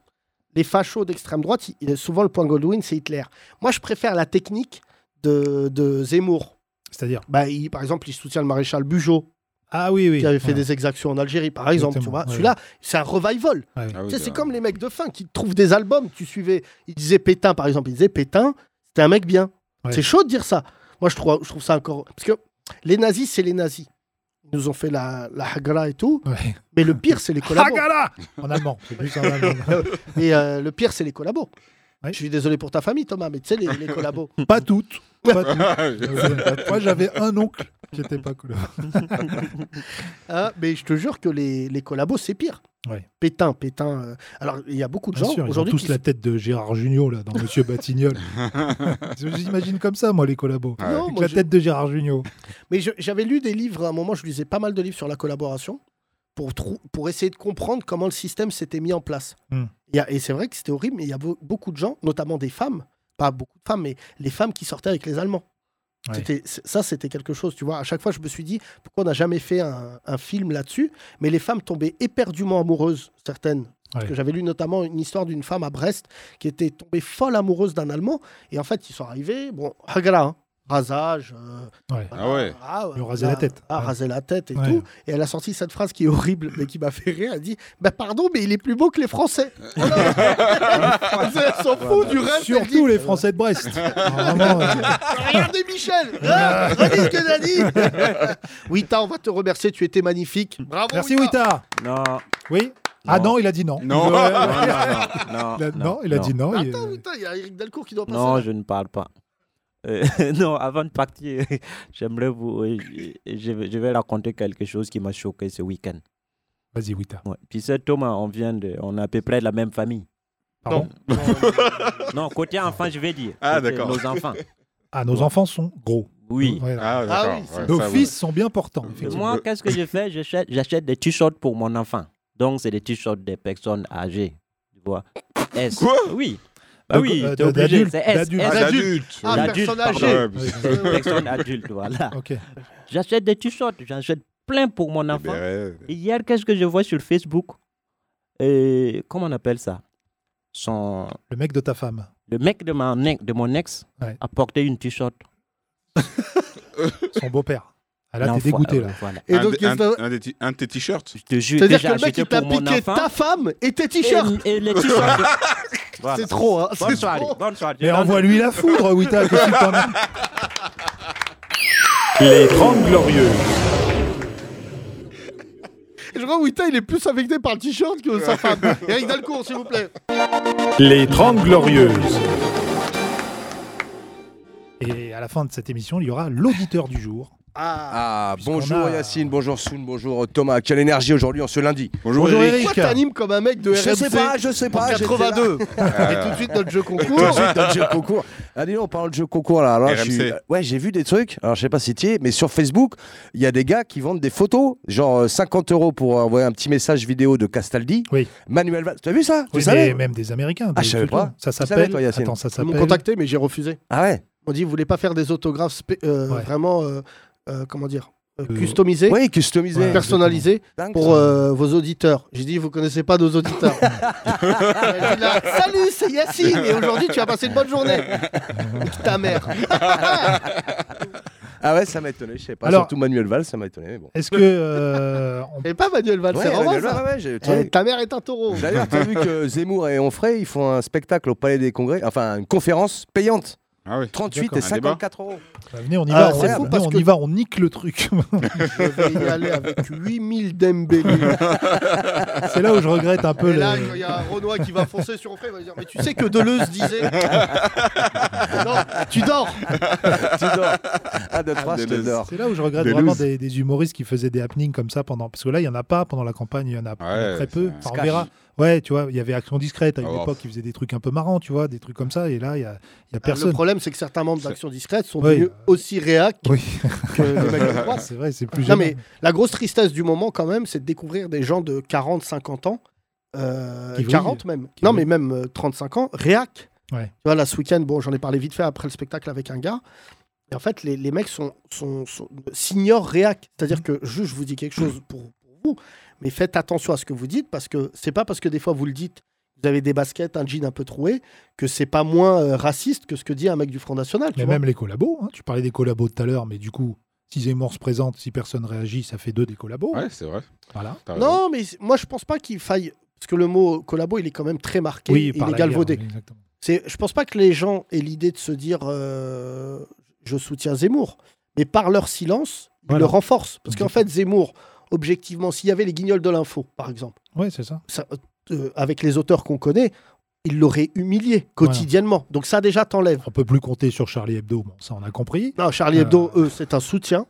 [SPEAKER 3] les fachos d'extrême droite, il- il- souvent le point Goldwyn, c'est Hitler. Moi, je préfère la technique de, de Zemmour.
[SPEAKER 4] C'est-à-dire.
[SPEAKER 3] Bah, il- par exemple, il soutient le maréchal Bugeaud,
[SPEAKER 4] Ah oui, oui.
[SPEAKER 3] qui avait fait
[SPEAKER 4] Ouais.
[SPEAKER 3] des exactions en Algérie, par exemple. Tu
[SPEAKER 4] Exactement,
[SPEAKER 3] vois,
[SPEAKER 4] ouais.
[SPEAKER 3] celui-là, c'est un revival.
[SPEAKER 4] Ouais.
[SPEAKER 8] Ah oui,
[SPEAKER 3] Tu sais, c'est
[SPEAKER 8] c'est-
[SPEAKER 3] comme les mecs de fin qui trouvent des albums. Tu suivais, il disait Pétain, par exemple, il disait Pétain, c'était un mec bien.
[SPEAKER 4] Ouais.
[SPEAKER 3] C'est chaud de dire ça. Moi, je trouve, je trouve ça encore. Parce que les nazis, c'est les nazis. Ils nous ont fait la, la Haggara et tout.
[SPEAKER 4] Ouais.
[SPEAKER 3] Mais le pire, c'est les collabos.
[SPEAKER 4] Hagala En allemand. C'est plus en allemand.
[SPEAKER 3] Et euh, le pire, c'est les collabos.
[SPEAKER 4] Ouais.
[SPEAKER 3] Je suis désolé pour ta famille, Thomas, mais tu sais, les, les collabos.
[SPEAKER 4] Pas toutes. Pas toutes.
[SPEAKER 8] Ouais,
[SPEAKER 4] Euh, Moi, j'avais un oncle qui était pas collabo.
[SPEAKER 3] Hein, mais je te jure que les, les collabos, c'est pire.
[SPEAKER 4] Ouais.
[SPEAKER 3] Pétain, pétain. euh, Alors, il y a beaucoup de
[SPEAKER 4] Bien
[SPEAKER 3] gens
[SPEAKER 4] sûr, ils ont
[SPEAKER 3] aujourd'hui
[SPEAKER 4] tous
[SPEAKER 3] qui.
[SPEAKER 4] la tête de Gérard Junior là, dans Monsieur Batignol. J'imagine comme ça, moi, les collabos.
[SPEAKER 8] la-
[SPEAKER 3] Non,
[SPEAKER 4] Avec
[SPEAKER 3] Ah, moi,
[SPEAKER 4] la
[SPEAKER 3] je-
[SPEAKER 4] tête de Gérard Junior.
[SPEAKER 3] Mais je- j'avais lu des livres, à un moment, je lisais pas mal de livres sur la collaboration pour, trou- pour essayer de comprendre comment le système s'était mis en place.
[SPEAKER 4] Hmm.
[SPEAKER 3] Il y a- Et c'est vrai que c'était horrible, mais il y a be- beaucoup de gens, notamment des femmes, pas beaucoup de femmes, mais les femmes qui sortaient avec les Allemands.
[SPEAKER 4] Ouais.
[SPEAKER 3] C'était- c- Ça, c'était quelque chose, tu vois. À chaque fois, je me suis dit, pourquoi on n'a jamais fait un, un film là-dessus Mais les femmes tombaient éperdument amoureuses, certaines. Parce
[SPEAKER 4] Ouais.
[SPEAKER 3] que j'avais lu notamment une histoire d'une femme à Brest qui était tombée folle amoureuse d'un Allemand. Et en fait, ils sont arrivés, bon, Hagra, hein, rasage, euh,
[SPEAKER 4] Ouais.
[SPEAKER 8] Ah ouais.
[SPEAKER 3] ah,
[SPEAKER 4] Lui raser la tête.
[SPEAKER 3] Ah,
[SPEAKER 4] Ouais.
[SPEAKER 3] raser la tête et
[SPEAKER 4] Ouais.
[SPEAKER 3] tout. Et elle a sorti cette phrase qui est horrible, mais qui m'a fait rire. Elle dit Bah, pardon, mais il est plus beau que les Français. Voilà. elle s'en fout du reste. elle dit, ah,
[SPEAKER 4] Surtout les Français de Brest. Alors, vraiment, euh,
[SPEAKER 3] Regardez Michel hein, Regardez ce que t'as dit Wita, on va te remercier, tu étais magnifique. Bravo.
[SPEAKER 4] Merci, Wita.
[SPEAKER 7] Non,
[SPEAKER 4] Oui Ah
[SPEAKER 7] Non.
[SPEAKER 4] non, il a dit non.
[SPEAKER 8] Non.
[SPEAKER 4] Il veut-
[SPEAKER 7] non, non, non,
[SPEAKER 4] Il a-
[SPEAKER 7] non,
[SPEAKER 4] non, il a dit non. il-
[SPEAKER 3] Attends, Wita, il y a Eric Delcourt qui doit passer.
[SPEAKER 7] Non,
[SPEAKER 3] là.
[SPEAKER 7] je ne parle pas. Euh, non, avant de partir, j'aimerais vous. euh, Je, vais- je vais raconter quelque chose qui m'a choqué ce week-end.
[SPEAKER 4] Vas-y, Wita.
[SPEAKER 7] Ouais. Tu sais, Thomas, on vient de. On est à peu près de la même famille.
[SPEAKER 4] Pardon
[SPEAKER 7] Non, côté enfant, je vais dire.
[SPEAKER 8] Ah,
[SPEAKER 7] Côté
[SPEAKER 8] d'accord.
[SPEAKER 7] Nos enfants.
[SPEAKER 4] Ah, nos enfants sont gros.
[SPEAKER 7] Oui.
[SPEAKER 4] Ouais,
[SPEAKER 8] Ah,
[SPEAKER 3] Ah
[SPEAKER 8] d'accord.
[SPEAKER 3] oui, c'est-
[SPEAKER 8] ouais,
[SPEAKER 4] Nos
[SPEAKER 8] ça,
[SPEAKER 4] fils sont bien portants.
[SPEAKER 7] Et
[SPEAKER 4] effectivement.
[SPEAKER 7] Moi, qu'est-ce que je fais J'achète j'achète des t-shirts pour mon enfant. Donc, c'est des t-shirts des personnes âgées. Tu vois S.
[SPEAKER 8] Quoi
[SPEAKER 7] Oui. Bah
[SPEAKER 4] Donc,
[SPEAKER 7] oui,
[SPEAKER 4] euh,
[SPEAKER 7] t'es obligé.
[SPEAKER 4] d'adultes,
[SPEAKER 7] C'est S.
[SPEAKER 4] d'adultes.
[SPEAKER 8] ouais.
[SPEAKER 7] S.
[SPEAKER 8] Ah, d'adultes.
[SPEAKER 3] Ah,
[SPEAKER 8] oui.
[SPEAKER 7] L'adulte,
[SPEAKER 3] personne
[SPEAKER 7] pardon.
[SPEAKER 3] âgée.
[SPEAKER 8] Ouais,
[SPEAKER 4] Oui.
[SPEAKER 7] C'est une personne adulte, voilà.
[SPEAKER 4] Ok.
[SPEAKER 7] J'achète des t-shirts, j'achète plein pour mon
[SPEAKER 8] Eh ben,
[SPEAKER 7] enfant.
[SPEAKER 8] ouais.
[SPEAKER 7] Et Hier, qu'est-ce que je vois sur Facebook Euh, Comment on appelle ça Son...
[SPEAKER 4] Le mec de ta femme.
[SPEAKER 7] Le mec de, ma- de mon ex
[SPEAKER 4] Ouais.
[SPEAKER 7] a porté une t-shirt.
[SPEAKER 4] Son beau-père. Ah, là, t'es
[SPEAKER 7] L'enfoi-
[SPEAKER 4] dégoûté,
[SPEAKER 7] euh,
[SPEAKER 4] là.
[SPEAKER 7] voilà.
[SPEAKER 3] Et
[SPEAKER 8] un,
[SPEAKER 3] donc,
[SPEAKER 8] des- un,
[SPEAKER 3] qu'est-ce que-
[SPEAKER 8] un des ti- un de tes t-shirts
[SPEAKER 7] Je te jure,
[SPEAKER 3] c'est-à-dire que
[SPEAKER 7] déjà,
[SPEAKER 3] le mec, il
[SPEAKER 7] j'étais
[SPEAKER 3] t'a
[SPEAKER 7] pour mon
[SPEAKER 3] piqué
[SPEAKER 7] enfant.
[SPEAKER 3] ta femme et tes
[SPEAKER 7] Et-
[SPEAKER 3] t-shirts.
[SPEAKER 7] Et, les t-shirts. Voilà.
[SPEAKER 3] C'est trop, hein.
[SPEAKER 7] Bonne
[SPEAKER 3] c'est
[SPEAKER 7] soirée.
[SPEAKER 3] trop.
[SPEAKER 7] Bonne soirée.
[SPEAKER 4] Mais envoie-lui la foudre, Wita. qu'est-ce que t'en as
[SPEAKER 5] Les 30 Glorieuses.
[SPEAKER 3] Je crois que Wita, il est plus affecté par le t-shirt que sa femme. Eric Delcourt, s'il vous plaît.
[SPEAKER 5] Les 30 Glorieuses.
[SPEAKER 4] Et à la fin de cette émission, il y aura l'auditeur du jour.
[SPEAKER 3] Ah.
[SPEAKER 9] Ah,
[SPEAKER 4] Puisqu'on
[SPEAKER 9] bonjour
[SPEAKER 4] a-
[SPEAKER 9] Yacine, bonjour Soun, bonjour Thomas. Quelle énergie aujourd'hui en ce lundi
[SPEAKER 8] Bonjour,
[SPEAKER 4] Bonjour,
[SPEAKER 8] Eric.
[SPEAKER 3] Pourquoi t'animes comme un mec de
[SPEAKER 9] hein. Je
[SPEAKER 3] RMC
[SPEAKER 9] sais pas, je sais
[SPEAKER 3] en
[SPEAKER 9] pas. Ah. j'étais là.
[SPEAKER 3] 82 Et tout de suite notre jeu concours.
[SPEAKER 9] Notre jeu hein, concours. Ah, dis donc, on parle de jeu concours là. Alors, je
[SPEAKER 8] RMC.
[SPEAKER 9] suis- Ouais, j'ai vu des trucs. Alors, je sais pas si tu es, mais sur Facebook, il y a des gars qui vendent des photos, genre euh, 50 euros pour envoyer un petit message vidéo de Castaldi.
[SPEAKER 4] Oui.
[SPEAKER 9] Manuel Valls. Tu as vu ça Tu
[SPEAKER 4] Oui, mais
[SPEAKER 9] savais
[SPEAKER 4] même des Américains.
[SPEAKER 9] Ah,
[SPEAKER 4] des-
[SPEAKER 9] je savais
[SPEAKER 4] tout le
[SPEAKER 9] pas.
[SPEAKER 4] monde. Ça
[SPEAKER 9] savais,
[SPEAKER 4] s'appelle.
[SPEAKER 9] toi, Yacine
[SPEAKER 4] Attends, ça
[SPEAKER 3] Ils m'ont
[SPEAKER 4] s'appelle.
[SPEAKER 3] contacté mais j'ai refusé.
[SPEAKER 9] Ah ouais
[SPEAKER 3] On dit vous voulez pas faire des autographes spé- euh,
[SPEAKER 4] Ouais.
[SPEAKER 3] vraiment euh, euh, comment dire euh,
[SPEAKER 4] Euh,
[SPEAKER 3] customisés,
[SPEAKER 9] Oui, customisé.
[SPEAKER 4] Ouais.
[SPEAKER 3] personnalisés
[SPEAKER 9] Dingue,
[SPEAKER 3] pour
[SPEAKER 9] ça.
[SPEAKER 3] euh, vos auditeurs. J'ai dit vous connaissez pas nos auditeurs. Elle dit là, Salut c'est Yacine et aujourd'hui tu as passé une bonne journée. Nique Ta mère.
[SPEAKER 9] Ah ouais, ça m'a étonné, je sais pas.
[SPEAKER 4] Alors-
[SPEAKER 9] Surtout Manuel Valls, ça m'a étonné. Mais bon.
[SPEAKER 4] Est-ce que. euh, on-
[SPEAKER 3] Et pas Manuel Valls.
[SPEAKER 9] Ouais,
[SPEAKER 3] c'est Romain,
[SPEAKER 9] Manuel
[SPEAKER 3] ça.
[SPEAKER 9] Valls, ouais, ouais, j'ai-
[SPEAKER 3] Eh, ta mère est un taureau.
[SPEAKER 9] D'ailleurs, t'as vu que Zemmour et Onfray, ils font un spectacle au Palais des Congrès, enfin une conférence payante.
[SPEAKER 8] Ah oui.
[SPEAKER 9] 38
[SPEAKER 4] D'accord.
[SPEAKER 9] et
[SPEAKER 8] Un débat
[SPEAKER 9] 54 euros.
[SPEAKER 4] Bah, venez, on y
[SPEAKER 3] Ah,
[SPEAKER 4] va, on,
[SPEAKER 3] c'est
[SPEAKER 4] venez,
[SPEAKER 3] fou parce
[SPEAKER 4] on
[SPEAKER 3] que-
[SPEAKER 4] y va, on nique le truc.
[SPEAKER 3] Je vais y aller avec 8000 Dembélé.
[SPEAKER 4] c'est là où je regrette un peu.
[SPEAKER 3] Et
[SPEAKER 4] le-
[SPEAKER 3] là, il y a Renoir qui va foncer sur Onfray, il va lui dire Mais tu sais que Deleuze disait. non, tu dors
[SPEAKER 9] tu dors. 1, 2, 3, je te
[SPEAKER 8] Deleuze.
[SPEAKER 9] dors.
[SPEAKER 4] C'est là où je regrette
[SPEAKER 8] Deleuze.
[SPEAKER 4] vraiment des, des humoristes qui faisaient des happenings comme ça pendant. Parce que là, il y en a pas pendant la campagne, il y en a, il y en a
[SPEAKER 8] Ouais,
[SPEAKER 4] très peu.
[SPEAKER 8] c'est-
[SPEAKER 4] Enfin, on
[SPEAKER 9] Scratch.
[SPEAKER 4] verra. Ouais, tu vois, il y avait Action Discrète à une
[SPEAKER 8] Ah, wow.
[SPEAKER 4] époque qui faisait des trucs un peu marrants, tu vois, des trucs comme ça. Et là, il y a, il y a
[SPEAKER 3] Le
[SPEAKER 4] personne.
[SPEAKER 3] problème, c'est que certains membres d'Action Discrète sont
[SPEAKER 4] Oui. euh,
[SPEAKER 3] devenus aussi réac
[SPEAKER 4] Oui,
[SPEAKER 3] que les mecs de droite.
[SPEAKER 4] c'est vrai, c'est plus.
[SPEAKER 3] Non,
[SPEAKER 4] gênant.
[SPEAKER 3] mais la grosse tristesse du moment, quand même, c'est de découvrir des gens de 40, 50 ans, euh,
[SPEAKER 4] Qui vrillent.
[SPEAKER 3] 40 même,
[SPEAKER 4] Qui
[SPEAKER 3] non,
[SPEAKER 4] vrillent.
[SPEAKER 3] mais même euh, 35 ans, réac.
[SPEAKER 4] Ouais.
[SPEAKER 3] Tu vois, là, ce week-end, bon, j'en ai parlé vite fait après le spectacle avec un gars. Et en fait, les, les mecs sont, sont, sont- s'ignorent réac. C'est-à-dire
[SPEAKER 4] Mmh.
[SPEAKER 3] que juste, je vous dis quelque chose pour, pour vous, mais faites attention à ce que vous dites parce que c'est pas parce que des fois vous le dites, vous avez des baskets, un jean un peu troué, que c'est pas moins euh, raciste que ce que dit un mec du Front National. tu
[SPEAKER 4] Mais
[SPEAKER 3] vois.
[SPEAKER 4] même les collabos, hein. tu parlais des collabos tout à l'heure, mais du coup, si Zemmour se présente, si personne réagit, ça fait deux des collabos.
[SPEAKER 8] Ouais, c'est vrai.
[SPEAKER 4] Voilà.
[SPEAKER 8] t'as raison.
[SPEAKER 3] Non, mais c- moi, je pense pas qu'il faille. Parce que le mot collabo, il est quand même très marqué. et il
[SPEAKER 4] par
[SPEAKER 3] est
[SPEAKER 4] la
[SPEAKER 3] galvaudé.
[SPEAKER 4] guerre, exactement.
[SPEAKER 3] C'est, je pense pas que les gens aient l'idée de se dire euh, je soutiens Zemmour, mais par leur silence, ils
[SPEAKER 4] Voilà.
[SPEAKER 3] le renforcent. Parce qu'en fait, Zemmour, objectivement, s'il y avait les guignols de l'info, par exemple,
[SPEAKER 4] Ouais, c'est ça.
[SPEAKER 3] ça, euh, avec les auteurs qu'on connaît, il l'aurait humilié quotidiennement. Donc ça déjà t'enlève.
[SPEAKER 4] On peut plus compter sur Charlie Hebdo, bon, ça on a compris.
[SPEAKER 3] Non, Charlie
[SPEAKER 4] Euh.
[SPEAKER 3] Hebdo, eux, c'est un soutien.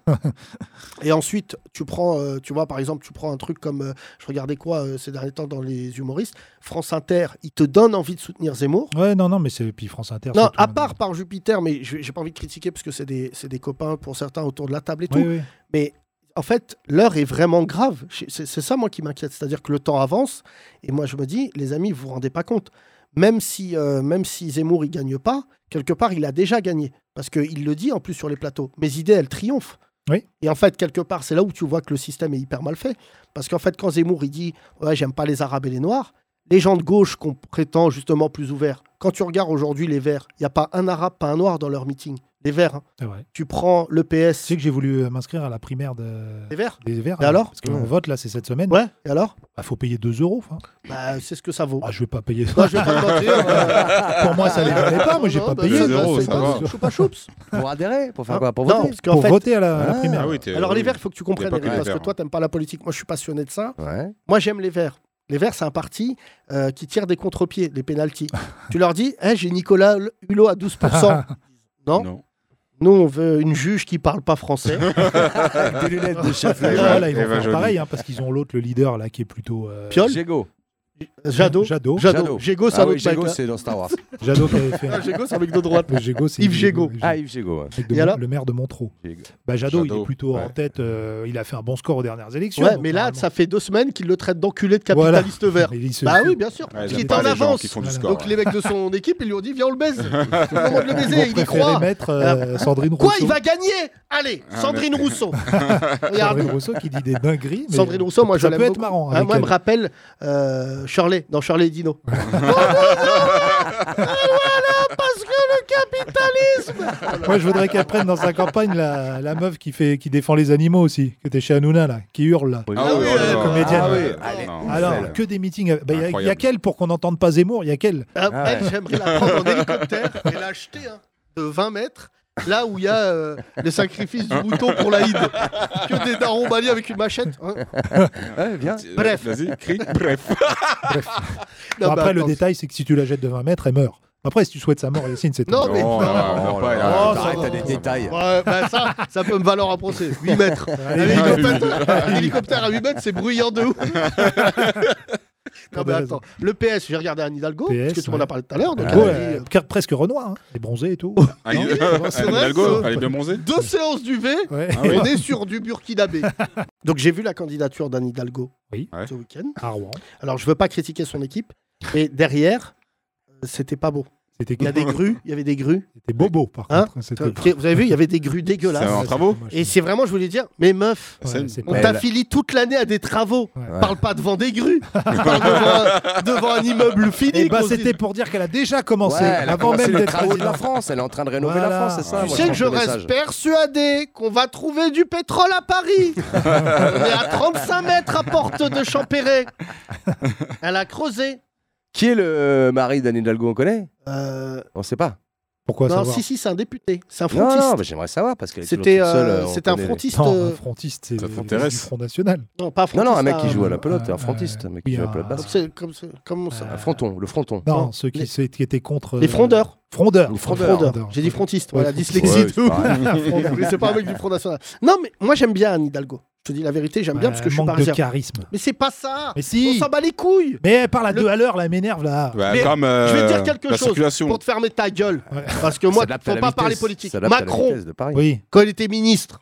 [SPEAKER 3] Et ensuite, tu prends, euh, tu vois, par exemple, tu prends un truc comme, euh, je regardais quoi euh, ces derniers temps dans les humoristes, France Inter, il te donne envie de soutenir Zemmour.
[SPEAKER 4] Ouais, non, non, mais c'est puis France Inter. c'est
[SPEAKER 3] Non,
[SPEAKER 4] tout
[SPEAKER 3] à
[SPEAKER 4] le-
[SPEAKER 3] part par Jupiter, mais je- j'ai pas envie de critiquer parce que c'est des, c'est des copains pour certains autour de la table et tout.
[SPEAKER 4] Ouais, ouais.
[SPEAKER 3] Mais en fait, l'heure est vraiment grave. J'ai- C'est c'est ça, moi, qui m'inquiète. C'est-à-dire que le temps avance et moi, je me dis, les amis, vous vous rendez pas compte. Même si, euh, même si Zemmour, il gagne pas, quelque part, il a déjà gagné. Parce qu'il le dit en plus sur les plateaux. Mes idées, elles triomphent.
[SPEAKER 4] Oui.
[SPEAKER 3] Et en fait, quelque part, c'est là où tu vois que le système est hyper mal fait. Parce qu'en fait, quand Zemmour, il dit Ouais, j'aime pas les Arabes et les Noirs, les gens de gauche qu'on prétend justement plus ouverts, quand tu regardes aujourd'hui les Verts, il n'y a pas un Arabe, pas un Noir dans leur meeting. Les Verts, hein.
[SPEAKER 4] C'est vrai.
[SPEAKER 3] tu prends le
[SPEAKER 4] Tu
[SPEAKER 3] PS.
[SPEAKER 4] sais que j'ai voulu euh, m'inscrire à la primaire de...
[SPEAKER 3] Les Verts
[SPEAKER 4] des Verts.
[SPEAKER 3] Et
[SPEAKER 4] hein,
[SPEAKER 3] alors
[SPEAKER 4] Parce qu'on vote là, c'est cette semaine.
[SPEAKER 3] Ouais, et alors
[SPEAKER 4] Bah, faut payer 2 euros. enfin.
[SPEAKER 3] Bah, c'est ce que ça vaut.
[SPEAKER 4] Ah, je vais pas payer.
[SPEAKER 3] Non, je vais pas te mentir, euh,
[SPEAKER 4] Pour moi, ça les valait pas. Moi, j'ai
[SPEAKER 3] non,
[SPEAKER 4] pas
[SPEAKER 3] bah,
[SPEAKER 4] payé.
[SPEAKER 3] ça,
[SPEAKER 8] Deux
[SPEAKER 3] ça,
[SPEAKER 8] euros,
[SPEAKER 3] c'est
[SPEAKER 8] ça
[SPEAKER 3] pas-
[SPEAKER 8] va.
[SPEAKER 3] je suis pas choups.
[SPEAKER 9] Pour adhérer Pour faire
[SPEAKER 3] Non,
[SPEAKER 9] quoi Pour
[SPEAKER 3] non,
[SPEAKER 9] voter
[SPEAKER 3] parce qu'en
[SPEAKER 4] Pour
[SPEAKER 3] fait,
[SPEAKER 4] voter à la, à la
[SPEAKER 9] Ah.
[SPEAKER 4] primaire.
[SPEAKER 8] Ah oui, t'es-
[SPEAKER 3] alors les
[SPEAKER 8] oui.
[SPEAKER 3] Verts, il faut que tu comprennes,
[SPEAKER 8] pas que
[SPEAKER 3] Eric,
[SPEAKER 8] les
[SPEAKER 3] parce que
[SPEAKER 8] Verts,
[SPEAKER 3] toi, t'aimes pas la politique. Moi, je suis passionné de ça.
[SPEAKER 9] Ouais.
[SPEAKER 3] Moi, j'aime les Verts. Les Verts, c'est un parti euh, qui tire des contre-pieds, des pénalties. tu leur dis, Eh, j'ai Nicolas Hulot à 12%. non,
[SPEAKER 8] Non.
[SPEAKER 3] nous, on veut une juge qui parle pas français.
[SPEAKER 9] Avec des lunettes de chef.
[SPEAKER 4] Ah,
[SPEAKER 8] Eh ben,
[SPEAKER 4] là, ils vont
[SPEAKER 8] eh ben,
[SPEAKER 4] faire
[SPEAKER 8] joli.
[SPEAKER 4] pareil, hein, parce qu'ils ont l'autre, le leader, là, qui est plutôt. euh,
[SPEAKER 3] Piolle
[SPEAKER 9] Jego.
[SPEAKER 3] Jadot.
[SPEAKER 4] Jadot.
[SPEAKER 9] Jadot.
[SPEAKER 3] Jadot. Jégo, c'est
[SPEAKER 9] Ah
[SPEAKER 3] un
[SPEAKER 9] oui,
[SPEAKER 3] autre mec,
[SPEAKER 9] Jego,
[SPEAKER 3] là.
[SPEAKER 9] c'est dans Star Wars.
[SPEAKER 4] Jadot qui avait fait.
[SPEAKER 3] Ah,
[SPEAKER 4] un-
[SPEAKER 3] Jégo, c'est un mec de droite.
[SPEAKER 4] Le Gégo, c'est
[SPEAKER 3] Yves Jégo.
[SPEAKER 4] Jégo.
[SPEAKER 9] Ah, Yves Jego. ouais.
[SPEAKER 4] Le mec de
[SPEAKER 3] Et
[SPEAKER 4] Mon-
[SPEAKER 3] alors
[SPEAKER 4] le maire de Montreux.
[SPEAKER 9] Jego.
[SPEAKER 4] Bah, Jadot, il est
[SPEAKER 8] Jadot,
[SPEAKER 4] plutôt en
[SPEAKER 8] ouais.
[SPEAKER 4] tête. euh, il a fait un bon score aux dernières élections.
[SPEAKER 3] Ouais,
[SPEAKER 4] donc
[SPEAKER 3] mais là,
[SPEAKER 4] normalement-
[SPEAKER 3] ça fait deux semaines qu'il le traite d'enculé de
[SPEAKER 4] Ah, Voilà.
[SPEAKER 3] capitaliste vert.
[SPEAKER 4] Mais il se-
[SPEAKER 3] Bah oui, bien sûr.
[SPEAKER 8] Ouais,
[SPEAKER 3] Parce
[SPEAKER 8] j'aime
[SPEAKER 3] qu'il était
[SPEAKER 8] pas
[SPEAKER 3] en
[SPEAKER 8] les gens
[SPEAKER 3] avance.
[SPEAKER 8] qui font du
[SPEAKER 4] Voilà.
[SPEAKER 8] score.
[SPEAKER 3] Donc les mecs de son équipe, ils lui ont dit viens on le baise. C'est le moment de le
[SPEAKER 4] Ils
[SPEAKER 3] baiser,
[SPEAKER 4] vont
[SPEAKER 3] il y
[SPEAKER 4] préférer
[SPEAKER 3] croit.
[SPEAKER 4] mettre euh, Sandrine Rousseau.
[SPEAKER 3] Ah, Quoi, il va gagner Allez,
[SPEAKER 8] Ah,
[SPEAKER 3] Sandrine
[SPEAKER 8] mais-
[SPEAKER 3] Rousseau. Regarde.
[SPEAKER 4] Sandrine Rousseau qui dit des dingueries. mais
[SPEAKER 3] Sandrine Rousseau, moi je
[SPEAKER 4] ça
[SPEAKER 3] l'aime
[SPEAKER 4] peut être
[SPEAKER 3] beaucoup.
[SPEAKER 4] marrant.
[SPEAKER 3] Hein,
[SPEAKER 4] avec
[SPEAKER 3] moi, elle me
[SPEAKER 4] elle.
[SPEAKER 3] rappelle euh, Shirley, dans Shirley et Dino. Oh, non, non, non, voilà, parce que le capitalisme. Ah,
[SPEAKER 4] Moi, je voudrais qu'elle prenne dans sa campagne la, la meuf qui, fait, qui défend les animaux aussi, qui était chez Hanouna, là, qui hurle là.
[SPEAKER 8] Ah oui,
[SPEAKER 3] oui,
[SPEAKER 8] oh là
[SPEAKER 3] la
[SPEAKER 8] là.
[SPEAKER 4] comédienne.
[SPEAKER 8] Ah oui.
[SPEAKER 9] Ah, elle est
[SPEAKER 8] Non,
[SPEAKER 4] Alors,
[SPEAKER 8] celle.
[SPEAKER 4] que des meetings. avec- bah, Il y a- il y a
[SPEAKER 8] Incroyable.
[SPEAKER 4] qu'elle pour qu'on n'entende pas Zemmour, il y a qu'elle.
[SPEAKER 3] Après,
[SPEAKER 9] Ah ouais.
[SPEAKER 3] j'aimerais la prendre en hélicoptère et l'acheter hein, de 20 mètres. Là où il y a euh, le sacrifice du mouton pour l'Aïd. Que des darons balayés avec une machette. hein.
[SPEAKER 9] Ouais, viens.
[SPEAKER 8] Euh,
[SPEAKER 3] Bref.
[SPEAKER 8] Vas-y, crie. Bref.
[SPEAKER 3] Non,
[SPEAKER 4] Bon,
[SPEAKER 3] bah,
[SPEAKER 4] après, le
[SPEAKER 3] attends,
[SPEAKER 4] détail, c'est que si tu la jettes de 20 mètres, elle meurt. Après, si tu souhaites sa mort, Yacine, c'est
[SPEAKER 3] Non,
[SPEAKER 4] ton-
[SPEAKER 3] mais-
[SPEAKER 8] Non, non, non,
[SPEAKER 9] Oh
[SPEAKER 8] pas,
[SPEAKER 9] là
[SPEAKER 8] il y
[SPEAKER 9] là,
[SPEAKER 8] a-
[SPEAKER 3] Oh, ça
[SPEAKER 9] arrête,
[SPEAKER 3] va.
[SPEAKER 9] t'as des détails.
[SPEAKER 3] Ouais, bah ça, ça peut me valoir un procès. 8 mètres. Un
[SPEAKER 4] Allez, hein.
[SPEAKER 3] hélicoptère,
[SPEAKER 4] Ah
[SPEAKER 3] un hélicoptère à 8 mètres, c'est bruyant de ouf. non, mais attends. Le PS, j'ai regardé Anne Hidalgo,
[SPEAKER 4] PS,
[SPEAKER 3] parce que tout le monde
[SPEAKER 4] ouais.
[SPEAKER 3] a parlé tout à l'heure. Donc,
[SPEAKER 4] Ah,
[SPEAKER 3] elle a
[SPEAKER 4] ouais,
[SPEAKER 3] dit, euh,
[SPEAKER 4] euh, car- presque Renoir, hein. elle est bronzée et tout.
[SPEAKER 8] Anne
[SPEAKER 3] Non, mais c'est
[SPEAKER 8] Anne
[SPEAKER 3] vrai,
[SPEAKER 8] Hidalgo,
[SPEAKER 3] ça.
[SPEAKER 8] elle est bien bronzée
[SPEAKER 3] deux séances du V,
[SPEAKER 4] Ouais.
[SPEAKER 8] Ah oui.
[SPEAKER 3] on est sur du Burkinabé. Donc, j'ai vu la candidature d'Anne Hidalgo
[SPEAKER 4] Oui.
[SPEAKER 3] ce week-end.
[SPEAKER 4] À Rouen.
[SPEAKER 3] Alors, je veux pas critiquer son équipe, mais derrière, euh, c'était pas beau.
[SPEAKER 4] C'était
[SPEAKER 3] Il y a des grues, il y avait des grues.
[SPEAKER 4] C'était bobo, par
[SPEAKER 3] Hein
[SPEAKER 4] contre. C'était-
[SPEAKER 3] Vous avez vu, il y avait des grues
[SPEAKER 8] C'est
[SPEAKER 3] dégueulasses.
[SPEAKER 8] un travaux
[SPEAKER 4] moche.
[SPEAKER 3] Et c'est vraiment, je voulais dire, mais meuf,
[SPEAKER 4] Ouais,
[SPEAKER 8] c'est-
[SPEAKER 4] c'est
[SPEAKER 3] On
[SPEAKER 4] pas-
[SPEAKER 3] t'affilie toute l'année à des travaux.
[SPEAKER 4] Ouais.
[SPEAKER 3] Parle pas devant des grues. Tu parles devant un, devant un immeuble fini.
[SPEAKER 4] Eh ben,
[SPEAKER 3] qu'on se dise.
[SPEAKER 4] c'était pour dire qu'elle a déjà commencé,
[SPEAKER 9] Ouais, elle a
[SPEAKER 4] avant
[SPEAKER 9] commencé
[SPEAKER 4] même
[SPEAKER 9] les
[SPEAKER 4] d'être
[SPEAKER 9] travaux de la
[SPEAKER 4] présidente.
[SPEAKER 9] France. Elle est en train de rénover
[SPEAKER 4] Voilà.
[SPEAKER 9] la France, c'est ça
[SPEAKER 8] Tu
[SPEAKER 9] moi,
[SPEAKER 3] tu sais que je
[SPEAKER 9] comprends le
[SPEAKER 3] reste
[SPEAKER 9] message.
[SPEAKER 3] persuadé qu'on va trouver du pétrole à Paris. On est à 35 mètres à porte de Champéret. Elle a creusé.
[SPEAKER 9] Qui est le mari d'Anne euh, Hidalgo On connaît
[SPEAKER 3] Euh,
[SPEAKER 9] On sait pas.
[SPEAKER 4] Pourquoi
[SPEAKER 3] Non,
[SPEAKER 4] savoir
[SPEAKER 3] si, si, c'est un député. C'est un
[SPEAKER 9] Non,
[SPEAKER 3] frontiste.
[SPEAKER 9] non, mais j'aimerais savoir parce que
[SPEAKER 3] C'était euh, c'était un frontiste.
[SPEAKER 4] Non,
[SPEAKER 3] euh,
[SPEAKER 4] un frontiste, c'est
[SPEAKER 8] Ça
[SPEAKER 4] du
[SPEAKER 8] t'intéresse
[SPEAKER 4] Front National.
[SPEAKER 3] Non, pas un
[SPEAKER 9] Non,
[SPEAKER 3] frontiste.
[SPEAKER 9] non, un mec qui joue à la
[SPEAKER 4] euh,
[SPEAKER 9] pelote,
[SPEAKER 4] euh,
[SPEAKER 9] un frontiste, un mec qui
[SPEAKER 4] oui,
[SPEAKER 9] joue à
[SPEAKER 4] un-
[SPEAKER 9] la
[SPEAKER 3] Comme,
[SPEAKER 9] pelote.
[SPEAKER 3] c'est- comme c'est- comment ça
[SPEAKER 9] Un fronton, le fronton.
[SPEAKER 4] Non,
[SPEAKER 3] Non,
[SPEAKER 4] ceux qui,
[SPEAKER 3] les-
[SPEAKER 4] ceux qui étaient contre. euh,
[SPEAKER 3] Les frondeurs.
[SPEAKER 4] Frondeurs.
[SPEAKER 9] Les
[SPEAKER 4] frondeurs.
[SPEAKER 3] Frondeurs. J'ai dit frontiste. Voilà,
[SPEAKER 4] Ouais,
[SPEAKER 3] dyslexie.
[SPEAKER 9] c'est pareil.
[SPEAKER 3] Mais c'est pas un mec du Front National. Non, mais moi, j'aime bien Anne Hidalgo. Je te dis la vérité, j'aime bien parce que je suis
[SPEAKER 4] Manque de
[SPEAKER 3] parisien.
[SPEAKER 4] charisme.
[SPEAKER 3] Mais c'est pas ça
[SPEAKER 4] Mais
[SPEAKER 3] On
[SPEAKER 4] si
[SPEAKER 3] s'en bat les couilles
[SPEAKER 4] Mais elle parle à
[SPEAKER 3] Le-
[SPEAKER 4] deux à l'heure, là, elle m'énerve, là.
[SPEAKER 8] Bah,
[SPEAKER 3] Mais
[SPEAKER 8] comme euh,
[SPEAKER 3] Je vais te dire quelque
[SPEAKER 8] la
[SPEAKER 3] chose
[SPEAKER 8] circulation.
[SPEAKER 3] pour te fermer ta gueule.
[SPEAKER 4] Ouais.
[SPEAKER 3] Parce que moi,
[SPEAKER 9] S'adapte à
[SPEAKER 3] faut
[SPEAKER 9] la
[SPEAKER 3] pas
[SPEAKER 9] vitesse,
[SPEAKER 3] parler politique.
[SPEAKER 9] s'adapte à la
[SPEAKER 3] Macron,
[SPEAKER 9] vitesse de Paris.
[SPEAKER 4] Oui.
[SPEAKER 3] quand il était ministre,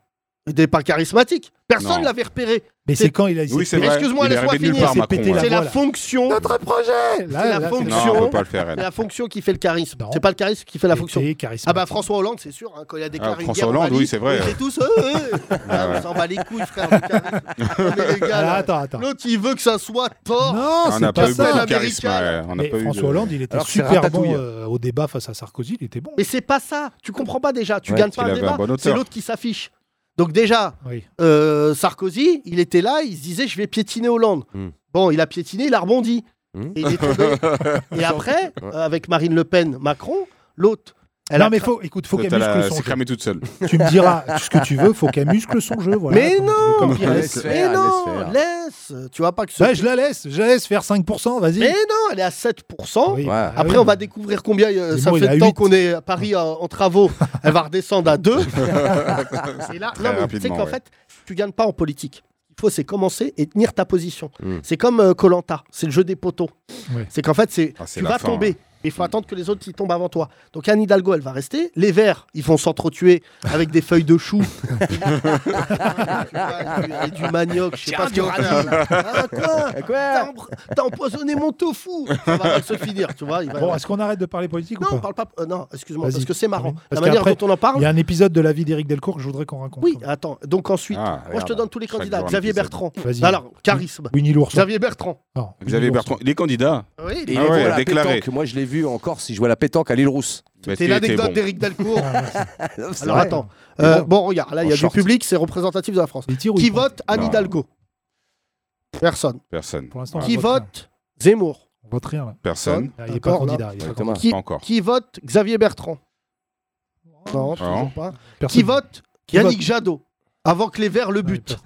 [SPEAKER 3] il n'était pas charismatique. Personne
[SPEAKER 8] Non.
[SPEAKER 3] l'avait repéré.
[SPEAKER 4] Mais
[SPEAKER 3] C'est-
[SPEAKER 4] c'est quand il a.
[SPEAKER 8] Oui, c'est
[SPEAKER 3] Mais
[SPEAKER 8] vrai.
[SPEAKER 3] excuse-moi,
[SPEAKER 8] il est
[SPEAKER 3] laisse-moi
[SPEAKER 8] arrivé nulle
[SPEAKER 3] finir,
[SPEAKER 8] part,
[SPEAKER 4] c'est
[SPEAKER 8] Macron. hein.
[SPEAKER 4] pété
[SPEAKER 8] là.
[SPEAKER 4] la-
[SPEAKER 3] C'est la
[SPEAKER 4] voilà.
[SPEAKER 3] fonction.
[SPEAKER 4] projet
[SPEAKER 3] c'est la
[SPEAKER 8] Non, on
[SPEAKER 3] fonction.
[SPEAKER 8] peut pas le faire.
[SPEAKER 3] C'est
[SPEAKER 8] Elle.
[SPEAKER 3] la fonction qui fait le charisme.
[SPEAKER 4] Non.
[SPEAKER 3] C'est pas le charisme qui fait la fonction.
[SPEAKER 4] Et charisme.
[SPEAKER 3] Ah bah François Hollande, c'est sûr, hein, quand il a déclaré
[SPEAKER 8] Ah,
[SPEAKER 3] une
[SPEAKER 8] François
[SPEAKER 3] guerre au
[SPEAKER 8] Hollande,
[SPEAKER 3] Mali,
[SPEAKER 8] oui, c'est vrai.
[SPEAKER 3] On était tous, euh, euh, ah, on s'en bat les couilles, frère. le charisme. Non, mais les gars,
[SPEAKER 4] Ah,
[SPEAKER 3] là,
[SPEAKER 4] attends, attends.
[SPEAKER 3] L'autre, il veut que ça soit tort.
[SPEAKER 4] Non,
[SPEAKER 8] Ah, On n'a
[SPEAKER 4] c'est
[SPEAKER 8] pas
[SPEAKER 4] pas
[SPEAKER 8] eu beaucoup
[SPEAKER 4] ça.
[SPEAKER 8] de charisme.
[SPEAKER 3] Américain.
[SPEAKER 8] ouais. On n'a
[SPEAKER 4] Mais
[SPEAKER 8] pas eu de-
[SPEAKER 4] François Hollande, il était
[SPEAKER 9] Alors que c'est
[SPEAKER 4] super bon
[SPEAKER 9] Ratatouille.
[SPEAKER 4] euh, au débat face à Sarkozy, il était bon.
[SPEAKER 3] Mais c'est pas ça. Tu comprends pas déjà. Tu
[SPEAKER 9] Ouais,
[SPEAKER 3] gagnes
[SPEAKER 8] parce
[SPEAKER 3] pas
[SPEAKER 8] qu'il
[SPEAKER 3] un
[SPEAKER 8] avait un
[SPEAKER 3] débat.
[SPEAKER 8] bon
[SPEAKER 3] c'est
[SPEAKER 8] auteur.
[SPEAKER 3] l'autre qui s'affiche. Donc déjà,
[SPEAKER 4] Oui.
[SPEAKER 3] euh, Sarkozy, il était là, il se disait je vais piétiner Hollande.
[SPEAKER 9] Hmm.
[SPEAKER 3] Bon, il a piétiné, il a rebondi.
[SPEAKER 9] Hmm.
[SPEAKER 3] Et, il est tombé. Et après,
[SPEAKER 9] Ouais.
[SPEAKER 3] euh, avec Marine Le Pen, Macron, l'autre, elle
[SPEAKER 4] non,
[SPEAKER 3] a
[SPEAKER 4] mais
[SPEAKER 3] cra-
[SPEAKER 4] faut, écoute, faut qu'elle
[SPEAKER 8] Elle a-
[SPEAKER 4] muscle son
[SPEAKER 8] s'est
[SPEAKER 4] jeu.
[SPEAKER 8] cramée toute seule.
[SPEAKER 4] Tu me diras ce que tu veux, faut qu'elle muscle son jeu. Voilà,
[SPEAKER 3] Mais
[SPEAKER 4] Comme-
[SPEAKER 3] non,
[SPEAKER 4] comme Pires.
[SPEAKER 9] Laisse
[SPEAKER 3] Mais
[SPEAKER 9] faire,
[SPEAKER 3] non, laisse, Tu vois pas que ce-
[SPEAKER 4] Ouais, Ben, je la laisse, je la laisse faire 5%, vas-y.
[SPEAKER 3] Mais non, elle est à 7%.
[SPEAKER 4] Oui.
[SPEAKER 9] Ouais.
[SPEAKER 4] Ah
[SPEAKER 3] Après,
[SPEAKER 4] oui.
[SPEAKER 3] on va découvrir combien euh,
[SPEAKER 4] Et
[SPEAKER 3] ça
[SPEAKER 4] moi, il
[SPEAKER 3] fait
[SPEAKER 4] a
[SPEAKER 3] de temps
[SPEAKER 4] huit.
[SPEAKER 3] qu'on est à Paris euh, en travaux. Elle va redescendre à 2. Et là, non, mais tu sais
[SPEAKER 8] rapidement,
[SPEAKER 3] qu'en
[SPEAKER 8] ouais.
[SPEAKER 3] fait, tu gagnes pas en politique. Ce qu'il faut, c'est commencer et tenir ta position.
[SPEAKER 9] Mm.
[SPEAKER 4] Hmm.
[SPEAKER 3] C'est comme euh, Colanta, c'est le jeu des poteaux.
[SPEAKER 4] Ouais.
[SPEAKER 3] C'est qu'en fait, c'est
[SPEAKER 8] Ah, c'est
[SPEAKER 3] tu
[SPEAKER 8] la
[SPEAKER 3] vas
[SPEAKER 8] fin,
[SPEAKER 3] tomber.
[SPEAKER 8] hein.
[SPEAKER 3] mais Il faut attendre que les autres y tombent avant toi. Donc Anne Hidalgo, elle va rester. Les Verts, ils vont s'entretuer avec des feuilles de chou. et du manioc, je sais pas ce qu'ils vont faire. Ah, quoi T'as embr- T'as empoisonné mon tofu Ça va mal se finir, tu vois. il va-
[SPEAKER 4] Bon, est-ce qu'on arrête de parler politique
[SPEAKER 3] non,
[SPEAKER 4] ou pas
[SPEAKER 3] parle pas. euh, non, excuse-moi,
[SPEAKER 4] Vas-y.
[SPEAKER 3] parce que c'est marrant.
[SPEAKER 4] Vas-y.
[SPEAKER 3] La
[SPEAKER 4] Parce
[SPEAKER 3] manière
[SPEAKER 4] qu'après,
[SPEAKER 3] dont on en
[SPEAKER 4] Il y
[SPEAKER 3] parle.
[SPEAKER 4] a un épisode de la vie d'Éric Delcourt que je voudrais qu'on raconte.
[SPEAKER 3] Oui, attends. Donc ensuite,
[SPEAKER 8] Ah,
[SPEAKER 3] moi je te
[SPEAKER 9] regarde.
[SPEAKER 3] donne tous les
[SPEAKER 8] Chaque
[SPEAKER 3] candidats.
[SPEAKER 8] jour un
[SPEAKER 3] Xavier
[SPEAKER 8] épisode.
[SPEAKER 3] Bertrand. Bah,
[SPEAKER 4] Vas-y.
[SPEAKER 3] Alors, charisme.
[SPEAKER 4] Winnie l'ourson.
[SPEAKER 3] Xavier Bertrand.
[SPEAKER 4] Non, Winnie
[SPEAKER 8] Xavier
[SPEAKER 4] l'ourson.
[SPEAKER 8] Bertrand, il est candidat.
[SPEAKER 3] Oui,
[SPEAKER 9] Et il
[SPEAKER 8] Ah
[SPEAKER 9] est
[SPEAKER 8] ouais,
[SPEAKER 9] bon à la
[SPEAKER 8] déclaré.
[SPEAKER 9] pétanque. Moi, je l'ai vu en Corse, il jouait à la pétanque à l'île Rousse.
[SPEAKER 8] Mais
[SPEAKER 3] c'est
[SPEAKER 8] tu étais
[SPEAKER 3] l'anecdote
[SPEAKER 8] bon.
[SPEAKER 3] d'Éric Delcourt.
[SPEAKER 4] Ah,
[SPEAKER 9] C'est
[SPEAKER 3] Alors
[SPEAKER 9] vrai.
[SPEAKER 3] attends.
[SPEAKER 9] Il est
[SPEAKER 3] Euh,
[SPEAKER 9] bon.
[SPEAKER 3] bon, regarde, là il y a
[SPEAKER 9] En
[SPEAKER 3] du
[SPEAKER 9] short.
[SPEAKER 3] public, c'est représentatif de la France.
[SPEAKER 4] Il tire ou
[SPEAKER 3] Qui
[SPEAKER 4] il prend
[SPEAKER 3] vote Anne
[SPEAKER 8] Non.
[SPEAKER 3] Hidalgo Personne.
[SPEAKER 8] Personne.
[SPEAKER 4] Pour l'instant, on
[SPEAKER 3] Qui
[SPEAKER 4] vote,
[SPEAKER 3] vote Zemmour
[SPEAKER 4] rien. On vote rien, là.
[SPEAKER 8] Personne.
[SPEAKER 4] Ah, Il n'est pas
[SPEAKER 3] D'accord, là.
[SPEAKER 4] candidat. il est pas
[SPEAKER 9] Ouais,
[SPEAKER 4] candidat.
[SPEAKER 9] Thomas.
[SPEAKER 3] Qui,
[SPEAKER 8] Pas encore.
[SPEAKER 3] qui vote Xavier Bertrand Non,
[SPEAKER 8] Non.
[SPEAKER 3] toujours pas.
[SPEAKER 4] Personne.
[SPEAKER 3] Qui vote
[SPEAKER 4] Qui
[SPEAKER 3] Yannick
[SPEAKER 4] vote
[SPEAKER 3] Jadot Avant que les Verts le butent.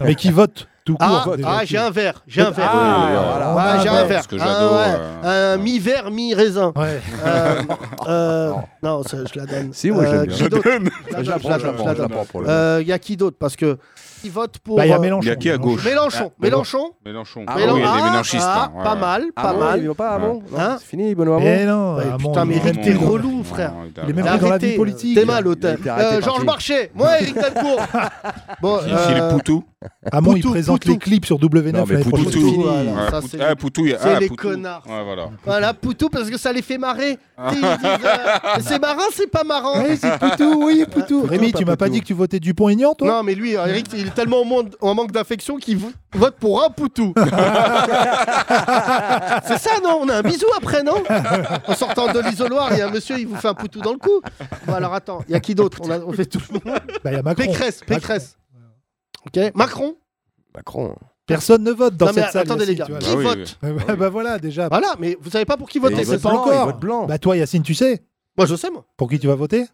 [SPEAKER 4] Mais qui vote tout court
[SPEAKER 3] Ah,
[SPEAKER 4] déjà,
[SPEAKER 3] ah
[SPEAKER 4] qui-
[SPEAKER 3] j'ai un verre, j'ai un verre.
[SPEAKER 9] Ah,
[SPEAKER 4] voilà.
[SPEAKER 3] Ah, j'ai
[SPEAKER 4] ouais,
[SPEAKER 3] un verre.
[SPEAKER 8] parce que
[SPEAKER 3] Ah,
[SPEAKER 8] Jadot,
[SPEAKER 3] ouais.
[SPEAKER 8] euh,
[SPEAKER 3] Un mi-verre, mi-raisin.
[SPEAKER 4] Ouais.
[SPEAKER 3] Euh, euh, non, ça, je la donne.
[SPEAKER 9] Si, moi, je
[SPEAKER 3] Euh,
[SPEAKER 9] l'aime bien.
[SPEAKER 3] qui d'autre
[SPEAKER 9] Je la prends, je la prends, je la prends pour le.
[SPEAKER 3] Euh, Il y a qui d'autre Parce que qui vote pour.
[SPEAKER 4] Bah, il y a
[SPEAKER 3] euh,
[SPEAKER 4] Mélenchon.
[SPEAKER 8] il y a qui à gauche
[SPEAKER 3] Mélenchon. Mélenchon.
[SPEAKER 8] Mélenchon.
[SPEAKER 9] Ah,
[SPEAKER 8] Ah,
[SPEAKER 9] Mélenchon.
[SPEAKER 8] oui, hein. il est
[SPEAKER 3] Ah,
[SPEAKER 8] ménagiste.
[SPEAKER 3] ah, Pas mal,
[SPEAKER 9] Ah
[SPEAKER 3] pas
[SPEAKER 9] bon,
[SPEAKER 3] mal.
[SPEAKER 9] ils vont pas, ah bon Non,
[SPEAKER 3] Hein
[SPEAKER 9] C'est fini, Benoît Hamon
[SPEAKER 4] Eh non,
[SPEAKER 3] Ouais,
[SPEAKER 4] ah,
[SPEAKER 3] putain,
[SPEAKER 4] mon-
[SPEAKER 3] mais Eric, t'es relou, frère.
[SPEAKER 4] Il est même plus
[SPEAKER 3] Arrêtez,
[SPEAKER 4] dans la vie
[SPEAKER 3] euh,
[SPEAKER 4] politique.
[SPEAKER 3] T'es mal au thème.
[SPEAKER 9] Il a été arrêté
[SPEAKER 3] Euh,
[SPEAKER 9] par
[SPEAKER 3] Georges
[SPEAKER 9] qui
[SPEAKER 3] Marchais. Moi, Eric Delcourt. bon,
[SPEAKER 8] Philippe
[SPEAKER 3] euh,
[SPEAKER 8] Poutou.
[SPEAKER 4] Hamon, il
[SPEAKER 3] Poutou,
[SPEAKER 4] présente
[SPEAKER 3] Poutou.
[SPEAKER 4] les clips sur W9
[SPEAKER 9] Non, mais
[SPEAKER 4] l'année
[SPEAKER 9] Poutou,
[SPEAKER 4] prochaine.
[SPEAKER 3] Poutou,
[SPEAKER 4] C'est fini.
[SPEAKER 3] voilà.
[SPEAKER 8] Ouais,
[SPEAKER 3] ça,
[SPEAKER 8] Pout-
[SPEAKER 3] c'est-
[SPEAKER 8] ah, Poutou, il y a-
[SPEAKER 3] c'est
[SPEAKER 8] ah,
[SPEAKER 3] les
[SPEAKER 8] Poutou.
[SPEAKER 3] connards.
[SPEAKER 8] Ouais, voilà.
[SPEAKER 3] voilà, Poutou, parce que ça les fait marrer. Tu sais, ils disent, euh, c'est marrant, c'est pas marrant.
[SPEAKER 4] Ouais, c'est Poutou, oui, Poutou. Rémi, tu m'as pas dit que tu votais Dupont-Aignan, toi
[SPEAKER 3] Non, mais lui, hein, Eric, il est tellement en, monde- en manque d'affection qu'il vo- vote pour un poutou. c'est ça, non On a un bisou après, non En sortant de l'isoloir, il y a un monsieur, il vous fait un poutou dans le cou. Bon, alors attends, il y a qui d'autre on, a- on fait tout le monde.
[SPEAKER 4] Bah, il y a Macron.
[SPEAKER 3] Pécresse, Pécresse. Ok, Macron.
[SPEAKER 9] Macron.
[SPEAKER 4] Personne ne vote dans
[SPEAKER 3] non, mais
[SPEAKER 4] cette salle.
[SPEAKER 3] attendez, les
[SPEAKER 4] Yacine,
[SPEAKER 3] gars,
[SPEAKER 4] tu vois.
[SPEAKER 3] qui
[SPEAKER 8] Bah oui,
[SPEAKER 3] vote
[SPEAKER 8] oui.
[SPEAKER 4] Bah, bah, bah, voilà, déjà.
[SPEAKER 3] Voilà, mais vous savez pas pour qui
[SPEAKER 9] Et
[SPEAKER 3] voter,
[SPEAKER 9] il
[SPEAKER 3] c'est
[SPEAKER 9] vote
[SPEAKER 3] ça
[SPEAKER 4] pas
[SPEAKER 9] blanc,
[SPEAKER 4] encore.
[SPEAKER 9] il vote blanc.
[SPEAKER 4] Bah, toi, Yacine, tu sais
[SPEAKER 3] Moi, je sais, moi.
[SPEAKER 4] pour qui tu vas voter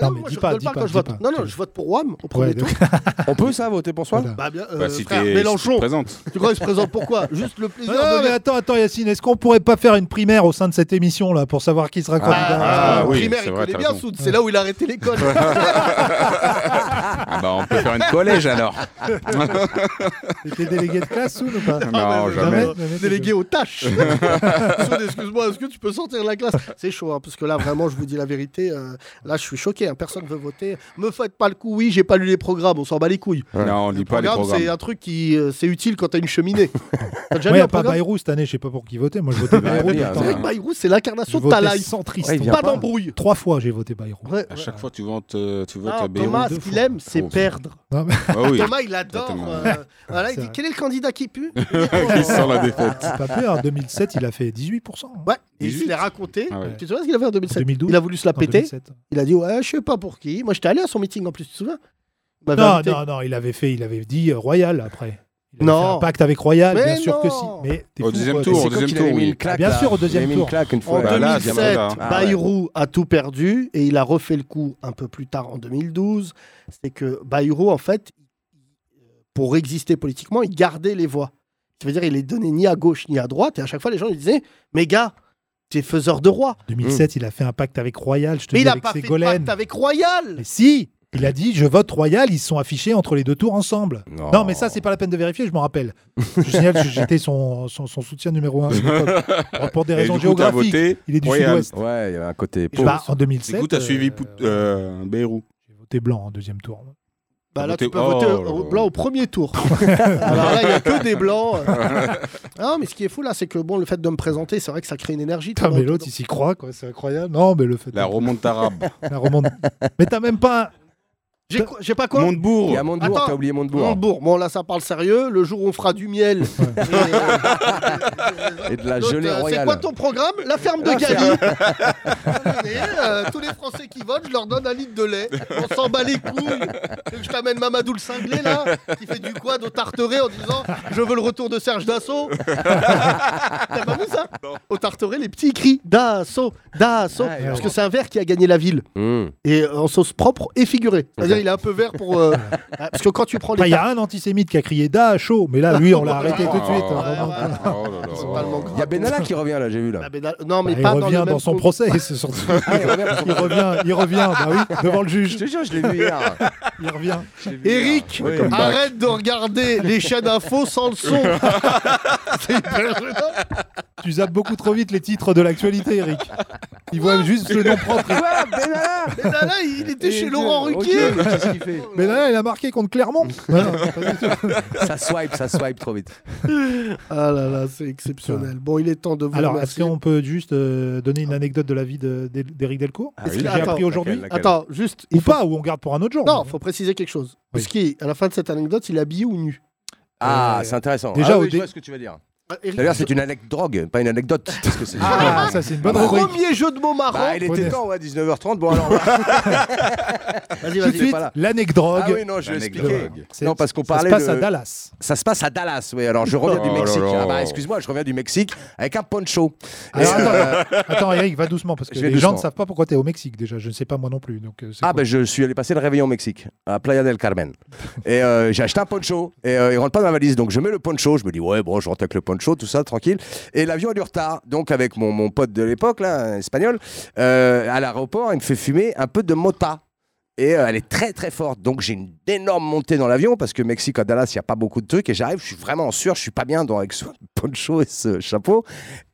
[SPEAKER 3] Ah
[SPEAKER 4] Non, mais
[SPEAKER 3] moi,
[SPEAKER 4] dis
[SPEAKER 3] je
[SPEAKER 4] pas,
[SPEAKER 3] rigole
[SPEAKER 4] dis
[SPEAKER 3] pas
[SPEAKER 4] pas,
[SPEAKER 3] quand je
[SPEAKER 4] dis
[SPEAKER 3] vote.
[SPEAKER 4] pas.
[SPEAKER 3] Non, non, je vote pour WAM au premier
[SPEAKER 4] Ouais,
[SPEAKER 3] tour.
[SPEAKER 9] On peut ça voter pour soi
[SPEAKER 4] Voilà.
[SPEAKER 3] Bah, bien, euh,
[SPEAKER 8] Bah, si
[SPEAKER 3] frère,
[SPEAKER 8] t'es- si tu te
[SPEAKER 3] Mélenchon.
[SPEAKER 8] présentes.
[SPEAKER 3] Tu crois qu'il se présente pourquoi Juste le plaisir
[SPEAKER 4] Non,
[SPEAKER 8] Ah,
[SPEAKER 4] non,
[SPEAKER 3] de
[SPEAKER 4] mais
[SPEAKER 3] lire.
[SPEAKER 4] attends, attends, Yacine, est-ce qu'on pourrait pas faire une primaire au sein de cette émission là pour savoir qui sera candidat
[SPEAKER 8] ah,
[SPEAKER 3] au
[SPEAKER 8] oui,
[SPEAKER 3] primaire,
[SPEAKER 8] c'est
[SPEAKER 3] il
[SPEAKER 8] vrai,
[SPEAKER 3] connaît
[SPEAKER 8] t'as
[SPEAKER 3] bien
[SPEAKER 8] raison.
[SPEAKER 3] Soud. C'est là où il a arrêté l'école.
[SPEAKER 8] Ah bah on peut faire une collège alors.
[SPEAKER 3] ah,
[SPEAKER 4] T'es délégué de classe ou pas
[SPEAKER 8] Non, jamais.
[SPEAKER 3] Délégué aux tâches. Soud, excuse-moi, est-ce que tu peux sortir de la classe C'est chaud, hein, parce que là, vraiment, je vous dis la vérité. euh, là, je suis choqué. hein, personne veut voter. Me faites pas le coup. Oui, j'ai pas lu les programmes. On s'en bat les couilles.
[SPEAKER 8] Non, on lit pas les
[SPEAKER 3] c'est
[SPEAKER 8] programmes.
[SPEAKER 3] un truc qui. euh, c'est utile quand t'as une cheminée. T'as déjà
[SPEAKER 4] Moi, il
[SPEAKER 3] lu
[SPEAKER 4] n'y
[SPEAKER 3] un
[SPEAKER 4] a pas
[SPEAKER 3] programme
[SPEAKER 4] Bayrou cette année, je sais pas pour qui voter. Moi, je
[SPEAKER 3] Ah,
[SPEAKER 4] votais
[SPEAKER 9] Bah,
[SPEAKER 4] Bayrou.
[SPEAKER 9] oui,
[SPEAKER 4] tout le
[SPEAKER 9] hein,
[SPEAKER 4] temps.
[SPEAKER 3] C'est vrai que Bayrou, c'est l'incarnation
[SPEAKER 4] Je
[SPEAKER 3] de ta
[SPEAKER 4] votais
[SPEAKER 3] life.
[SPEAKER 4] centriste.
[SPEAKER 9] Ouais, il vient
[SPEAKER 3] Pas
[SPEAKER 9] pas.
[SPEAKER 3] d'embrouille.
[SPEAKER 4] Trois fois, j'ai voté Bayrou.
[SPEAKER 3] Ouais,
[SPEAKER 8] À
[SPEAKER 3] ouais.
[SPEAKER 8] chaque fois, tu votes, euh, tu votes
[SPEAKER 3] Ah,
[SPEAKER 8] à Bayrou.
[SPEAKER 3] Thomas,
[SPEAKER 4] deux
[SPEAKER 3] ce qu'il
[SPEAKER 4] fois.
[SPEAKER 3] aime, c'est
[SPEAKER 8] Oh.
[SPEAKER 3] perdre.
[SPEAKER 8] Ah oui.
[SPEAKER 3] Thomas, il adore.
[SPEAKER 8] Totalement.
[SPEAKER 3] euh, voilà, il
[SPEAKER 4] C'est
[SPEAKER 3] dit
[SPEAKER 4] vrai.
[SPEAKER 3] quel est le candidat qui pue
[SPEAKER 8] Il sent la défaite.
[SPEAKER 4] C'est pas peur. En 2007, il a fait 18%. hein.
[SPEAKER 3] Ouais, et
[SPEAKER 8] 18.
[SPEAKER 3] il l'a raconté.
[SPEAKER 8] Ah ouais.
[SPEAKER 3] Tu te souviens ce qu'il a fait en 2007
[SPEAKER 4] 2012.
[SPEAKER 3] Bah, Il a voulu se la
[SPEAKER 4] En
[SPEAKER 3] péter.
[SPEAKER 4] 2007.
[SPEAKER 3] Il a dit ouais, je sais pas pour qui. Moi, j'étais allé à son meeting en plus, tu te souviens Il m'avait
[SPEAKER 4] Non,
[SPEAKER 3] invité.
[SPEAKER 4] non, non, il avait fait, il avait dit euh, Royal après. Il avait
[SPEAKER 3] Non.
[SPEAKER 4] fait un pacte avec Royal,
[SPEAKER 3] Mais
[SPEAKER 4] bien sûr que si.
[SPEAKER 3] non.
[SPEAKER 4] Mais t'es
[SPEAKER 8] Au
[SPEAKER 4] fou,
[SPEAKER 8] deuxième
[SPEAKER 4] quoi.
[SPEAKER 8] tour,
[SPEAKER 4] Mais
[SPEAKER 8] au
[SPEAKER 4] c'est-
[SPEAKER 8] deuxième
[SPEAKER 9] qu'il avait
[SPEAKER 8] tour,
[SPEAKER 9] mis
[SPEAKER 8] oui.
[SPEAKER 9] une claque.
[SPEAKER 4] Bien
[SPEAKER 9] là.
[SPEAKER 4] sûr, au
[SPEAKER 9] Il avait
[SPEAKER 4] deuxième
[SPEAKER 9] mis
[SPEAKER 4] tour.
[SPEAKER 9] une claque une
[SPEAKER 3] En
[SPEAKER 9] fois.
[SPEAKER 8] Bah là,
[SPEAKER 3] 2007,
[SPEAKER 8] Diamanda.
[SPEAKER 9] Ah ouais.
[SPEAKER 3] Bayrou a tout perdu et il a refait le coup un peu plus tard en 2012. C'est que Bayrou, en fait, euh, pour exister politiquement, il gardait les voix. Ça veut dire il les donnait ni à gauche ni à droite. Et à chaque fois, les gens lui disaient Mais gars, t'es faiseur de roi.
[SPEAKER 4] 2007,
[SPEAKER 8] Hmm.
[SPEAKER 4] il a fait un pacte avec Royal, je te
[SPEAKER 3] Mais
[SPEAKER 4] dis,
[SPEAKER 3] il n'a
[SPEAKER 4] avec
[SPEAKER 3] pas fait de
[SPEAKER 4] Ségolène.
[SPEAKER 3] pacte avec Royal
[SPEAKER 4] Mais si Il a dit, je vote Royal, ils se sont affichés entre les deux tours ensemble.
[SPEAKER 9] Non.
[SPEAKER 4] Non, mais ça, c'est pas la peine de vérifier, je m'en rappelle. Je signale que j'étais son, son, son soutien numéro un. à l'époque. Bon, Pour des
[SPEAKER 8] Et
[SPEAKER 4] raisons
[SPEAKER 8] du coup, t'as
[SPEAKER 4] géographiques.
[SPEAKER 8] voté.
[SPEAKER 4] Il est du
[SPEAKER 8] Royal.
[SPEAKER 4] sud-ouest.
[SPEAKER 9] Ouais, il y avait un côté
[SPEAKER 4] Je-
[SPEAKER 9] pauvre.
[SPEAKER 4] bah, en 2007.
[SPEAKER 8] Du coup, t'as
[SPEAKER 4] euh,
[SPEAKER 8] suivi Pout- euh, Bayrou.
[SPEAKER 4] J'ai voté blanc en deuxième tour.
[SPEAKER 3] bah, Là,
[SPEAKER 8] voté-
[SPEAKER 3] tu peux voter
[SPEAKER 8] Oh
[SPEAKER 3] au-
[SPEAKER 8] là
[SPEAKER 3] blanc
[SPEAKER 8] là.
[SPEAKER 3] au premier tour. Alors là, il n'y a que des blancs. Ah, mais ce qui est fou là, c'est que bon, le fait de me présenter, c'est vrai que ça crée une énergie. tout
[SPEAKER 4] Putain,
[SPEAKER 3] le
[SPEAKER 4] mais
[SPEAKER 3] monde-
[SPEAKER 4] l'autre, il s'y croit, quoi, c'est incroyable. Non, mais le fait.
[SPEAKER 8] La remonte arabe.
[SPEAKER 4] la remonte. mais t'as même pas. un-
[SPEAKER 3] J'ai quoi- J'ai pas quoi
[SPEAKER 9] Il y
[SPEAKER 8] Montebourg.
[SPEAKER 9] a Montebourg,
[SPEAKER 3] Attends.
[SPEAKER 9] t'as oublié Montebourg.
[SPEAKER 3] Montebourg. Bon, là, ça parle sérieux. Le jour où on fera du miel.
[SPEAKER 9] Et de la
[SPEAKER 3] L'autre,
[SPEAKER 9] gelée
[SPEAKER 3] euh, C'est
[SPEAKER 9] royale.
[SPEAKER 3] quoi ton programme La ferme de Gali. Euh, tous les Français qui votent, je leur donne un litre de lait. On s'en bat les couilles. Tu veux que Je t'amène Mamadou le cinglé, là, qui fait du quad au tarteré en disant Je veux le retour de Serge Dassault. T'as pas vu ça Au tarteré, les petits crient Dassault, Dassault.
[SPEAKER 9] Ah,
[SPEAKER 3] parce que c'est un verre qui a gagné la ville.
[SPEAKER 9] Mmh.
[SPEAKER 3] Et euh, en sauce propre et figurée. C'est-à-dire, il est un peu vert pour. euh, parce que quand tu prends
[SPEAKER 4] Enfin,
[SPEAKER 3] les.
[SPEAKER 4] Il y a un antisémite qui a crié Da chaud, mais là, lui, on l'a arrêté tout de suite.
[SPEAKER 8] Oh,
[SPEAKER 4] hein, vraiment.
[SPEAKER 3] ouais, ouais.
[SPEAKER 8] oh là là.
[SPEAKER 3] sont pas le manque.
[SPEAKER 9] Il y a Benalla qui revient là, j'ai vu là.
[SPEAKER 3] Ah, ben, non, mais
[SPEAKER 4] Bah, il
[SPEAKER 3] pas
[SPEAKER 4] revient
[SPEAKER 3] dans,
[SPEAKER 4] dans,
[SPEAKER 3] le même
[SPEAKER 4] son
[SPEAKER 3] con-
[SPEAKER 4] procès, c'est surtout. il revient, il revient, bah oui, devant le
[SPEAKER 9] Je
[SPEAKER 4] juge.
[SPEAKER 9] te jure, je l'ai vu hier.
[SPEAKER 4] Il revient.
[SPEAKER 3] Eric, arrête de regarder les chaînes d'infos sans le son. C'est hyper gênant.
[SPEAKER 4] Tu zappes beaucoup trop vite les titres de l'actualité, Eric. Il voit juste le nom propre.
[SPEAKER 9] Quoi, Benalla
[SPEAKER 3] Mais là, là, il était chez Laurent
[SPEAKER 9] Ok,
[SPEAKER 3] Ruquier.
[SPEAKER 9] qu'est-ce qu'il fait
[SPEAKER 4] Mais là, il a marqué contre Clermont. Ouais, non, pas du tout.
[SPEAKER 9] Ça swipe, ça swipe trop vite.
[SPEAKER 3] Ah là là, c'est exceptionnel. Bon, il est temps de vous
[SPEAKER 4] Alors, est-ce
[SPEAKER 3] remercier.
[SPEAKER 4] qu'on peut juste euh, donner une anecdote de la vie de- d'El- d'Éric Delcourt
[SPEAKER 9] Ah
[SPEAKER 3] Est-ce
[SPEAKER 9] oui.
[SPEAKER 3] que-
[SPEAKER 4] J'ai
[SPEAKER 3] Attends,
[SPEAKER 4] appris aujourd'hui.
[SPEAKER 9] laquelle
[SPEAKER 3] Attends, juste.
[SPEAKER 4] Ou
[SPEAKER 3] il faut-
[SPEAKER 4] pas, ou on garde pour un autre jour
[SPEAKER 3] Non, faut préciser quelque chose.
[SPEAKER 4] Oui.
[SPEAKER 3] Parce qu'à la fin de cette anecdote, il est habillé ou nu.
[SPEAKER 9] Ah,
[SPEAKER 4] Euh,
[SPEAKER 9] c'est intéressant.
[SPEAKER 4] déjà,
[SPEAKER 9] Ah
[SPEAKER 4] au
[SPEAKER 9] oui, je
[SPEAKER 4] dé-
[SPEAKER 9] vois ce que tu veux dire.
[SPEAKER 3] Ah, Eric,
[SPEAKER 9] D'ailleurs, c'est une anecdote drogue, pas une anecdote. Parce que c'est.
[SPEAKER 4] Ah, ça, c'est une bonne rubrique.
[SPEAKER 3] Premier jeu de mots marrant.
[SPEAKER 9] Bah, il était temps, ouais, 19h30. Bon, alors, on va-
[SPEAKER 3] Vas-y,
[SPEAKER 9] tout
[SPEAKER 3] vas-y.
[SPEAKER 9] de
[SPEAKER 4] Suite,
[SPEAKER 9] pas là.
[SPEAKER 4] l'anecdote.
[SPEAKER 9] Ah oui, non, je vais expliquer.
[SPEAKER 8] Anecdote.
[SPEAKER 4] C'est-
[SPEAKER 9] Non, parce qu'on
[SPEAKER 4] Ça se
[SPEAKER 9] parlait
[SPEAKER 4] passe
[SPEAKER 9] de-
[SPEAKER 4] à Dallas.
[SPEAKER 9] Ça se passe à Dallas, oui. Alors, je reviens du
[SPEAKER 8] Oh là
[SPEAKER 9] Mexique.
[SPEAKER 8] là.
[SPEAKER 9] Ah bah, excuse-moi, je reviens du Mexique avec un poncho. Et,
[SPEAKER 4] Alors,
[SPEAKER 9] euh,
[SPEAKER 4] attends, attends, Eric, va doucement parce que
[SPEAKER 9] je vais
[SPEAKER 4] les gens ne
[SPEAKER 9] doucement.
[SPEAKER 4] savent pas pourquoi tu es au Mexique déjà. Je ne sais pas moi non plus. Donc, euh, c'est
[SPEAKER 9] Ah
[SPEAKER 4] cool.
[SPEAKER 9] ben je suis allé passer le réveillon au Mexique, à Playa del Carmen. Et euh, j'ai acheté un poncho. Et euh, il rentre pas dans ma valise. Donc je mets le poncho. Je me dis, ouais, bon, je rentre avec le poncho, tout ça, tranquille. Et l'avion a du retard. Donc avec mon, mon pote de l'époque, là, un espagnol, euh, à l'aéroport, il me fait fumer un peu de mota. Et euh, elle est très très forte. Donc j'ai une énorme montée dans l'avion parce que Mexique à Dallas, il n'y a pas beaucoup de trucs. Et j'arrive, je suis vraiment en sueur, je suis pas bien dans, avec ce poncho et ce chapeau.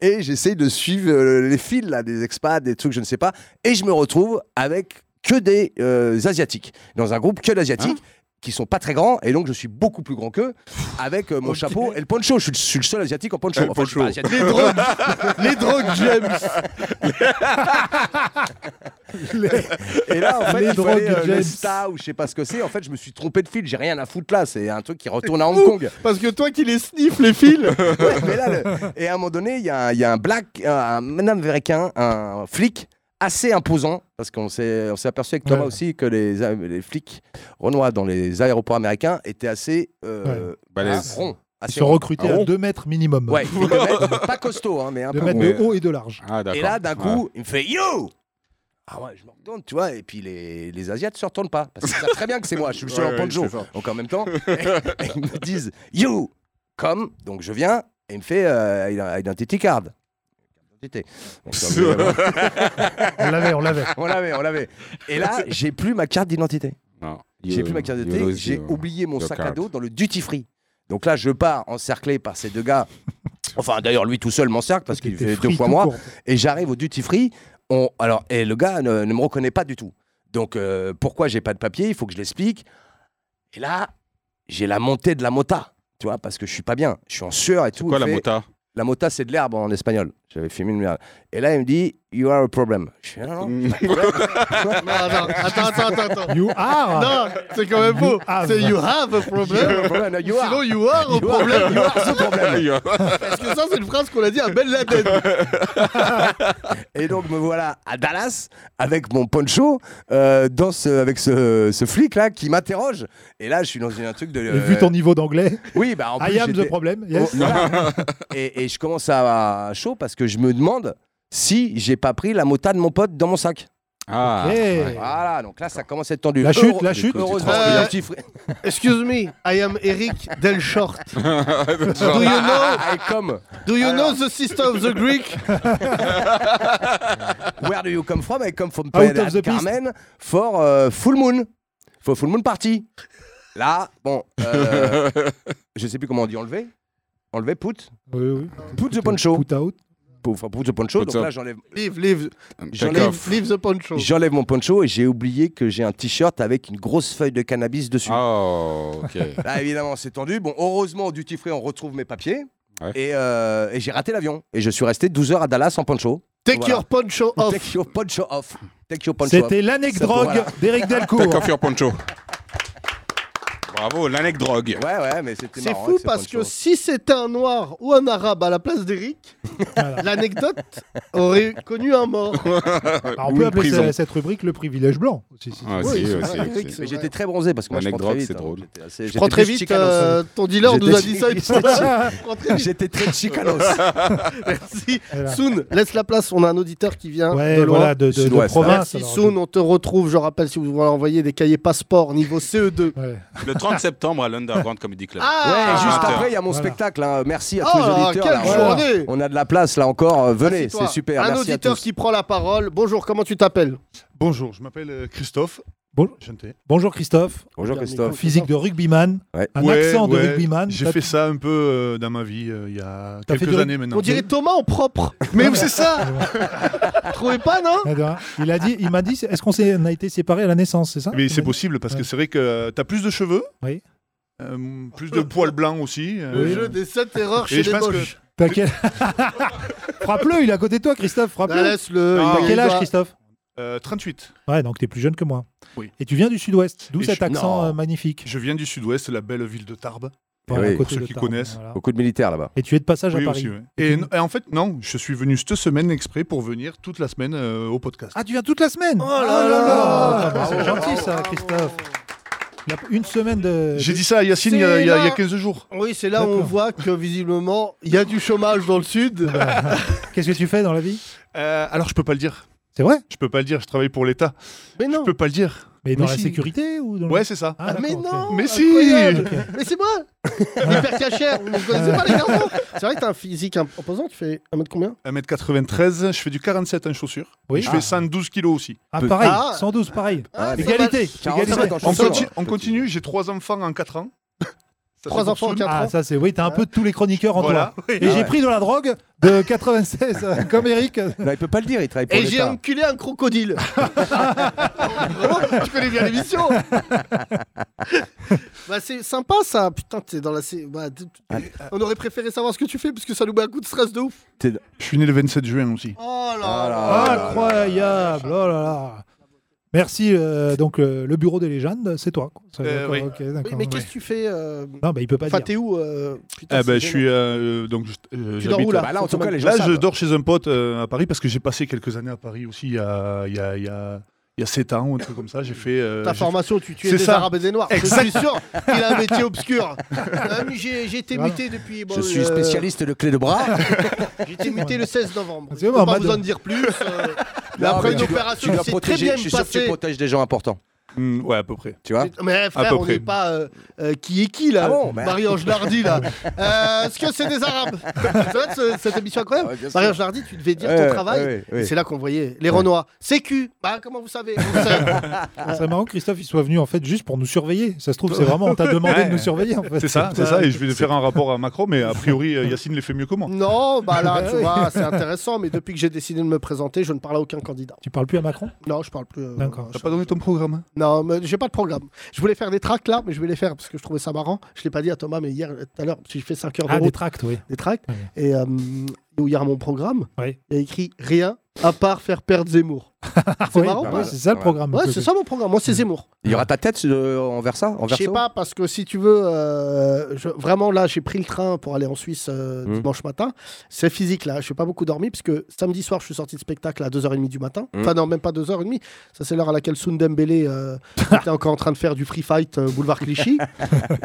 [SPEAKER 9] Et j'essaye de suivre euh, les fils là, des expats, des trucs, je ne sais pas. Et je me retrouve avec que des euh, Asiatiques. Dans un groupe que d'Asiatiques.
[SPEAKER 4] Hein
[SPEAKER 9] qui sont pas très grands et donc je suis beaucoup plus grand qu'eux avec euh, mon chapeau et le poncho je suis, le- je suis le seul asiatique en poncho,
[SPEAKER 8] Et le
[SPEAKER 9] Enfin, je suis
[SPEAKER 8] poncho.
[SPEAKER 9] pas asiatique.
[SPEAKER 3] Les drogues, les drogues, James.
[SPEAKER 9] Et là, en fait,
[SPEAKER 4] Les
[SPEAKER 9] il
[SPEAKER 4] drogues
[SPEAKER 9] fallait,
[SPEAKER 4] de
[SPEAKER 9] euh, le
[SPEAKER 4] James.
[SPEAKER 9] Sta ou je sais pas ce que c'est. En fait, je me suis trompé de fil. J'ai rien à foutre là. C'est un truc qui retourne à Hong Kong.
[SPEAKER 3] Parce que toi qui les sniffes, les fils.
[SPEAKER 9] Ouais, mais là, le- Et à un moment donné, il y, a un- il y a un black, un, un américain, un flic assez imposant, parce qu'on s'est, on s'est aperçu avec Thomas
[SPEAKER 4] Ouais.
[SPEAKER 9] aussi que les, a- les flics renois dans les aéroports américains étaient assez euh,
[SPEAKER 8] Balèze.
[SPEAKER 9] ronds.
[SPEAKER 4] Ils
[SPEAKER 9] Assez
[SPEAKER 4] sont
[SPEAKER 9] ronds.
[SPEAKER 4] recrutés
[SPEAKER 8] Ah
[SPEAKER 4] à
[SPEAKER 8] bon
[SPEAKER 4] 2 mètres minimum.
[SPEAKER 9] Ouais, ils devaient être pas costaud, hein, mais un
[SPEAKER 4] De
[SPEAKER 9] peu
[SPEAKER 4] mètres
[SPEAKER 8] bon.
[SPEAKER 4] de haut et de large.
[SPEAKER 8] Ah, d'accord.
[SPEAKER 9] Et là, d'un
[SPEAKER 8] Ouais.
[SPEAKER 9] coup, il me fait Yo Ah ouais, je me retourne, tu vois. Et puis les, les Asiates ne se retournent pas. Parce qu'ils savent très bien que c'est moi, je suis le seul
[SPEAKER 8] Ouais,
[SPEAKER 9] en
[SPEAKER 8] ouais,
[SPEAKER 9] poncho.
[SPEAKER 8] c'est fort.
[SPEAKER 9] donc en même temps, et ils me disent You Comme. Donc je viens et il me fait euh, il a un Identity Card. Identité. Donc, ça,
[SPEAKER 4] On l'avait, on l'avait.
[SPEAKER 9] on l'avait, on l'avait. Et là, j'ai plus ma carte d'identité.
[SPEAKER 8] Ah, Non.
[SPEAKER 9] J'ai plus ma carte d'identité.
[SPEAKER 8] Yolozi,
[SPEAKER 9] J'ai
[SPEAKER 8] ouais.
[SPEAKER 9] oublié mon
[SPEAKER 8] your
[SPEAKER 9] sac à
[SPEAKER 8] card.
[SPEAKER 9] dos dans le duty free. Donc là, je pars encerclé par ces deux gars. Enfin, d'ailleurs, lui tout seul m'encercle parce qu'il
[SPEAKER 4] T'étais
[SPEAKER 9] fait deux
[SPEAKER 4] free
[SPEAKER 9] fois
[SPEAKER 4] tout
[SPEAKER 9] moi
[SPEAKER 4] court.
[SPEAKER 9] et j'arrive au duty free. On, alors, et le gars ne, ne me reconnaît pas du tout. Donc, euh, pourquoi j'ai pas de papier Il faut que je l'explique. Et là, j'ai la montée de la mota, tu vois, parce que je suis pas bien. Je suis en sueur et tout.
[SPEAKER 8] Quoi,
[SPEAKER 9] Il
[SPEAKER 8] la
[SPEAKER 9] fait,
[SPEAKER 8] mota
[SPEAKER 9] La mota, c'est de l'herbe en espagnol. J'avais fumé une merde. Et là, il me dit, You are a problem. Je fais, non,
[SPEAKER 8] Mm.
[SPEAKER 9] non. Bah,
[SPEAKER 3] Non, attends, attends, attends, attends.
[SPEAKER 4] You are
[SPEAKER 3] Non, c'est quand même beau.
[SPEAKER 4] You have.
[SPEAKER 3] C'est you have a problem.
[SPEAKER 9] Non, you
[SPEAKER 3] Sinon,
[SPEAKER 9] are.
[SPEAKER 3] you are a
[SPEAKER 9] You are-
[SPEAKER 3] problem.
[SPEAKER 9] you are the problem.
[SPEAKER 3] Parce que ça, c'est une phrase qu'on a dit à Ben Laden.
[SPEAKER 9] Et donc me voilà à Dallas avec mon poncho, euh, dans ce, avec ce, ce flic là qui m'interroge. Et là, je suis dans une- un truc de.
[SPEAKER 4] Et
[SPEAKER 9] euh,
[SPEAKER 4] vu ton niveau d'anglais,
[SPEAKER 9] Oui, bah en plus.
[SPEAKER 4] I am the
[SPEAKER 9] j'étais-
[SPEAKER 4] problem. Yes.
[SPEAKER 9] Oh, voilà. et, et je commence à, à chaud parce que je me demande si j'ai pas pris la mota de mon pote dans mon sac.
[SPEAKER 8] Ah,
[SPEAKER 4] Ok.
[SPEAKER 8] ouais.
[SPEAKER 9] Voilà, donc là, ça commence à être tendu.
[SPEAKER 4] La chute,
[SPEAKER 9] Heureux-
[SPEAKER 4] la chute.
[SPEAKER 9] Heureusement,
[SPEAKER 3] Euh,
[SPEAKER 9] il y a un petit frère.
[SPEAKER 3] Excuse me, I am Eric Delshort. Do you know,
[SPEAKER 9] I come.
[SPEAKER 3] do you know the sister of the Greek?
[SPEAKER 9] Where do you come from? I come from
[SPEAKER 4] Ah, Out of
[SPEAKER 9] Playa
[SPEAKER 4] the
[SPEAKER 9] del Carmen for euh, Full Moon. For Full Moon Party. Là, bon, euh, je sais plus comment on dit enlever. Enlever put.
[SPEAKER 4] Oui, oui.
[SPEAKER 9] Put the poncho.
[SPEAKER 4] Put out.
[SPEAKER 9] Put, enfin, put the poncho.
[SPEAKER 8] Put
[SPEAKER 9] donc
[SPEAKER 8] the-
[SPEAKER 9] là, j'enlève,
[SPEAKER 3] Leave, leave,
[SPEAKER 8] Take
[SPEAKER 9] J'enlève-
[SPEAKER 8] off.
[SPEAKER 3] leave the poncho.
[SPEAKER 9] j'enlève mon poncho et j'ai oublié que j'ai un t-shirt avec une grosse feuille de cannabis
[SPEAKER 4] Ah,
[SPEAKER 9] dessus.
[SPEAKER 8] Oh, ok.
[SPEAKER 9] Là, Bah, évidemment, c'est tendu. Bon, heureusement, au duty free, on retrouve mes papiers.
[SPEAKER 8] Ouais.
[SPEAKER 9] Et, euh, et j'ai raté l'avion. Et je suis resté 12 heures à Dallas en poncho.
[SPEAKER 3] Take
[SPEAKER 9] Voilà.
[SPEAKER 3] your poncho off.
[SPEAKER 9] Take your poncho off. Take your poncho off.
[SPEAKER 4] C'était l'anecdote
[SPEAKER 9] Voilà.
[SPEAKER 4] d'Éric
[SPEAKER 8] Take
[SPEAKER 4] Delcourt.
[SPEAKER 8] off your poncho. Bravo, l'anecdote drogue.
[SPEAKER 9] Ouais, ouais, mais c'était
[SPEAKER 3] C'est
[SPEAKER 9] marrant
[SPEAKER 3] fou
[SPEAKER 9] avec ce
[SPEAKER 3] parce que
[SPEAKER 9] poncho.
[SPEAKER 3] si c'était un noir ou un arabe à la place d'Eric, l'anecdote aurait connu un mort.
[SPEAKER 4] Alors, Ah, on
[SPEAKER 8] Ou
[SPEAKER 4] peut
[SPEAKER 8] une
[SPEAKER 4] appeler
[SPEAKER 8] prison.
[SPEAKER 4] cette, cette rubrique le privilège blanc. Si, si, si.
[SPEAKER 8] Ah,
[SPEAKER 4] Ouais,
[SPEAKER 8] si,
[SPEAKER 4] c'est-
[SPEAKER 8] ouais, si,
[SPEAKER 3] vrai,
[SPEAKER 8] ouais,
[SPEAKER 3] c'est
[SPEAKER 8] si.
[SPEAKER 9] Mais j'étais très bronzé parce que moi je prends
[SPEAKER 8] L'anecdote,
[SPEAKER 9] très vite. hein.
[SPEAKER 8] c'est drôle.
[SPEAKER 9] J'étais assez-
[SPEAKER 3] Je
[SPEAKER 9] j'étais
[SPEAKER 3] prends très
[SPEAKER 9] plus
[SPEAKER 3] vite,
[SPEAKER 9] chicanos.
[SPEAKER 3] euh, ton dealer nous a dit ça. il
[SPEAKER 9] J'étais-
[SPEAKER 3] prend- je prends très vite.
[SPEAKER 9] J'étais très chicanos.
[SPEAKER 3] Merci.
[SPEAKER 4] Voilà.
[SPEAKER 3] Soun, laisse la place. On a un auditeur qui vient
[SPEAKER 4] Ouais,
[SPEAKER 3] de loin.
[SPEAKER 4] voilà, de, de- de
[SPEAKER 9] Sud-Ouest, hein.
[SPEAKER 4] province.
[SPEAKER 3] Merci
[SPEAKER 4] alors,
[SPEAKER 3] Soun, on te retrouve. Je rappelle si vous voulez envoyer des cahiers passeport niveau E CE2.
[SPEAKER 4] je- ouais.
[SPEAKER 8] Le 30 septembre à l'Underground Comedy Club.
[SPEAKER 9] Ouais,
[SPEAKER 3] Ah
[SPEAKER 9] juste
[SPEAKER 8] Ah.
[SPEAKER 9] après, il y a mon
[SPEAKER 4] Voilà.
[SPEAKER 9] spectacle. hein. Merci à
[SPEAKER 3] Oh
[SPEAKER 9] tous les
[SPEAKER 3] là,
[SPEAKER 9] auditeurs.
[SPEAKER 3] quelle
[SPEAKER 9] là.
[SPEAKER 4] voilà.
[SPEAKER 3] journée
[SPEAKER 9] On a de la place là encore. Euh, Venez,
[SPEAKER 3] Assis-toi.
[SPEAKER 9] c'est super.
[SPEAKER 3] Un
[SPEAKER 9] Merci à
[SPEAKER 3] auditeur
[SPEAKER 9] tous.
[SPEAKER 3] qui prend la parole. Bonjour, comment tu t'appelles
[SPEAKER 10] Bonjour, je m'appelle euh, Christophe.
[SPEAKER 4] Bon-
[SPEAKER 10] Chanté.
[SPEAKER 4] Bonjour Christophe.
[SPEAKER 9] Bonjour Christophe.
[SPEAKER 4] Physique de rugbyman.
[SPEAKER 9] Ouais.
[SPEAKER 4] Un
[SPEAKER 10] Ouais,
[SPEAKER 4] accent de
[SPEAKER 10] ouais,
[SPEAKER 4] rugbyman.
[SPEAKER 10] J'ai
[SPEAKER 4] T'as-
[SPEAKER 10] fait ça un peu euh, dans ma vie euh, il y a
[SPEAKER 4] T'as fait
[SPEAKER 10] quelques
[SPEAKER 4] du-
[SPEAKER 10] années maintenant.
[SPEAKER 3] On dirait Thomas en propre. Mais c'est ça Trouvez pas, non
[SPEAKER 4] Ah, de rien. Il a dit, il m'a dit, est-ce qu'on s'est- on a été séparés à la naissance, c'est ça
[SPEAKER 10] Mais
[SPEAKER 4] Il
[SPEAKER 10] c'est
[SPEAKER 4] m'a dit.
[SPEAKER 10] possible parce
[SPEAKER 4] Ouais.
[SPEAKER 10] que c'est vrai que t'as plus de cheveux.
[SPEAKER 4] Oui.
[SPEAKER 10] euh, plus de poils blancs aussi. euh,
[SPEAKER 3] Le jeu des 7 erreurs chez
[SPEAKER 10] je
[SPEAKER 3] les
[SPEAKER 10] pense que-
[SPEAKER 3] Boches.
[SPEAKER 4] T'as quel- Frappe-le, il est à côté de toi, Christophe.
[SPEAKER 3] Bah,
[SPEAKER 4] Frappe-le.
[SPEAKER 3] Laisse-le.
[SPEAKER 10] Ah,
[SPEAKER 3] il
[SPEAKER 4] T'as
[SPEAKER 3] est
[SPEAKER 4] quel âge,
[SPEAKER 3] doigt.
[SPEAKER 4] Christophe
[SPEAKER 10] euh, 38.
[SPEAKER 4] Ouais, donc t'es plus jeune que moi.
[SPEAKER 10] Oui.
[SPEAKER 4] Et tu viens du Sud-Ouest, d'où
[SPEAKER 10] Et
[SPEAKER 4] cet
[SPEAKER 10] je-
[SPEAKER 4] accent
[SPEAKER 9] Non.
[SPEAKER 4] euh, magnifique.
[SPEAKER 10] Je viens du sud-ouest, la belle ville de Tarbes.
[SPEAKER 4] Voilà, à
[SPEAKER 9] oui.
[SPEAKER 4] côté
[SPEAKER 10] Pour ceux
[SPEAKER 4] de
[SPEAKER 10] qui
[SPEAKER 4] Tarbes,
[SPEAKER 10] connaissent.
[SPEAKER 4] voilà.
[SPEAKER 9] Beaucoup de militaires là-bas.
[SPEAKER 4] Et tu es de passage à
[SPEAKER 10] Oui,
[SPEAKER 4] Paris.
[SPEAKER 10] aussi, ouais. Et,
[SPEAKER 4] tu-
[SPEAKER 10] n- et en fait, non, je suis venu cette semaine exprès pour venir toute la semaine euh, au podcast.
[SPEAKER 4] Ah, tu viens toute la semaine
[SPEAKER 3] Oh là
[SPEAKER 4] Ah
[SPEAKER 3] là
[SPEAKER 4] là
[SPEAKER 3] là
[SPEAKER 4] bah,
[SPEAKER 10] Oh
[SPEAKER 4] C'est
[SPEAKER 3] Bravo,
[SPEAKER 4] gentil ça,
[SPEAKER 3] bravo.
[SPEAKER 4] Christophe. Il a une semaine de.
[SPEAKER 10] J'ai dit ça à Yacine il y,
[SPEAKER 3] c'est
[SPEAKER 10] a- il y a il y a
[SPEAKER 3] là.
[SPEAKER 10] 15 jours.
[SPEAKER 3] Oui, c'est là où on
[SPEAKER 4] D'accord.
[SPEAKER 3] voit que visiblement, il y a du chômage dans le sud.
[SPEAKER 4] Qu'est-ce que tu fais dans la vie
[SPEAKER 10] Euh, alors, je peux pas le dire.
[SPEAKER 4] C'est vrai
[SPEAKER 10] Je peux pas le dire, je travaille pour l'État.
[SPEAKER 3] Mais
[SPEAKER 10] Je
[SPEAKER 3] non.
[SPEAKER 10] peux pas le dire.
[SPEAKER 4] Mais dans
[SPEAKER 10] Mais
[SPEAKER 4] la
[SPEAKER 10] si.
[SPEAKER 4] sécurité ou dans le-
[SPEAKER 10] Ouais, c'est ça.
[SPEAKER 4] Ah,
[SPEAKER 3] mais
[SPEAKER 4] d'accord, ok. Ah,
[SPEAKER 3] non
[SPEAKER 10] Mais si.
[SPEAKER 3] incroyable. Mais c'est moi L'hyper cachère, vous ne connaissez pas les garçons C'est vrai que t'as un physique imp- imposant, tu fais un mètre combien
[SPEAKER 10] 1m93, je fais du 47 en chaussures.
[SPEAKER 4] Oui.
[SPEAKER 10] Et je
[SPEAKER 4] Ah.
[SPEAKER 10] fais 112 kilos aussi.
[SPEAKER 4] Ah, pareil,
[SPEAKER 3] Ah.
[SPEAKER 4] 112, pareil.
[SPEAKER 3] Ah,
[SPEAKER 9] Ouais,
[SPEAKER 3] c'est
[SPEAKER 4] Égalité,
[SPEAKER 9] quarante-sept
[SPEAKER 4] égalité.
[SPEAKER 9] ans, je
[SPEAKER 10] On,
[SPEAKER 9] suis sûr.
[SPEAKER 10] conti- on continue, j'ai trois enfants en 4 ans. Ça,
[SPEAKER 3] Trois
[SPEAKER 10] c'est
[SPEAKER 3] enfants en
[SPEAKER 10] Boursoun.
[SPEAKER 3] quatre
[SPEAKER 4] Ah,
[SPEAKER 3] ans.
[SPEAKER 4] ça c'est. Oui, t'as un peu de tous les chroniqueurs en
[SPEAKER 10] Voilà.
[SPEAKER 4] toi. Et j'ai pris de la drogue de 96, euh, comme Eric.
[SPEAKER 9] Non, il peut pas le dire, il travaille pour
[SPEAKER 3] Et j'ai
[SPEAKER 9] l'État.
[SPEAKER 3] enculé un crocodile. Vraiment, tu connais bien l'émission. bah, c'est sympa ça. Putain, t'es dans la. sé- bah, t- t- on aurait préféré savoir ce que tu fais parce que ça nous met un coup de stress de ouf.
[SPEAKER 10] Je suis né le 27 juin aussi.
[SPEAKER 3] Oh là
[SPEAKER 9] Ah
[SPEAKER 3] là.
[SPEAKER 9] là là là là.
[SPEAKER 4] Incroyable, oh là là. Merci, euh, donc euh, le bureau des légendes, c'est toi. quoi. Ça,
[SPEAKER 10] Euh,
[SPEAKER 4] d'accord,
[SPEAKER 10] oui.
[SPEAKER 4] ok,
[SPEAKER 3] Oui,
[SPEAKER 4] d'accord,
[SPEAKER 3] mais
[SPEAKER 4] ouais.
[SPEAKER 3] qu'est-ce que tu fais euh,
[SPEAKER 4] Non, mais il peut pas
[SPEAKER 3] Enfin,
[SPEAKER 4] dire.
[SPEAKER 3] t'es où euh, putain,
[SPEAKER 10] Ah
[SPEAKER 3] c'est
[SPEAKER 10] ben, je
[SPEAKER 3] gênant.
[SPEAKER 10] suis euh, donc je- euh,
[SPEAKER 3] Tu dors
[SPEAKER 10] j'habite-
[SPEAKER 3] où là
[SPEAKER 9] Bah là, en tout cas, les gens
[SPEAKER 10] Là, je
[SPEAKER 9] savent.
[SPEAKER 10] dors chez un pote euh, à Paris parce que j'ai passé quelques années à Paris aussi il y a, il y, a, il y, a, il y a 7 ans ou un truc comme ça. J'ai fait. euh,
[SPEAKER 3] Ta
[SPEAKER 10] j'ai-
[SPEAKER 3] formation, tu tues
[SPEAKER 10] C'est
[SPEAKER 3] des
[SPEAKER 10] ça.
[SPEAKER 3] Arabes et des Noirs. Je suis sûr qu'il a un métier obscur. Ah, mais J'ai j'ai été
[SPEAKER 4] Voilà.
[SPEAKER 3] muté depuis. bon,
[SPEAKER 9] Je suis
[SPEAKER 3] euh,
[SPEAKER 9] spécialiste de clé de bras.
[SPEAKER 3] J'ai été muté le 16 novembre. Je
[SPEAKER 4] C'est
[SPEAKER 3] peux
[SPEAKER 4] bon,
[SPEAKER 3] pas
[SPEAKER 4] Mad-
[SPEAKER 3] vous en dire plus. euh, mais
[SPEAKER 9] Non,
[SPEAKER 3] après
[SPEAKER 9] mais
[SPEAKER 3] une
[SPEAKER 9] tu dois-
[SPEAKER 3] opération
[SPEAKER 9] tu dois
[SPEAKER 3] qui s'est très
[SPEAKER 9] protéger.
[SPEAKER 3] bien
[SPEAKER 9] Je suis sûr que tu
[SPEAKER 3] passée.
[SPEAKER 9] protèges des gens importants.
[SPEAKER 10] Hmm, ouais, à peu près.
[SPEAKER 9] Tu vois
[SPEAKER 3] Mais- Mais frère,
[SPEAKER 10] peu
[SPEAKER 3] on
[SPEAKER 10] près.
[SPEAKER 3] n'est pas euh, euh, qui est qui là
[SPEAKER 9] Ah bon, bah.
[SPEAKER 3] Marie-Ange Lardy là. Euh, Est-ce que c'est des Arabes C'est vrai que ce- cette émission incroyable.
[SPEAKER 9] Ouais, bien sûr.
[SPEAKER 3] Marie-Ange Lardy, tu devais dire
[SPEAKER 9] Ouais,
[SPEAKER 3] ton travail.
[SPEAKER 9] ouais, ouais,
[SPEAKER 3] Et
[SPEAKER 9] ouais.
[SPEAKER 3] C'est là qu'on voyait les Renois. CQ, bah comment vous savez On sait.
[SPEAKER 4] Ah, C'est marrant que Christophe il soit venu en fait juste pour nous surveiller. Ça se trouve, c'est vraiment on t'a demandé de nous surveiller en fait.
[SPEAKER 10] C'est ça, c'est ça. Et je vais faire un rapport à Macron, mais a priori, euh, Yacine les fait mieux que moi.
[SPEAKER 3] Non, bah là,
[SPEAKER 4] Bah
[SPEAKER 3] tu
[SPEAKER 4] oui.
[SPEAKER 3] vois, c'est intéressant, mais depuis que j'ai décidé de me présenter, je ne parle à aucun candidat.
[SPEAKER 4] Tu parles plus à Macron
[SPEAKER 3] Non, je parle plus. euh,
[SPEAKER 4] D'accord.
[SPEAKER 10] T'as pas donné ton programme hein
[SPEAKER 3] Non, Non, mais j'ai pas de programme. Je voulais faire des tracts là, mais je vais les faire parce que je trouvais ça marrant. Je l'ai pas dit à Thomas, mais hier, tout à l'heure, j'ai fait 5 heures de
[SPEAKER 4] Ah,
[SPEAKER 3] route.
[SPEAKER 4] des tracts, oui.
[SPEAKER 3] des tracts. Et euh, où il y a mon programme,
[SPEAKER 4] Oui.
[SPEAKER 3] il y a écrit rien à part faire perdre Zemmour. C'est
[SPEAKER 4] Oui,
[SPEAKER 3] marrant.
[SPEAKER 4] bah,
[SPEAKER 9] pas
[SPEAKER 4] Mm.
[SPEAKER 9] mal.
[SPEAKER 4] c'est ça le
[SPEAKER 9] Ouais.
[SPEAKER 4] programme.
[SPEAKER 3] Ouais, c'est ça mon programme. Moi, c'est Zemmour.
[SPEAKER 9] Il y aura ta tête euh, envers ça envers
[SPEAKER 3] Je sais
[SPEAKER 9] ça
[SPEAKER 3] pas, parce que si tu veux, euh, je- vraiment là, j'ai pris le train pour aller en Suisse euh,
[SPEAKER 9] Mm.
[SPEAKER 3] dimanche matin. C'est physique là, je n'ai pas beaucoup dormi, parce que samedi soir, je suis sorti de spectacle à 2h30 du matin.
[SPEAKER 9] Mm.
[SPEAKER 3] Enfin, non, même pas 2h30. Ça, c'est l'heure à laquelle Sundembele euh, était encore en train de faire du free fight euh, boulevard Clichy.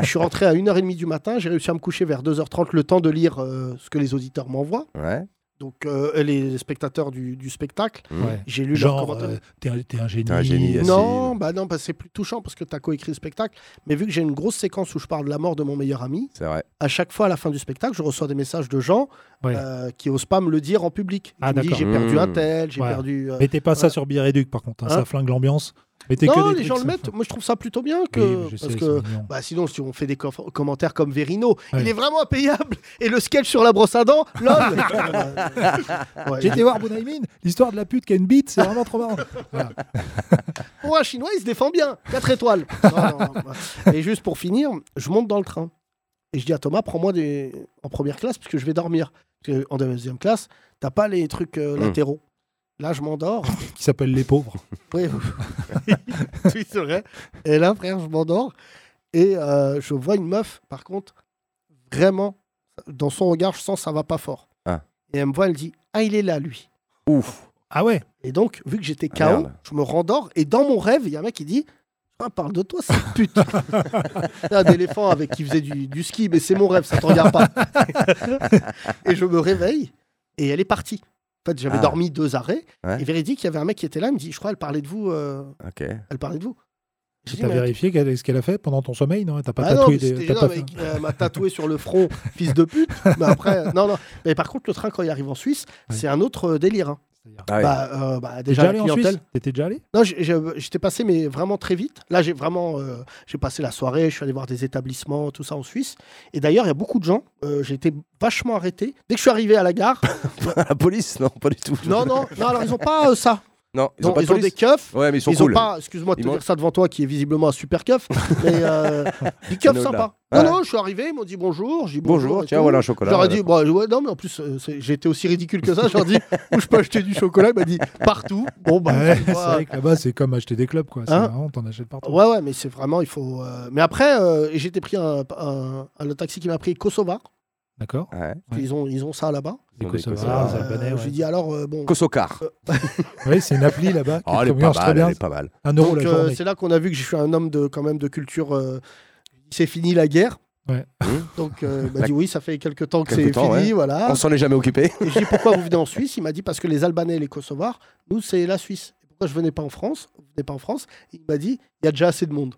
[SPEAKER 3] je suis rentré à 1h30 du matin, j'ai réussi à me coucher vers 2h30, le temps de lire euh, ce que les auditeurs m'envoient,
[SPEAKER 9] Ouais.
[SPEAKER 3] donc euh, et les spectateurs du, du spectacle.
[SPEAKER 9] Mmh,
[SPEAKER 4] Ouais.
[SPEAKER 3] J'ai lu leurs
[SPEAKER 4] Genre,
[SPEAKER 3] commentaires.
[SPEAKER 4] euh, t'es un- t'es un génie.
[SPEAKER 9] T'es un génie. Yacine.
[SPEAKER 3] Non, bah non, parce que c'est plus touchant parce que tu as coécrit le spectacle. Mais vu que j'ai une grosse séquence où je parle de la mort de mon meilleur ami,
[SPEAKER 9] C'est vrai.
[SPEAKER 3] à chaque fois à la fin du spectacle, je reçois des messages de gens
[SPEAKER 4] Ouais.
[SPEAKER 3] euh, qui osent pas me le dire en public.
[SPEAKER 4] Ah,
[SPEAKER 3] qui me disent
[SPEAKER 4] d'accord.
[SPEAKER 3] j'ai perdu
[SPEAKER 9] Mmh.
[SPEAKER 3] un tel, j'ai
[SPEAKER 4] Ouais.
[SPEAKER 3] perdu. euh,
[SPEAKER 4] Mettez pas ça
[SPEAKER 3] Voilà.
[SPEAKER 4] sur Bireduc, par contre. hein,
[SPEAKER 3] Hein
[SPEAKER 4] ça flingue l'ambiance. Mettez que
[SPEAKER 3] Non,
[SPEAKER 4] des
[SPEAKER 3] les
[SPEAKER 4] trucs
[SPEAKER 3] gens le
[SPEAKER 4] sympas.
[SPEAKER 3] mettent. Moi, je trouve ça plutôt bien que
[SPEAKER 4] Oui, je sais,
[SPEAKER 3] parce
[SPEAKER 4] c'est
[SPEAKER 3] que.
[SPEAKER 4] mignon.
[SPEAKER 3] Bah sinon, si on fait des co- commentaires comme Verino,
[SPEAKER 4] Ouais.
[SPEAKER 3] il est vraiment impayable. Et le sketch sur la brosse à dents, lol. Ouais,
[SPEAKER 4] J'ai été voir Bonaimin, l'histoire de la pute qui a une bite, c'est vraiment trop marrant.
[SPEAKER 3] Pour un chinois, il se défend bien. 4 étoiles. Non, non, non. Et juste pour finir, je monte dans le train. Et je dis à Thomas, prends-moi des... en première classe parce que je vais dormir. Parce que en deuxième classe, t'as pas les trucs euh,
[SPEAKER 9] Mm.
[SPEAKER 3] latéraux. Là, je m'endors.
[SPEAKER 4] Qui s'appelle Les Pauvres.
[SPEAKER 3] Oui, oui, c'est vrai. Et là, frère, je m'endors. Et euh, je vois une meuf, par contre, vraiment, dans son regard, je sens que ça va pas fort.
[SPEAKER 9] Ah.
[SPEAKER 3] Et elle me voit, elle dit, ah, il est là, lui.
[SPEAKER 9] Ouf.
[SPEAKER 4] Ah ouais
[SPEAKER 3] Et donc, vu que j'étais KO,
[SPEAKER 9] Ah, merde.
[SPEAKER 3] je me rendors et dans mon rêve, il y a un mec qui dit Ah, parle de toi, cette pute. C'est un éléphant avec qui faisait du, du ski, mais c'est mon rêve, ça t'en regarde pas. et je me réveille et elle est partie. En fait, j'avais
[SPEAKER 9] Ah.
[SPEAKER 3] dormi deux arrêts.
[SPEAKER 9] Ouais.
[SPEAKER 3] Et véridique, il y avait un mec qui était là, il me dit Je crois, elle parlait de vous. euh,
[SPEAKER 9] Ok.
[SPEAKER 3] elle parlait de vous. J'ai dit,
[SPEAKER 4] T'as
[SPEAKER 3] Mais-
[SPEAKER 4] vérifié qu'elle- ce qu'elle a fait pendant ton sommeil, non T'as pas
[SPEAKER 3] Ah non,
[SPEAKER 4] tatoué
[SPEAKER 3] mais c'était
[SPEAKER 4] des. t'as
[SPEAKER 3] gênant,
[SPEAKER 4] pas
[SPEAKER 3] mais
[SPEAKER 4] fait-
[SPEAKER 3] elle euh, m'a tatoué sur le front, fils de pute. Mais après, euh, non, non. Mais par contre, le train, quand il arrive en Suisse,
[SPEAKER 4] Ouais.
[SPEAKER 3] c'est un autre euh, délire. hein.
[SPEAKER 9] Ah ouais.
[SPEAKER 3] Bah, euh, bah,
[SPEAKER 4] T'es
[SPEAKER 3] déjà,
[SPEAKER 4] déjà
[SPEAKER 3] la
[SPEAKER 4] allé en
[SPEAKER 3] clientèle.
[SPEAKER 4] Suisse T'étais déjà allé
[SPEAKER 3] Non, j'ai- j'ai- j'étais passé, mais vraiment très vite. Là, j'ai vraiment euh, j'ai passé la soirée, je suis allé voir des établissements, tout ça en Suisse. Et d'ailleurs, il y a beaucoup de gens. euh, j'ai été vachement arrêté. Dès que je suis arrivé à la gare,
[SPEAKER 9] la police Non, pas du tout.
[SPEAKER 3] non, non, non, alors ils ont pas euh, ça.
[SPEAKER 9] Non, ils
[SPEAKER 3] Non,
[SPEAKER 9] ont pas de police.
[SPEAKER 3] des keufs.
[SPEAKER 9] Ouais, mais ils sont
[SPEAKER 3] ils
[SPEAKER 9] cool.
[SPEAKER 3] ont pas, excuse-moi de
[SPEAKER 9] Ils
[SPEAKER 3] te
[SPEAKER 9] m'ont-
[SPEAKER 3] dire ça devant toi, qui est visiblement un super keuf, mais euh, des keufs
[SPEAKER 9] Mais au-delà.
[SPEAKER 3] sympas.
[SPEAKER 9] Ouais.
[SPEAKER 3] Non, non, je suis arrivé, ils m'ont dit bonjour, j'ai dit bonjour.
[SPEAKER 9] Bonjour,
[SPEAKER 3] et
[SPEAKER 9] tiens,
[SPEAKER 3] tout.
[SPEAKER 9] voilà un
[SPEAKER 3] Je
[SPEAKER 9] chocolat.
[SPEAKER 3] leur ai
[SPEAKER 9] voilà.
[SPEAKER 3] dit, bah, ouais, non, mais en plus, euh, c'est- j'ai été aussi ridicule que ça. Je leur ai dit, où je peux acheter du chocolat Il m'a dit, partout. Bon, bah,
[SPEAKER 4] Ouais,
[SPEAKER 3] tu
[SPEAKER 4] C'est
[SPEAKER 3] vois,
[SPEAKER 4] vrai que là-bas, c'est comme acheter des clubs, quoi. C'est
[SPEAKER 3] Hein
[SPEAKER 4] marrant, t'en achètes partout.
[SPEAKER 3] Ouais, ouais, mais c'est vraiment, il faut. euh, Mais après, euh, j'étais pris un, un- un- le taxi qui m'a pris Kosovar.
[SPEAKER 4] D'accord
[SPEAKER 9] Ouais.
[SPEAKER 3] parce qu'ils ont, ils ont ça là-bas.
[SPEAKER 9] Ils ont des
[SPEAKER 4] Kosovars,
[SPEAKER 9] Kosovars.
[SPEAKER 4] des Albanais,
[SPEAKER 3] Euh,
[SPEAKER 4] Ah, ouais.
[SPEAKER 3] J'ai dit alors, euh, bon.
[SPEAKER 9] Kosocar.
[SPEAKER 4] Oui, c'est une appli là-bas.
[SPEAKER 9] Oh, elle
[SPEAKER 4] qui
[SPEAKER 9] est pas
[SPEAKER 4] ambiance très
[SPEAKER 9] mal,
[SPEAKER 4] bien.
[SPEAKER 9] elle est pas mal.
[SPEAKER 4] Un euro
[SPEAKER 3] Donc,
[SPEAKER 4] la
[SPEAKER 3] euh,
[SPEAKER 4] journée.
[SPEAKER 3] c'est là qu'on a vu que je suis un homme de, quand même de culture. euh, c'est fini la guerre.
[SPEAKER 4] Ouais.
[SPEAKER 9] Mmh.
[SPEAKER 3] Donc, euh, il m'a
[SPEAKER 9] La-
[SPEAKER 3] dit oui, ça fait quelques temps que
[SPEAKER 9] Quelque
[SPEAKER 3] c'est
[SPEAKER 9] temps,
[SPEAKER 3] fini,
[SPEAKER 9] ouais.
[SPEAKER 3] voilà.
[SPEAKER 9] On s'en est jamais occupé.
[SPEAKER 3] Et j'ai dit pourquoi vous venez en Suisse Il m'a dit parce que les Albanais et les Kosovars, nous, c'est la Suisse. Et Pourquoi je venais pas en France Vous venez pas en France Il m'a dit il y a déjà assez de monde.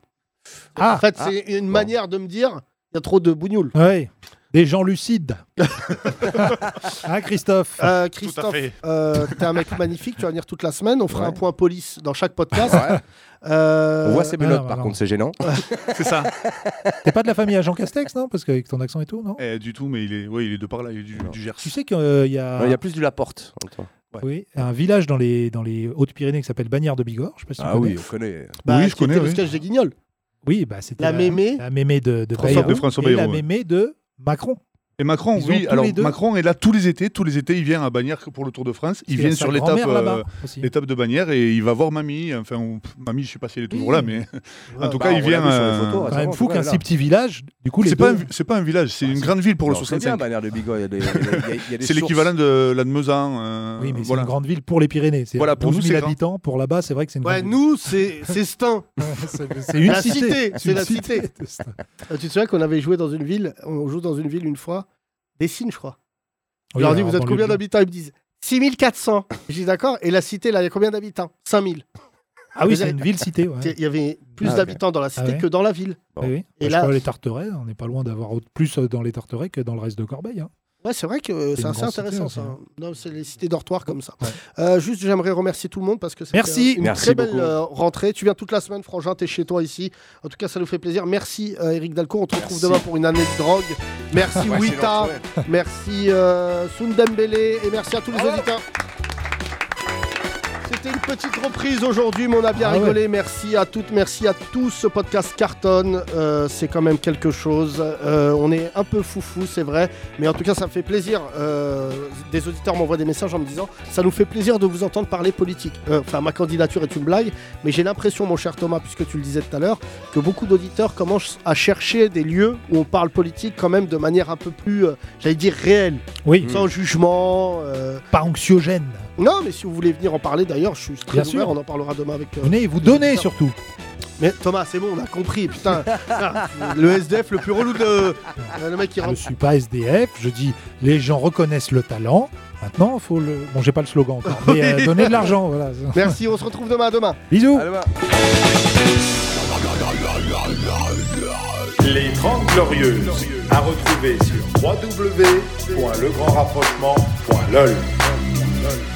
[SPEAKER 4] Ah,
[SPEAKER 3] en fait, c'est une manière de me dire il y a trop de bougnoules.
[SPEAKER 4] Ouais. Des gens lucides. hein, Christophe
[SPEAKER 3] Euh,
[SPEAKER 10] Tout à
[SPEAKER 3] Christophe,
[SPEAKER 10] fait.
[SPEAKER 3] euh, t'es un mec magnifique, tu vas venir toute la semaine. On fera
[SPEAKER 9] Ouais.
[SPEAKER 3] un point police dans chaque podcast.
[SPEAKER 9] Ouais.
[SPEAKER 3] Euh,
[SPEAKER 9] On voit ses
[SPEAKER 4] non,
[SPEAKER 9] menottes, par
[SPEAKER 4] non.
[SPEAKER 9] contre, c'est gênant.
[SPEAKER 4] Ah.
[SPEAKER 10] C'est ça.
[SPEAKER 4] T'es pas de la famille à Jean Castex, non Parce qu'avec ton accent et tout, non
[SPEAKER 10] Eh, du tout, mais il est, ouais, il est de par là, il est du,
[SPEAKER 9] Non.
[SPEAKER 10] du Gers.
[SPEAKER 4] Tu sais qu'il euh, y a,
[SPEAKER 9] Non, Il y a plus du Laporte. Antoine.
[SPEAKER 4] oui, un village dans les, dans les Hautes-Pyrénées qui s'appelle Bagnères de Bigorre. Je sais pas si tu
[SPEAKER 9] Ah
[SPEAKER 4] connais.
[SPEAKER 9] oui, on connaît.
[SPEAKER 3] bah,
[SPEAKER 10] Oui, je
[SPEAKER 3] qui
[SPEAKER 10] connais,
[SPEAKER 3] était Le
[SPEAKER 10] oui.
[SPEAKER 3] sketch des Guignols.
[SPEAKER 4] Oui, bah, c'était
[SPEAKER 3] La mémé.
[SPEAKER 4] La mémé de, de
[SPEAKER 10] François-
[SPEAKER 4] Bayrou
[SPEAKER 10] de François
[SPEAKER 4] Et la
[SPEAKER 10] Bayrou, ouais.
[SPEAKER 4] mémé de Macron.
[SPEAKER 10] Et Macron,
[SPEAKER 4] Ils ont
[SPEAKER 10] oui.
[SPEAKER 4] tous
[SPEAKER 10] Alors,
[SPEAKER 4] les deux-
[SPEAKER 10] Macron est là tous les étés. Tous les étés, il vient à Bagnères pour le Tour de France. Il
[SPEAKER 4] Parce
[SPEAKER 10] vient
[SPEAKER 4] qu'il a
[SPEAKER 10] sur
[SPEAKER 4] sa
[SPEAKER 10] l'étape
[SPEAKER 4] grand-mère là-bas
[SPEAKER 10] euh,
[SPEAKER 4] aussi.
[SPEAKER 10] l'étape de Bagnères et il va voir Mamie. Enfin, on- pff, Mamie, je sais pas si elle est toujours
[SPEAKER 4] Oui.
[SPEAKER 10] là, mais en tout
[SPEAKER 9] bah,
[SPEAKER 10] cas,
[SPEAKER 9] on
[SPEAKER 10] il
[SPEAKER 9] l'a
[SPEAKER 10] vient.
[SPEAKER 9] vu sur les
[SPEAKER 10] euh,
[SPEAKER 9] photos,
[SPEAKER 4] quand
[SPEAKER 9] ouais,
[SPEAKER 4] même
[SPEAKER 9] c'est
[SPEAKER 4] fou
[SPEAKER 9] bon,
[SPEAKER 4] qu'un
[SPEAKER 9] voilà.
[SPEAKER 4] si petit village, du coup, les
[SPEAKER 10] C'est pas, un
[SPEAKER 4] deux- Bah,
[SPEAKER 10] vi- c'est pas un village, c'est
[SPEAKER 9] Ah,
[SPEAKER 10] une
[SPEAKER 9] c'est-
[SPEAKER 10] grande ville pour le
[SPEAKER 9] Non, c'est bien,
[SPEAKER 10] 65.
[SPEAKER 9] Bagnères de Bigorre. il y a des- il y a des- il y a des
[SPEAKER 10] C'est l'équivalent
[SPEAKER 9] sources.
[SPEAKER 10] de la de Meusan. euh,
[SPEAKER 4] Oui, mais c'est
[SPEAKER 10] voilà.
[SPEAKER 4] une grande ville pour les Pyrénées. C'est
[SPEAKER 10] Voilà, pour
[SPEAKER 4] 12
[SPEAKER 10] nous,
[SPEAKER 4] 000
[SPEAKER 10] c'est
[SPEAKER 4] habitants. Pour là-bas, c'est vrai que c'est une
[SPEAKER 3] Ouais,
[SPEAKER 4] grande
[SPEAKER 3] nous, c'est c'est Stein.
[SPEAKER 4] ville. c'est c'est une
[SPEAKER 3] La cité, c'est
[SPEAKER 4] une
[SPEAKER 3] la cité. Euh, tu te souviens qu'on avait joué dans une ville, on joue dans une ville une fois, Dessine, je crois. Je
[SPEAKER 4] Oui,
[SPEAKER 3] leur dis
[SPEAKER 4] alors,
[SPEAKER 3] vous êtes
[SPEAKER 4] dans le
[SPEAKER 3] combien
[SPEAKER 4] lieu-
[SPEAKER 3] d'habitants Ils me disent 6400. je dis d'accord. Et la cité, là, il y a combien d'habitants 5000.
[SPEAKER 4] Ah oui, c'est une ville-cité. ouais.
[SPEAKER 3] Il y avait plus
[SPEAKER 9] Ah, ok.
[SPEAKER 3] d'habitants dans la cité
[SPEAKER 4] ouais.
[SPEAKER 3] que dans la ville.
[SPEAKER 4] Oui, oui.
[SPEAKER 3] Et
[SPEAKER 4] Bah, je
[SPEAKER 3] là-
[SPEAKER 4] crois les Tarterets, on n'est pas loin d'avoir autre- plus euh, dans les Tarterets que dans le reste de Corbeil. hein.
[SPEAKER 3] Ouais, c'est vrai que euh,
[SPEAKER 4] C'est
[SPEAKER 3] c'est
[SPEAKER 4] une
[SPEAKER 3] assez
[SPEAKER 4] grande cité,
[SPEAKER 3] intéressant
[SPEAKER 4] aussi,
[SPEAKER 3] ça.
[SPEAKER 4] hein.
[SPEAKER 3] Non, c'est les cités dortoirs comme ça.
[SPEAKER 4] Ouais.
[SPEAKER 3] Euh, juste, j'aimerais remercier tout le monde parce que c'est
[SPEAKER 4] Merci.
[SPEAKER 3] une
[SPEAKER 9] Merci
[SPEAKER 3] très belle
[SPEAKER 9] beaucoup.
[SPEAKER 3] euh, rentrée. Tu viens toute la semaine, Frangin, t'es chez toi ici. En tout cas, ça nous fait plaisir. Merci euh, Eric Dalco, on te retrouve
[SPEAKER 9] Merci.
[SPEAKER 3] demain pour une année de drogue. Merci
[SPEAKER 9] Ouais, c'est
[SPEAKER 3] Wita,
[SPEAKER 9] l'entouré.
[SPEAKER 3] merci euh, Sundembele et merci à tous les auditeurs. C'est C'était une petite reprise aujourd'hui, mais on a bien
[SPEAKER 4] Ah
[SPEAKER 3] rigolé. Merci à toutes, merci à tous. Ce podcast cartonne, Euh, c'est quand même quelque chose. Euh, on est un peu foufou, c'est vrai, mais en tout cas, ça me fait plaisir. Euh, des auditeurs m'envoient des messages en me disant Ça nous fait plaisir de vous entendre parler politique. Euh, Enfin, ma candidature est une blague, mais j'ai l'impression, mon cher Thomas, puisque tu le disais tout à l'heure, que beaucoup d'auditeurs commencent à chercher des lieux où on parle politique quand même de manière un peu plus, euh, j'allais dire, réelle.
[SPEAKER 4] Oui.
[SPEAKER 3] Sans jugement. euh,
[SPEAKER 4] Pas anxiogène.
[SPEAKER 3] non, mais si vous voulez venir en parler, d'ailleurs, je suis très
[SPEAKER 4] Bien
[SPEAKER 3] ouvert,
[SPEAKER 4] sûr.
[SPEAKER 3] on en parlera demain avec. euh,
[SPEAKER 4] Venez, vous
[SPEAKER 3] les
[SPEAKER 4] donnez
[SPEAKER 3] auditeurs.
[SPEAKER 4] surtout.
[SPEAKER 3] Mais Thomas, c'est bon, on a compris, putain. Ah, le SDF le plus relou de. Euh, Le mec qui
[SPEAKER 4] Je ne
[SPEAKER 3] rentre.
[SPEAKER 4] suis pas SDF, je dis les gens reconnaissent le talent. Maintenant, faut le. Bon, j'ai pas le slogan encore, mais euh,
[SPEAKER 3] Oui.
[SPEAKER 4] donnez de l'argent, voilà.
[SPEAKER 3] Merci, on se retrouve demain, à demain.
[SPEAKER 4] Bisous.
[SPEAKER 9] Allez, va.
[SPEAKER 5] Les 30 Glorieuses. À retrouver sur www.legrandrapprochement.lol.